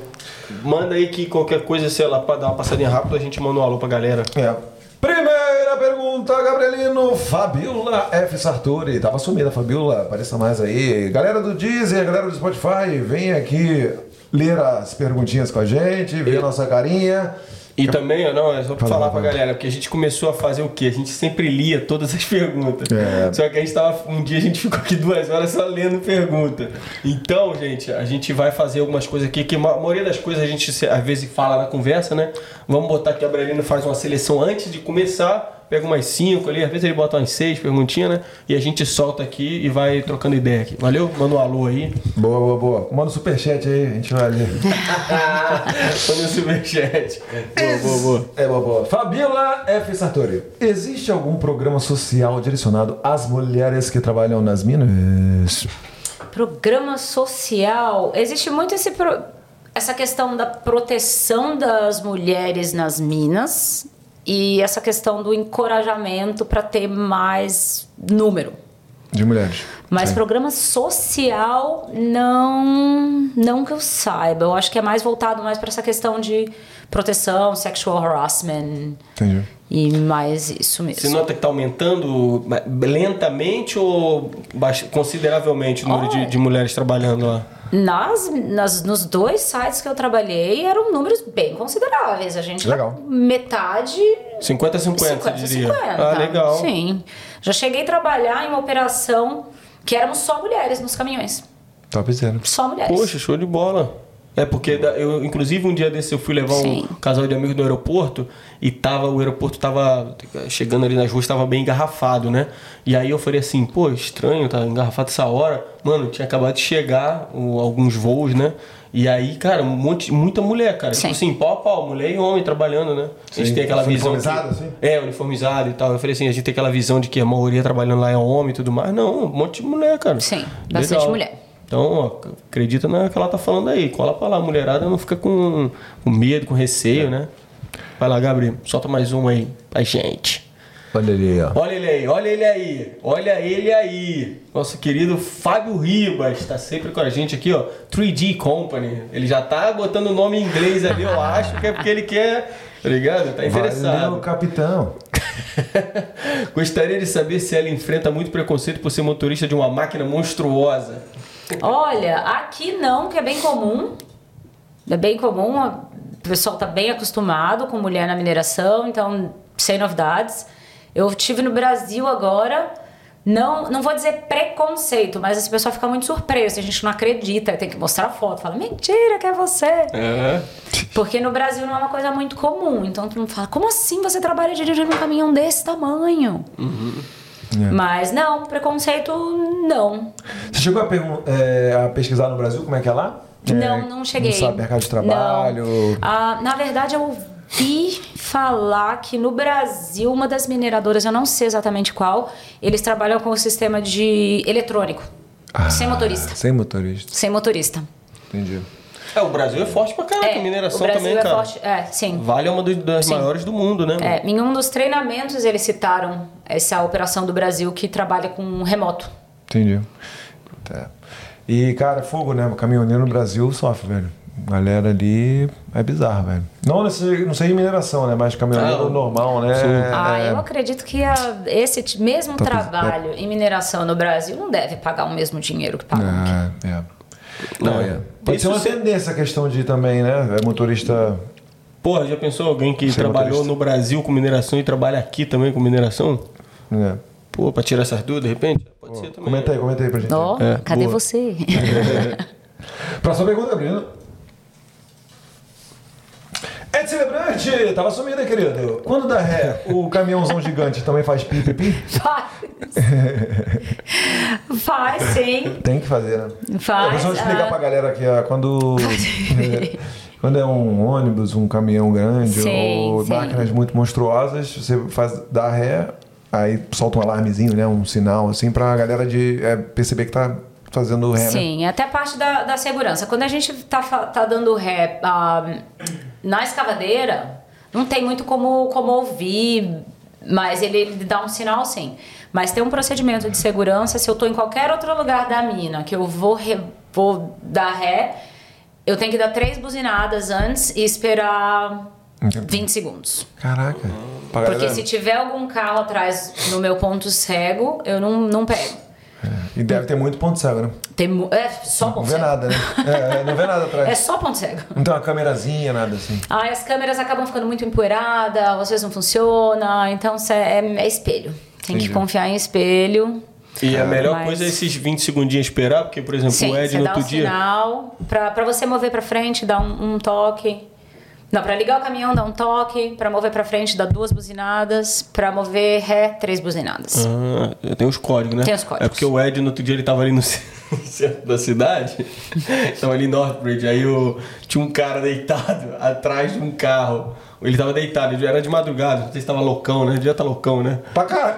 S2: Manda aí que qualquer coisa, sei lá, pra dar uma passadinha rápida, a gente manda um alô pra galera.
S4: É. Primeira pergunta, Gabrielino. Fabiola F. Sartori. Tava sumida, Fabiola. Apareça mais aí. Galera do Deezer, galera do Spotify, vem aqui ler as perguntinhas com a gente, ver a nossa carinha.
S2: E também, ó, não, é só pra
S4: Fala,
S2: falar pra
S4: fala.
S2: galera, porque a gente começou a fazer o quê? A gente sempre lia todas as perguntas.
S4: É.
S2: Só que a gente tava. Um dia a gente ficou aqui duas horas só lendo pergunta. Então, gente, a gente vai fazer algumas coisas aqui, que a maioria das coisas a gente se- às vezes fala na conversa, né? Vamos botar que a Brelina faz uma seleção antes de começar, pega umas cinco ali, às vezes ele bota umas seis perguntinhas, né? E a gente solta aqui e vai trocando ideia aqui. Valeu? Manda um alô aí.
S4: Boa, boa, boa. Manda um superchat aí, a gente vai ler.
S2: Manda um superchat. Boa, boa, boa.
S4: É boa, boa. Fabiola F. Sartori. Existe algum programa social direcionado às mulheres que trabalham nas minas?
S3: Programa social. Existe muito esse pro- essa questão da proteção das mulheres nas minas e essa questão do encorajamento para ter mais número.
S1: De mulheres.
S2: É.
S3: Mas programa social não, não que eu saiba. Eu acho que é mais voltado mais para essa questão de proteção, sexual harassment
S1: Entendi.
S3: e mais isso mesmo.
S2: Você nota que está aumentando ba- lentamente ou baix- consideravelmente o número de, de mulheres trabalhando lá?
S3: Nas, nas, nos dois sites que eu trabalhei eram números bem consideráveis. A gente
S1: Legal.
S3: tá com metade
S2: 50 a 50,
S3: 50,
S2: você diria.
S3: 50.
S2: Ah, legal.
S3: Sim. Já cheguei a trabalhar em uma operação que éramos só mulheres nos caminhões.
S1: Top zero.
S3: Só mulheres.
S2: Poxa, show de bola. É porque da- eu, inclusive, um dia desse eu fui levar
S3: Sim.
S2: um casal de amigos no aeroporto e tava, o aeroporto tava chegando ali nas ruas, tava bem engarrafado, né? E aí eu falei assim, pô, estranho, tá engarrafado essa hora. Mano, tinha acabado de chegar o- alguns voos, né? E aí, cara, um monte, muita mulher, cara.
S3: Sim.
S2: Tipo assim, pau a pau, mulher e homem trabalhando, né? A gente
S7: Sim.
S2: tem aquela visão. que-
S7: Uniformizado, assim?
S2: é, uniformizado e tal. Eu falei assim, a gente tem aquela visão de que a maioria trabalhando lá é homem e tudo mais. Não, um monte de mulher, cara.
S3: Sim, bastante mulher.
S2: Então, ó, c- acredita na que ela tá falando aí. Cola pra lá, mulherada não fica com, com medo, com receio, né? Vai lá, Gabriel, solta mais uma aí pra gente.
S1: Olha ali, ó.
S2: Olha ele aí, olha ele aí, olha ele aí. Nosso querido Fábio Ribas tá sempre com a gente aqui, ó. 3D Company. Ele já tá botando o nome em inglês ali, eu acho, que é porque ele quer. Tá ligado? Tá interessado.
S1: Valeu, capitão.
S2: Gostaria de saber se ela enfrenta muito preconceito por ser motorista de uma máquina monstruosa.
S3: Olha, aqui não, que é bem comum. É bem comum, a- o pessoal tá bem acostumado com mulher na mineração, então sem novidades. Eu tive no Brasil agora, não, não vou dizer preconceito, mas esse pessoal fica muito surpreso, a gente não acredita, tem que mostrar foto, fala, mentira, que é você.
S2: É.
S3: Porque no Brasil não é uma coisa muito comum. Então tu não fala, como assim você trabalha dirigindo um caminhão desse tamanho? Mas não, preconceito não.
S1: Você chegou a, pergun- é, a pesquisar no Brasil como é que é lá?
S3: não,
S1: É,
S3: não cheguei.
S1: Não sabe mercado de trabalho.
S3: Não. Ah, na verdade, eu ouvi falar que no Brasil, uma das mineradoras, eu não sei exatamente qual, eles trabalham com o sistema de eletrônico. Ah,
S1: Ah,
S3: sem motorista.
S1: Sem motorista.
S3: Sem motorista.
S1: Entendi.
S2: É, o Brasil é forte pra caraca,
S3: É,
S2: mineração
S3: o Brasil
S2: também,
S3: é
S2: cara.
S3: forte. É, sim.
S2: Vale é uma das- das
S3: Sim.
S2: maiores do mundo, né? mano?
S3: É, em um dos treinamentos eles citaram essa operação do Brasil que trabalha com remoto.
S1: Entendi. Tá. E, cara, fogo, né? Caminhoneiro no Brasil sofre, velho. Galera ali é bizarro, velho. Não, nesse, não sei de mineração, né? Mas caminhoneiro
S2: Ah,
S1: normal, né?
S3: Ah,
S1: É,
S3: eu acredito que a- esse ti- mesmo
S1: Tá tudo-
S3: trabalho em mineração no Brasil não deve pagar o mesmo dinheiro que pagam aqui.
S1: é, é. Não, é. Pode ser uma tendência a questão de também, né? É motorista.
S2: Porra, já pensou alguém que
S1: Sem
S2: trabalhou
S1: motorista.
S2: no Brasil com mineração e trabalha aqui também com mineração?
S1: Né?
S2: Pô, pra tirar essas duas, de repente? Pode ser também.
S1: Comenta aí, comenta aí pra gente.
S3: Ó,
S2: É,
S3: cadê
S2: boa.
S3: você?
S1: Próxima pergunta, Breno. Ed Celebrante, tava sumido, hein, querido? Quando dá ré, o caminhãozão gigante também faz pipipi?
S3: Faz. Faz, sim.
S1: Tem que fazer, né?
S3: Faz,
S1: Eu vou só explicar
S3: ah.
S1: pra galera aqui, ó, quando, é, quando é um ônibus, um caminhão grande
S3: Sim,
S1: ou
S3: sim.
S1: máquinas muito monstruosas, você faz dá ré, aí solta um alarmezinho, né? Um sinal, assim, pra galera de é, perceber que tá fazendo
S2: É,
S1: ré, né?
S3: Sim, até parte da, da segurança. Quando a gente tá, fa- tá dando ré ah, na escavadeira, não tem muito como, como ouvir, mas ele, ele dá um sinal sim. Mas tem um procedimento de segurança, se eu tô em qualquer outro lugar da mina, que eu vou, re- vou dar ré, eu tenho que dar três buzinadas antes e esperar 20 segundos.
S1: Caraca. Pra
S3: Porque
S1: galera-
S3: se tiver algum carro atrás no meu ponto cego, eu não, não pego.
S1: E deve ter muito ponto cego, né?
S3: Tem, mu- é só
S1: Não
S3: ponto
S1: vê
S3: cego.
S1: nada, né? É, não vê nada atrás.
S3: É só ponto cego.
S1: Não tem uma câmerazinha, nada assim.
S3: Aí as câmeras acabam ficando muito empoeiradas, às vezes não funciona, então cê- é, é espelho. Tem
S1: Entendi.
S3: que confiar em espelho.
S2: E a melhor
S3: Mas-
S2: coisa é esses 20 segundinhos esperar, porque, por exemplo,
S3: Sim,
S2: o Ed
S3: você
S2: no
S3: dá um
S2: outro dia.
S3: sinal pra, pra você mover pra frente, dá um, um toque. Não, pra ligar o caminhão dá um toque, pra mover pra frente dá duas buzinadas, pra mover ré, três buzinadas.
S2: Ah, tem os códigos, né?
S3: Tem os códigos.
S2: É porque o Ed, no outro dia, ele tava ali no ce- centro da cidade, tava ali em Northbridge, aí o- tinha um cara deitado atrás de um carro. Ele tava deitado, ele era de madrugada, não sei se tava loucão, né? Devia tá loucão, né?
S1: Pra caralho.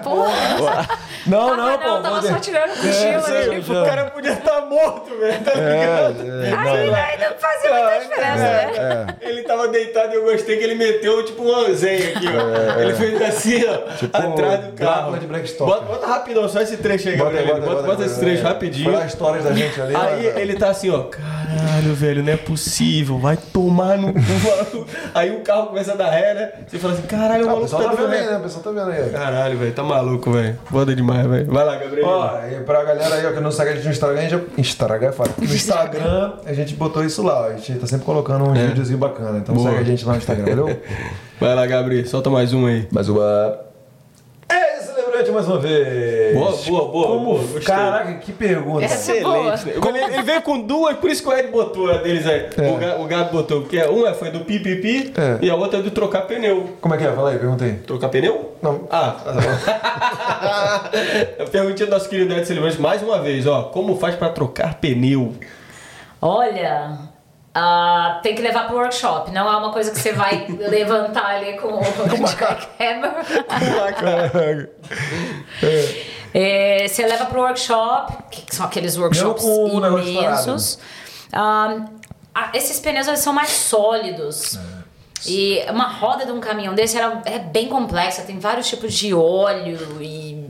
S3: Ah,
S1: Não, não, pô.
S3: tava
S1: vou
S3: só
S1: de-
S3: tirando cochilo.
S1: sei,
S3: ali.
S1: eu
S2: Tipo, o cara podia estar morto, velho, tá ligado?
S1: Ah.
S2: é
S3: Aí daí não fazia muita diferença,
S1: é.
S3: né?
S2: Ele tava deitado e eu gostei que ele meteu tipo um anzenho aqui, ó. Ele fez assim, ó, atrás do carro.
S1: Drácula de Bram Stoker.
S2: bota, bota rapidão, só esse trecho aí, Gabriel. Bota, bota, esse trecho rapidinho.
S1: Foi as histórias da gente ali.
S2: Aí
S1: né?
S2: ele tá assim, ó, cara, Caralho, velho, não é possível. Vai tomar no cu, maluco. Aí o carro começa a dar ré, né? Você fala assim, caralho, o
S1: Ah, o
S2: maluco
S1: pessoal tá
S2: dando
S1: vendo
S2: ré.
S1: aí, né? O pessoal tá vendo aí.
S2: Caralho, velho, tá maluco, velho. Foda demais, velho. Vai lá, Gabriel.
S1: Ó, e pra galera aí ó, que não segue a gente no Instagram, a gente já- Instagram é fácil. No Instagram a gente botou isso lá, ó. a gente tá sempre colocando um videozinho bacana, então
S2: É. Boa.
S1: segue a gente lá no Instagram, valeu?
S2: Vai lá, Gabriel, solta mais um aí.
S1: Mais uma. É isso, lembrante mais uma vez.
S2: Boa, boa, boa,
S1: Como...
S2: boa, gostei.
S1: Caraca, que pergunta.
S3: Essa é boa.
S2: né? Como Ele, ele veio com duas, por isso que o Ed botou a deles aí. O, Ga- o Gabi botou, porque uma foi do pipipi
S1: É.
S2: e a outra é do trocar pneu.
S1: Como é que é? Fala aí, pergunta aí.
S2: Trocar pneu?
S1: Não.
S2: Ah, tá bom. Eu perguntei ao nosso querido Ed Celebrante mais uma vez, ó. Como faz pra trocar pneu?
S3: Olha, ah, tem que levar pro workshop. Não é uma coisa que você vai levantar ali com o jackhammer. É, você leva pro workshop, que são aqueles workshops
S1: Mesmo com o negócio
S3: imensos. Ah, ah, esses pneus eles são mais sólidos.
S1: É.
S3: E uma roda de um caminhão desse ela é bem complexa, tem vários tipos de óleo e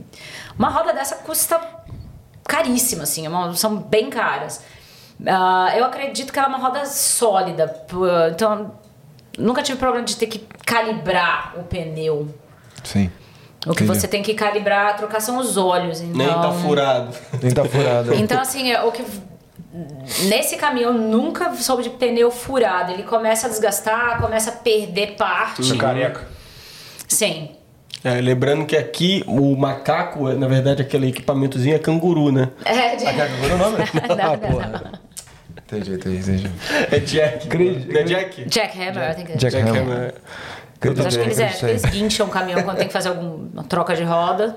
S3: uma roda dessa custa caríssima, assim, é uma- são bem caras. Ah, eu acredito que ela é uma roda sólida, pô, então nunca tive problema de ter que calibrar o pneu.
S1: Sim.
S3: O que
S1: Entendi.
S3: você tem que calibrar, trocar são os olhos. Então...
S2: Nem tá furado.
S1: Nem tá furado.
S3: Então, assim, é, o que. Nesse caminhão nunca soube de pneu furado. Ele começa a desgastar, começa a perder parte.
S1: Careca.
S3: Sim.
S2: É, lembrando que aqui o macaco, é, na verdade, aquele equipamentozinho é canguru, né?
S3: É, de...
S1: Careca, qual é o nome?
S3: Não,
S1: ah,
S3: não,
S1: porra. Entendi, entendi, entendi.
S2: É Jack.
S1: Cris-
S2: Não é Jack?
S3: Jack Hammer, I think.
S1: Jack
S2: Jack
S1: Hammer.
S2: Hammer.
S3: Mas acho que eles, é, acho que eles
S1: Entendi.
S3: guincham o caminhão quando tem que fazer alguma troca de roda.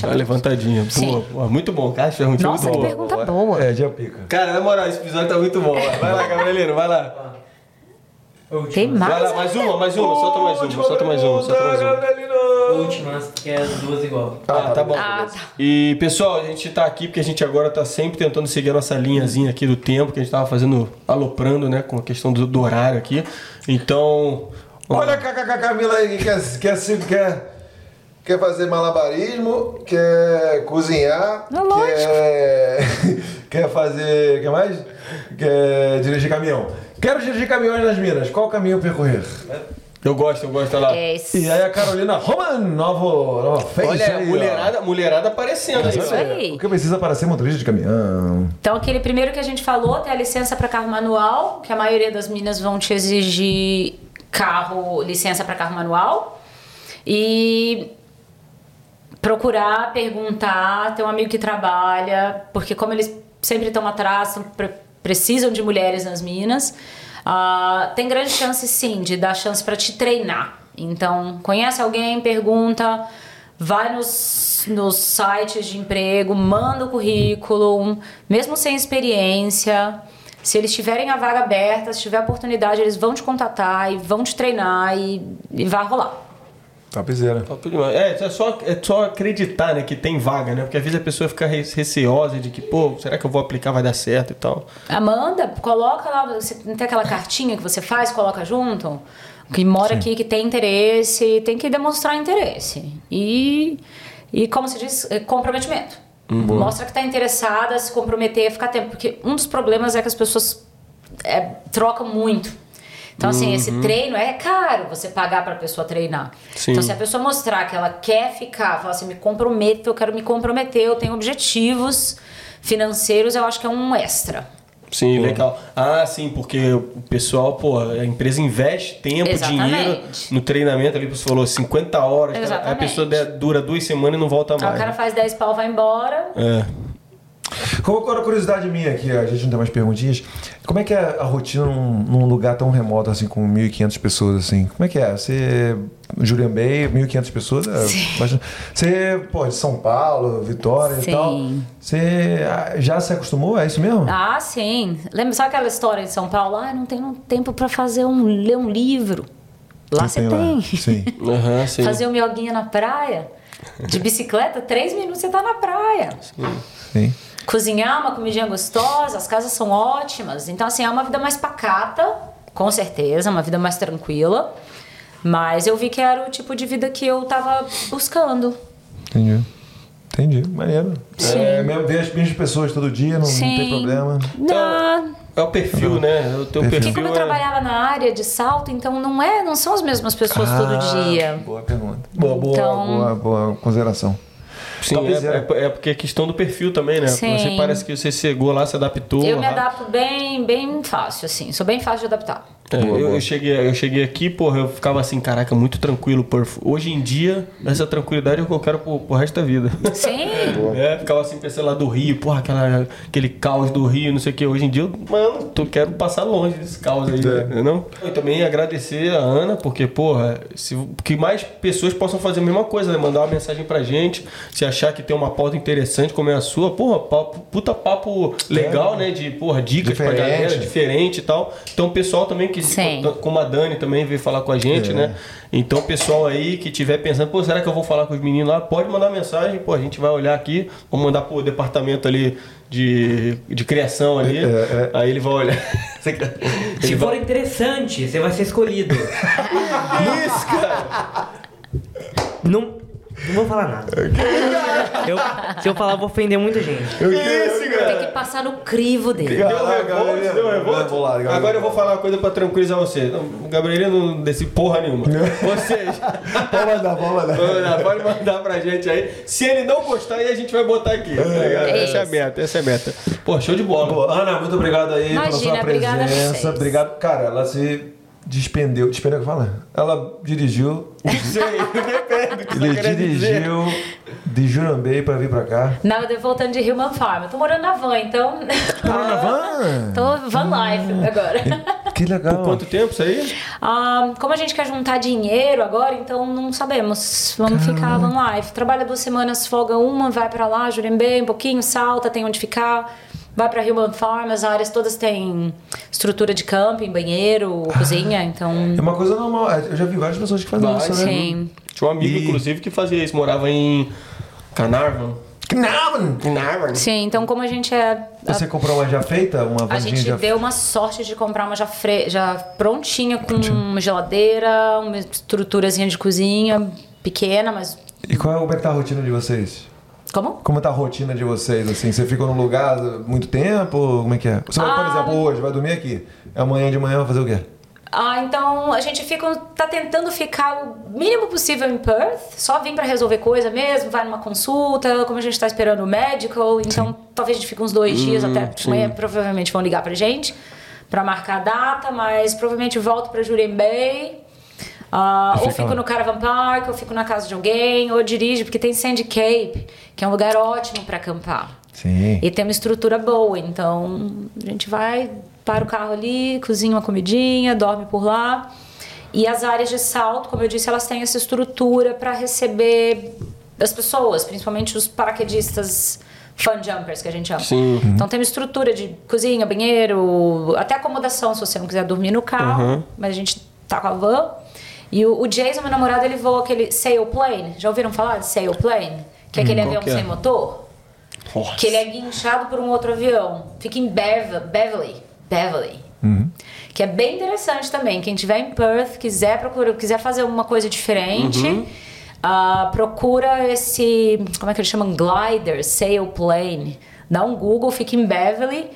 S2: Tá levantadinha.
S3: Sim.
S2: Boa, boa. Muito bom, cara. Essa pergunta é
S3: Nossa,
S2: muito
S3: que
S2: boa.
S3: pergunta boa.
S1: É, dia pica.
S2: Cara, na moral, esse episódio tá muito bom. Vai lá, Gabrieleiro, vai lá.
S3: Tem mais?
S2: Vai lá, mais uma, mais uma. Solta mais uma, solta mais uma, solta mais um. uma.
S5: Última, que é as duas igual.
S2: Ah, tá bom.
S3: Ah,
S2: beleza. E, pessoal, a gente tá aqui porque a gente agora tá sempre tentando seguir a nossa linhazinha aqui do tempo, que a gente tava fazendo, aloprando, né, com a questão do, do horário aqui. Então...
S1: Olha a KKK Camila aí que quer, quer, se- quer, quer fazer malabarismo, quer cozinhar,
S3: É lógico.
S1: quer, quer fazer. que mais? Quer dirigir caminhão. Quero dirigir caminhões nas Minas, qual caminho percorrer?
S2: Eu gosto, eu gosto, olha lá.
S3: É isso.
S1: E aí a Carolina Roman, novo, nova face.
S2: Olha,
S1: É aí, ó.
S2: mulherada, mulherada aparecendo aí,
S3: É isso
S2: ó.
S3: aí.
S1: O que precisa para ser motorista de caminhão?
S3: Então, aquele primeiro que a gente falou, tem a licença para carro manual, que a maioria das minas vão te exigir carro, licença para carro manual. E procurar, perguntar, ter um amigo que trabalha, porque como eles sempre estão atrás, tão pre- precisam de mulheres nas minas, ah, tem grande chance sim de dar chance para te treinar. Então, conhece alguém, pergunta, vai nos, nos sites de emprego, manda o currículo, mesmo sem experiência. Se eles tiverem a vaga aberta, se tiver oportunidade, eles vão te contatar e vão te treinar e, e vai rolar.
S1: Topzera.
S2: Top demais. É, é só, é só acreditar, né, que tem vaga, né? Porque às vezes a pessoa fica re- receosa de que, pô, será que eu vou aplicar, vai dar certo e tal.
S3: Amanda, coloca lá, você não tem aquela cartinha que você faz, coloca junto? Que mora aqui, que tem interesse, tem que demonstrar interesse. E, e como se diz, é comprometimento. Mostra que tá interessada, se comprometer, ficar tempo. Porque um dos problemas é que as pessoas é, trocam muito. Então, assim, esse treino é caro você pagar pra pessoa treinar.
S2: Sim.
S3: Então, se a pessoa mostrar que ela quer ficar, falar assim, me comprometo, eu quero me comprometer, eu tenho objetivos financeiros, eu acho que é um extra.
S2: Sim, legal. Ah, sim, porque o pessoal, pô, a empresa investe tempo,
S3: Exatamente.
S2: dinheiro no treinamento ali, você falou 50 horas, cara, a
S3: Exatamente.
S2: pessoa de- dura duas semanas e não volta
S3: Aí
S2: mais.
S3: o cara faz 10 pau, vai embora.
S2: É.
S1: Como agora, curiosidade minha aqui, a gente não tem mais perguntinhas. Como é que é a rotina num, num lugar tão remoto assim, com 1.500 pessoas assim? Como é que é? Você, Julian Bay, 1.500 pessoas, é bastante. Você, pô, de São Paulo, Vitória
S3: Sim.
S1: e tal. Você ah, já se acostumou? É isso mesmo?
S3: Ah, sim. Lembra, sabe aquela história de São Paulo? Ah, não tenho tempo pra fazer um, ler um livro. Lá você
S1: lá.
S3: tem.
S1: Sim.
S2: Aham, sim.
S3: Fazer um yoguinha na praia. De bicicleta, três minutos você tá na praia.
S1: Sim.
S3: Cozinhar uma comidinha gostosa, as casas são ótimas. Então, assim, é uma vida mais pacata, com certeza, uma vida mais tranquila. Mas eu vi que era o tipo de vida que eu tava buscando.
S1: Entendi.
S4: Entendi, maneiro.
S3: Sim.
S4: É, mesmo ver as mesmas pessoas todo dia, não, não tem
S3: Sim.
S4: problema.
S3: Não.
S2: É o perfil, né? O teu
S3: Porque
S2: perfil.
S3: como eu
S2: é-
S3: trabalhava na área de salto, então não é, não são as mesmas pessoas
S1: Ah,
S3: todo dia.
S4: Boa pergunta. Boa, boa,
S3: Então-
S4: boa, boa consideração.
S2: Sim,
S4: Talvez
S2: é, é, é porque é questão do perfil também, né?
S3: Sim.
S2: Você parece que você chegou lá, se adaptou.
S3: Eu me
S2: rápido.
S3: adapto bem, bem fácil, assim. Sou bem fácil de adaptar.
S2: É, eu, eu cheguei, eu cheguei aqui, porra, eu ficava assim, caraca, muito tranquilo, por Hoje em dia, essa tranquilidade é o que eu quero pro, pro resto da vida.
S3: Sim.
S2: É, ficava assim pensando lá do Rio, porra, aquela, aquele caos do Rio, não sei o que. Hoje em dia, eu, mano, tô, quero passar longe desse caos aí, né? não? E também agradecer a Ana, porque, porra, se, que mais pessoas possam fazer a mesma coisa, né? Mandar uma mensagem pra gente, se achar que tem uma pauta interessante como é a sua, porra, papo, puta papo legal, né? De, porra, dicas pra
S4: Diferente.
S2: galera, diferente e tal. Então, o pessoal também que,
S3: Sim.
S2: como a Dani também veio falar com a gente,
S4: É.
S2: né? Então, o pessoal aí que tiver pensando, pô, será que eu vou falar com os meninos lá? Pode mandar mensagem, pô, a gente vai olhar aqui, vou mandar pro departamento ali de, de criação
S4: É,
S2: ali. Aí ele vai olhar.
S5: Se
S2: Ele
S5: for
S2: vai-
S5: interessante, você vai ser escolhido.
S2: Isso, cara!
S5: não, não vou falar nada. Eu- se eu falar, eu vou ofender muita gente.
S2: Isso, cara!
S3: Tem que passar no crivo dele.
S2: Deu
S4: Caraca,
S2: revolt,
S4: Gabriel.
S2: deu
S4: Vai, vou lá,
S2: revolt.
S4: Gabriel.
S2: Agora eu vou falar uma coisa pra tranquilizar você. Não, o Gabriel não desse porra nenhuma. Vocês.
S4: Pode mandar, pode mandar.
S2: Pode mandar, pode mandar pra gente aí. Se ele não gostar, aí a gente vai botar aqui. tá ligado?
S3: É
S2: essa é a
S3: isso.
S2: meta, essa é a meta. Pô, show de bola.
S4: Pô, Ana, muito obrigado aí pela
S3: Imagina,
S4: sua
S3: obrigada a
S4: presença.
S3: vocês.
S4: Obrigado. Cara, ela se despendeu. Despendeu que fala? Ela dirigiu.
S2: Sei, depende do que
S4: Ele
S2: você quer dizer.
S4: dirigiu de Jurambei pra vir pra cá.
S3: Não, eu tô voltando de Human Farm. Eu tô morando na van, então.
S4: Morou na van?
S3: tô van life agora.
S4: Que legal.
S2: Por quanto tempo isso aí?
S3: Ah, como a gente quer juntar dinheiro agora, então não sabemos. Vamos
S4: Tá.
S3: ficar van life. Trabalha duas semanas, folga uma, vai pra lá, Jurembê um pouquinho, salta, tem onde ficar. Vai pra Human Farm, as áreas todas têm estrutura de camping, banheiro, cozinha, então.
S4: É uma coisa normal. Eu já vi várias pessoas que fazem
S2: Vai,
S4: isso, né?
S3: Sim.
S2: Tinha um amigo,
S4: E-
S2: inclusive, que fazia isso. Morava em Carnarvon.
S4: Que não!
S2: Carnarvon.
S3: Sim, então como a gente é.
S4: Você comprou uma já feita? Uma
S3: A
S4: vandinha
S3: gente
S4: já
S3: deu uma sorte de comprar uma já, fre... já prontinha, com uma geladeira, uma estruturazinha de cozinha pequena, mas.
S4: E qual é, como é que tá a rotina de vocês?
S3: Como?
S4: Como tá a rotina de vocês, assim? Você fica num lugar muito tempo? Como é que é? Você vai, por
S3: Ah.
S4: exemplo, hoje, vai dormir aqui. É Amanhã de manhã vai fazer o quê?
S3: Ah, então a gente fica, tá tentando ficar o mínimo possível em Perth, só vim pra resolver coisa mesmo, vai numa consulta, como a gente tá esperando o médico, então talvez a gente fique uns dois dias até amanhã, provavelmente vão ligar pra gente pra marcar a data, mas provavelmente volto pra Jurem Bay. Ah, ou fico no Caravan Park, ou fico na casa de alguém, ou dirijo, porque tem Sandy Cape, que é um lugar ótimo pra acampar.
S4: Sim.
S3: E tem uma estrutura boa, então a gente vai, para o carro ali, cozinha uma comidinha, dorme por lá. E as áreas de salto, como eu disse, elas têm essa estrutura para receber as pessoas, principalmente os paraquedistas fun jumpers que a gente chama.
S2: Sim.
S3: Então tem uma estrutura de cozinha, banheiro, até acomodação se você não quiser dormir no carro,
S2: Uhum.
S3: mas a gente tá com a van. E o, o Jason, meu namorado, ele voa aquele sailplane. Já ouviram falar de sailplane? Que é aquele
S2: qual
S3: avião
S2: que é?
S3: sem motor? Que ele é guinchado por um outro avião. Fica em Beva- Beverly. Beverly.
S2: Uhum.
S3: Que é bem interessante também. Quem estiver em Perth, quiser procurar, quiser fazer alguma coisa diferente, ah, procura esse. Como é que eles chamam? Glider, sailplane. Dá um Google, fica em Beverly.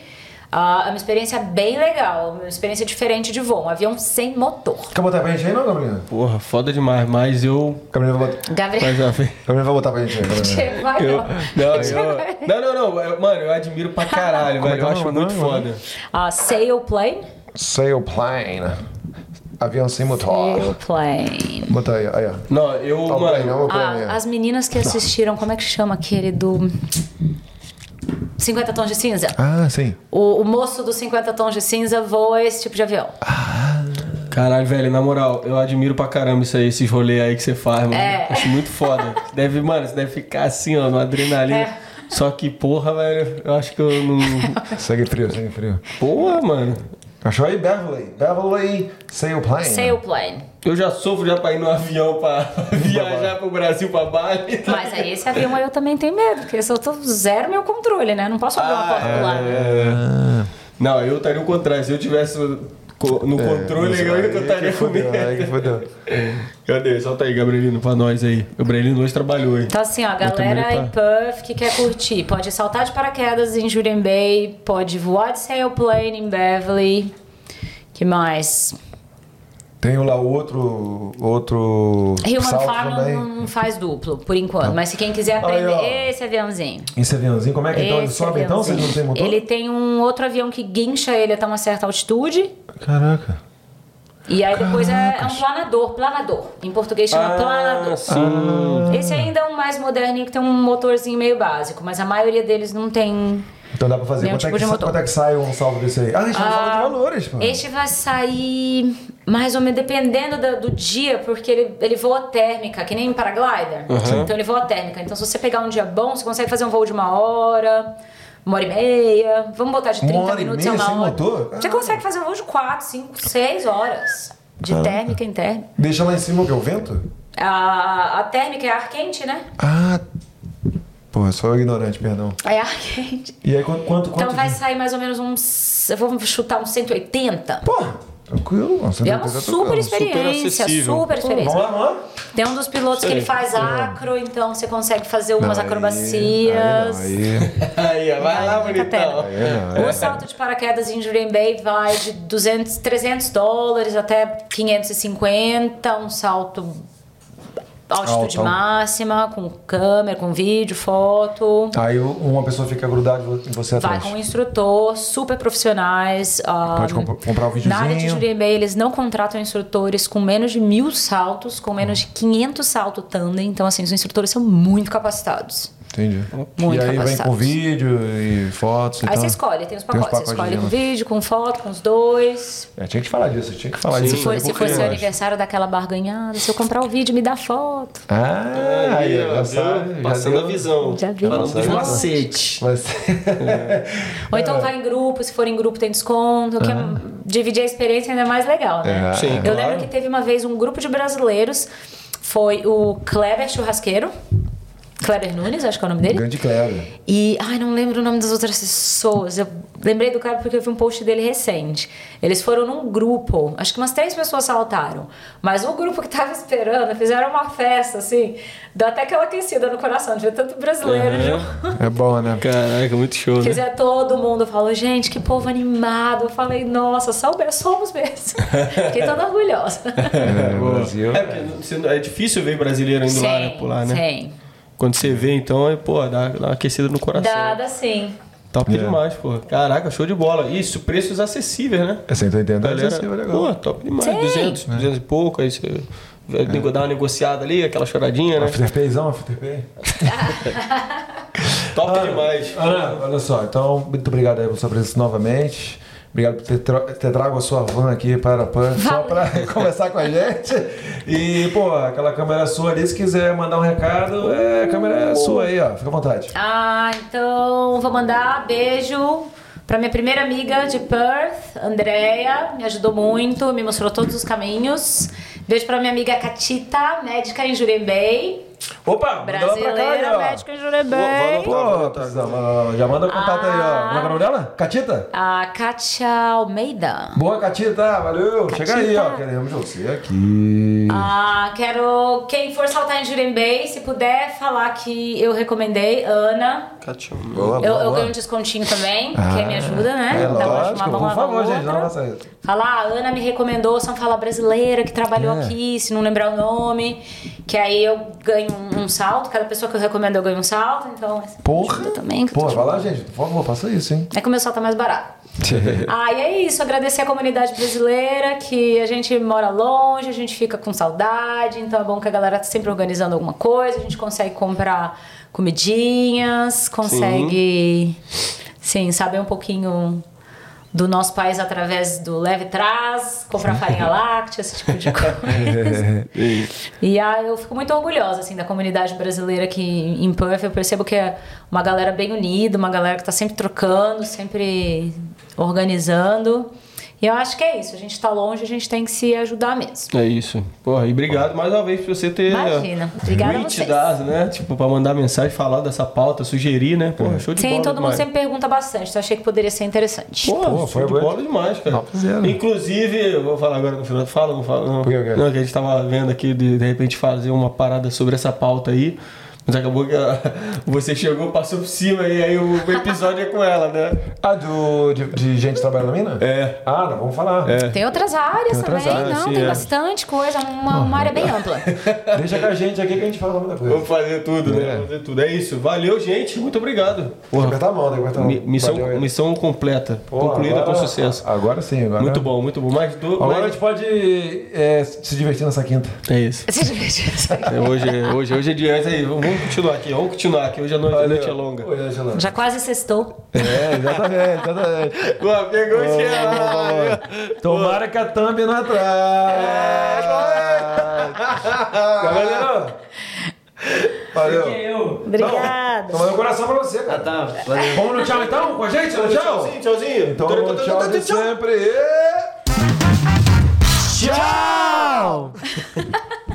S3: Ah, é uma experiência bem legal, uma experiência diferente de voo, um avião sem motor.
S4: Quer botar pra gente aí, não, Gabriel?
S2: Porra, foda demais, mas eu.
S4: Gabriel vai botar,
S3: Gabriel,
S2: Mas já vem.
S4: Gabriel vai botar pra gente aí. Gabriel.
S3: vai
S2: é, Eu,
S3: não.
S2: não, eu- não, não, não, eu- mano, eu admiro pra caralho, velho.
S4: é que é
S2: Eu
S4: o
S2: acho
S4: nome,
S2: muito
S4: né?
S2: foda.
S3: Ah, sailplane?
S4: Sailplane. Avião sem motor.
S3: Sailplane.
S4: Bota aí, aí, ó.
S2: Não, eu,
S4: Tá,
S2: mano.
S4: peraí, não,
S3: Ah,
S4: peraí.
S3: as meninas que assistiram, como é que chama aquele do 50 Tons de Cinza?
S4: Ah, sim.
S3: O, o moço do 50 Tons de Cinza voa esse tipo de avião.
S1: Ah,
S2: Caralho, velho, na moral, eu admiro pra caramba isso aí, esses rolês aí que você faz, mano.
S3: É.
S2: Acho muito foda. Você Deve, mano, você deve ficar assim, ó, no adrenalina.
S3: É.
S2: Só que, porra, velho, eu acho que eu não.
S4: Segue frio, segue frio.
S2: Porra, mano.
S4: Achou aí Beverly. Beverly Sailplane.
S3: Sailplane.
S2: Eu já sofro já pra ir no avião pra viajar pro Brasil, pra Bali.
S3: Mas aí esse avião aí
S1: Ah, é.
S3: eu também tenho medo, porque eu só tô zero meu controle, né? Não posso abrir uma porta do lado.
S2: Não, eu estaria o contrário. Se eu tivesse co- no controle, eu ainda que eu estaria com medo.
S1: Aí É, que é fodeu.
S2: Cadê? Solta aí, Gabrielino, pra nós aí. Gabrielino hoje trabalhou, hein?
S3: Então, assim, ó, galera
S2: também
S3: em
S1: né?
S3: Perth que quer curtir, pode saltar de paraquedas em Julian Bay, pode voar de sailplane em Beverly. Que mais?
S1: Tem lá outro. Outro.
S3: Human
S1: salto
S3: Farm
S1: também.
S3: não, não faz duplo, por enquanto. Mas se quem quiser aprender
S1: ó.
S3: esse aviãozinho.
S1: Esse aviãozinho, como é que então ele
S3: esse
S1: sobe então? Vocês não tem
S3: aviãozinho.
S1: motor?
S3: Ele tem um outro avião que guincha ele até uma certa altitude.
S1: Caraca.
S3: E aí depois é, é um planador, planador. Em português chama planador. Esse ainda é um mais moderninho que tem um motorzinho meio básico, mas a maioria deles não tem.
S1: Então dá pra fazer.
S3: Nenhum
S1: Quanto,
S3: tipo
S1: é que,
S3: de
S1: sa-
S3: motor.
S1: quanto é que sai um salto desse aí? Ah, a gente não fala de valores, pô.
S3: Este vai sair mais ou menos dependendo da- do, dia, porque ele, ele voa térmica, que nem paraglider. Então ele voa térmica. Então se você pegar um dia bom, você consegue fazer um voo de uma hora, uma hora e meia. Vamos botar de 30
S1: Uma hora e
S3: minutos
S1: meia
S3: a uma
S1: sem
S3: hora.
S1: motor? Ah.
S3: Você consegue fazer um voo de 4, 5, 6 horas. De térmica em térmica.
S1: Deixa lá em cima o que? O vento?
S3: A, a térmica é ar quente, né?
S1: Ah. Porra, sou eu é ignorante, perdão.
S3: É ar quente.
S1: E aí quanto. quanto,
S3: Então
S1: quanto é?
S3: vai
S1: de-
S3: sair mais ou menos uns. Eu vou chutar uns 180.
S1: Porra, tranquilo. Nossa,
S3: é uma
S1: tá
S3: super
S1: tocando.
S3: experiência,
S2: acessível.
S3: super, experiência.
S1: Vamos lá, vamos lá?
S3: Tem um dos pilotos que ele faz acro, então você consegue fazer umas
S1: Aí,
S3: acrobacias.
S1: Aí, não, aí,
S2: Aí, ó, vai lá,
S3: Fica
S2: bonitão.
S3: perto.
S1: aí é. não,
S3: O salto de paraquedas em Julian Bay vai de 200, 300 dólares até 550, um salto altitude
S1: Alto.
S3: máxima, com câmera, com vídeo, foto.
S1: Aí uma pessoa fica grudada em você
S3: Vai
S1: atrás.
S3: com um instrutor, super profissionais. ah,
S1: Pode comp- comprar o
S3: Na área de
S1: videozinho.
S3: Julian Bay, eles não contratam instrutores com menos de mil saltos, com menos de 500 saltos tandem. Então, assim, os instrutores são muito capacitados.
S1: Entendi.
S3: Muito
S1: e aí vem
S3: capacitados.
S1: com vídeo e fotos e
S3: Aí
S1: tal.
S3: você escolhe, tem os
S1: Então, Tem os
S3: pacotes.
S1: pacotes
S3: você escolhe
S1: de
S3: com
S1: gema.
S3: vídeo, com foto, com os dois.
S1: É, tinha que te falar disso, tinha que falar disso. um
S3: Se for,
S1: aí,
S3: se
S1: porque
S3: for seu
S1: eu acho.
S3: aniversário daquela barganhada, se eu comprar o vídeo, me dá foto.
S1: Ah, aí,
S2: ó,
S1: já
S2: viu?
S1: sabe, já
S2: Passando
S1: deu-
S2: a visão.
S3: Já viu?
S2: Falando dos
S3: Nossa.
S2: macetes.
S1: Mas... É.
S3: Ou então vai em grupo, se for em grupo tem desconto. Que é- dividir a experiência ainda é mais legal, né?
S1: É,
S2: Sim,
S3: Eu
S2: claro.
S3: lembro que teve uma vez um grupo de brasileiros, foi o Kleber Churrasqueiro. Kleber Nunes, acho que é o nome dele.
S1: Grande Kleber.
S3: E, ai, não lembro o nome das outras pessoas. Eu lembrei do cara porque eu vi um post dele recente. Eles foram num grupo, acho que umas três pessoas saltaram. Mas o grupo que tava esperando, fizeram uma festa, assim. Deu até aquela aquecida no coração de ver tanto brasileiro junto.
S1: É bom, né?
S2: Caraca, muito show, né?
S3: Fizer todo mundo falou, gente, que povo animado. Eu falei, nossa, soube- somos mesmo. Fiquei toda orgulhosa.
S1: É,
S2: Boa.
S1: Brasil.
S2: É, porque não- você não- é difícil ver brasileiro indo lá né, pular, né?
S3: sim.
S2: Quando você vê, então, é, pô, dá, dá uma aquecida no coração.
S3: Dada sim.
S2: Top
S1: É.
S2: demais, pô. Caraca, show de bola. Isso, preços acessíveis, né?
S1: É, Você tá entendendo?
S2: Galera,
S1: Isso é legal. É.
S2: pô, top demais.
S3: Sim.
S2: 200, 200 e pouco, aí você vai dá uma negociada ali, aquela choradinha, né?
S1: FTPzão, FTP. Ah.
S2: Top demais.
S1: Ana, olha só, então, muito obrigado aí pela sua presença novamente. Obrigado por ter, tra ter trago a sua van aqui para a PAN, só para conversar com a gente. E, pô, aquela câmera sua ali, se quiser mandar um recado, é, a câmera é sua aí, ó. Fica à vontade.
S3: Ah, então vou mandar beijo pra minha primeira amiga de Perth, Andrea, me ajudou muito, me mostrou todos os caminhos. Beijo pra minha amiga Catita, médica em Jurembei.
S1: Opa, manda ela pra cá aí,
S3: Brasileira,
S1: ó.
S3: médica em Jurembei.
S1: Pô, tá, tá, tá, já manda o contato aí, ó.
S3: Ah.
S1: Como é que é o nome dela? Catita?
S3: A Kátia Almeida.
S1: Boa, Catita, valeu. Chega aí, ó. Queremos você aqui.
S3: Ah, quero. Quem for saltar em Jurembei, se puder falar que eu recomendei,
S1: Ah.
S3: Ana.
S2: Catinho.
S1: Boa,
S3: Eu,
S1: boa,
S3: eu
S1: boa. Ah,
S3: ganho um descontinho também, quem me ajuda, né?
S1: É
S3: Então, acho
S1: lógico,
S3: uma
S1: por
S3: mão lava a
S1: favor,
S3: outra.
S1: gente, não nossa...
S3: Falar, "Ah, a Ana me recomendou São Fala Brasileira, que trabalhou
S1: É.
S3: aqui, se não lembrar o nome. Que aí eu ganho um, um salto, cada pessoa que eu recomendo eu ganho um salto, então.
S1: Porra.
S3: ajuda também. que eu tô
S1: Pô,
S3: junto.
S1: vai lá, gente. Por favor, faça isso, hein.
S3: É que o meu salto tá mais barato. Ah, e é isso, agradecer a comunidade brasileira, que a gente mora longe, a gente fica com saudade, então é bom que a galera tá sempre organizando alguma coisa, a gente consegue comprar comidinhas, consegue, sim, saber um pouquinho do nosso país através do leve trás, comprar farinha láctea, esse tipo de coisa. e ah, eu fico muito orgulhosa assim da comunidade brasileira aqui em Perth, eu percebo que é uma galera bem unida, uma galera que tá sempre trocando, sempre organizando. E eu acho que é isso. A gente tá longe, a gente tem que se ajudar mesmo.
S2: É isso. Porra, e obrigado mais uma vez por você ter.
S3: Imagina. Obrigada a
S2: reach
S3: vocês.
S2: das, né? Tipo, pra mandar mensagem, falar dessa pauta, sugerir, né? Porra, show de bola.
S3: Sim, todo mundo
S2: demais.
S3: sempre pergunta bastante, então achei que poderia ser interessante.
S2: Porra,
S1: Pô,
S2: show
S1: foi
S2: de
S1: agora.
S2: bola demais, cara.
S1: Nota zero.
S2: Inclusive, eu vou falar agora no final. Fala, não fala. Não,
S1: Por quê, cara?
S2: não que a gente tava vendo aqui de, de repente fazer uma parada sobre essa pauta aí. Mas acabou que a- você chegou, passou por cima e aí o episódio é com ela, né?
S1: Ah, do, de, de gente trabalhando na mina?
S2: É.
S1: Ah, não, vamos falar. É.
S3: Tem outras áreas
S2: outras
S3: também,
S2: áreas,
S3: não,
S2: sim,
S3: tem
S2: é.
S3: bastante coisa, uma, uma área bem ampla.
S1: Deixa com a gente aqui que a gente fala muita coisa.
S2: Vamos fazer tudo, né?
S1: É.
S2: Vamos fazer tudo. É isso. Valeu, gente. Muito obrigado.
S1: Porra. Apertar a mão, né? Apertar a mão.
S2: Mi- missão,
S1: Valeu aí.
S2: missão completa.
S1: Porra,
S2: concluída
S1: agora-
S2: com sucesso.
S1: Agora sim, agora.
S2: Muito bom, muito bom. Mais do.
S1: Agora a
S2: mais-
S1: gente pode é, se divertir nessa quinta.
S2: É isso.
S3: Se divertir.
S2: É, hoje, hoje, hoje é dia. Mas aí, vamos continuar aqui. Vamos continuar aqui. Hoje a noite, a noite é longa.
S1: Oi, Angela.
S3: Já quase sextou.
S1: É, exatamente, exatamente.
S2: Pô, pegou o gelado.
S1: Tomara que a thumb não atrás. Galera, valeu.
S5: é Eu.
S3: Obrigada.
S1: Tomara o coração pra você,
S5: Ah,
S1: cara.
S5: tá. Valeu.
S1: Vamos no tchau então com a gente? No tchau?
S2: Tchauzinho, tchauzinho.
S1: Então, no tchau de sempre. e-
S5: Tchau!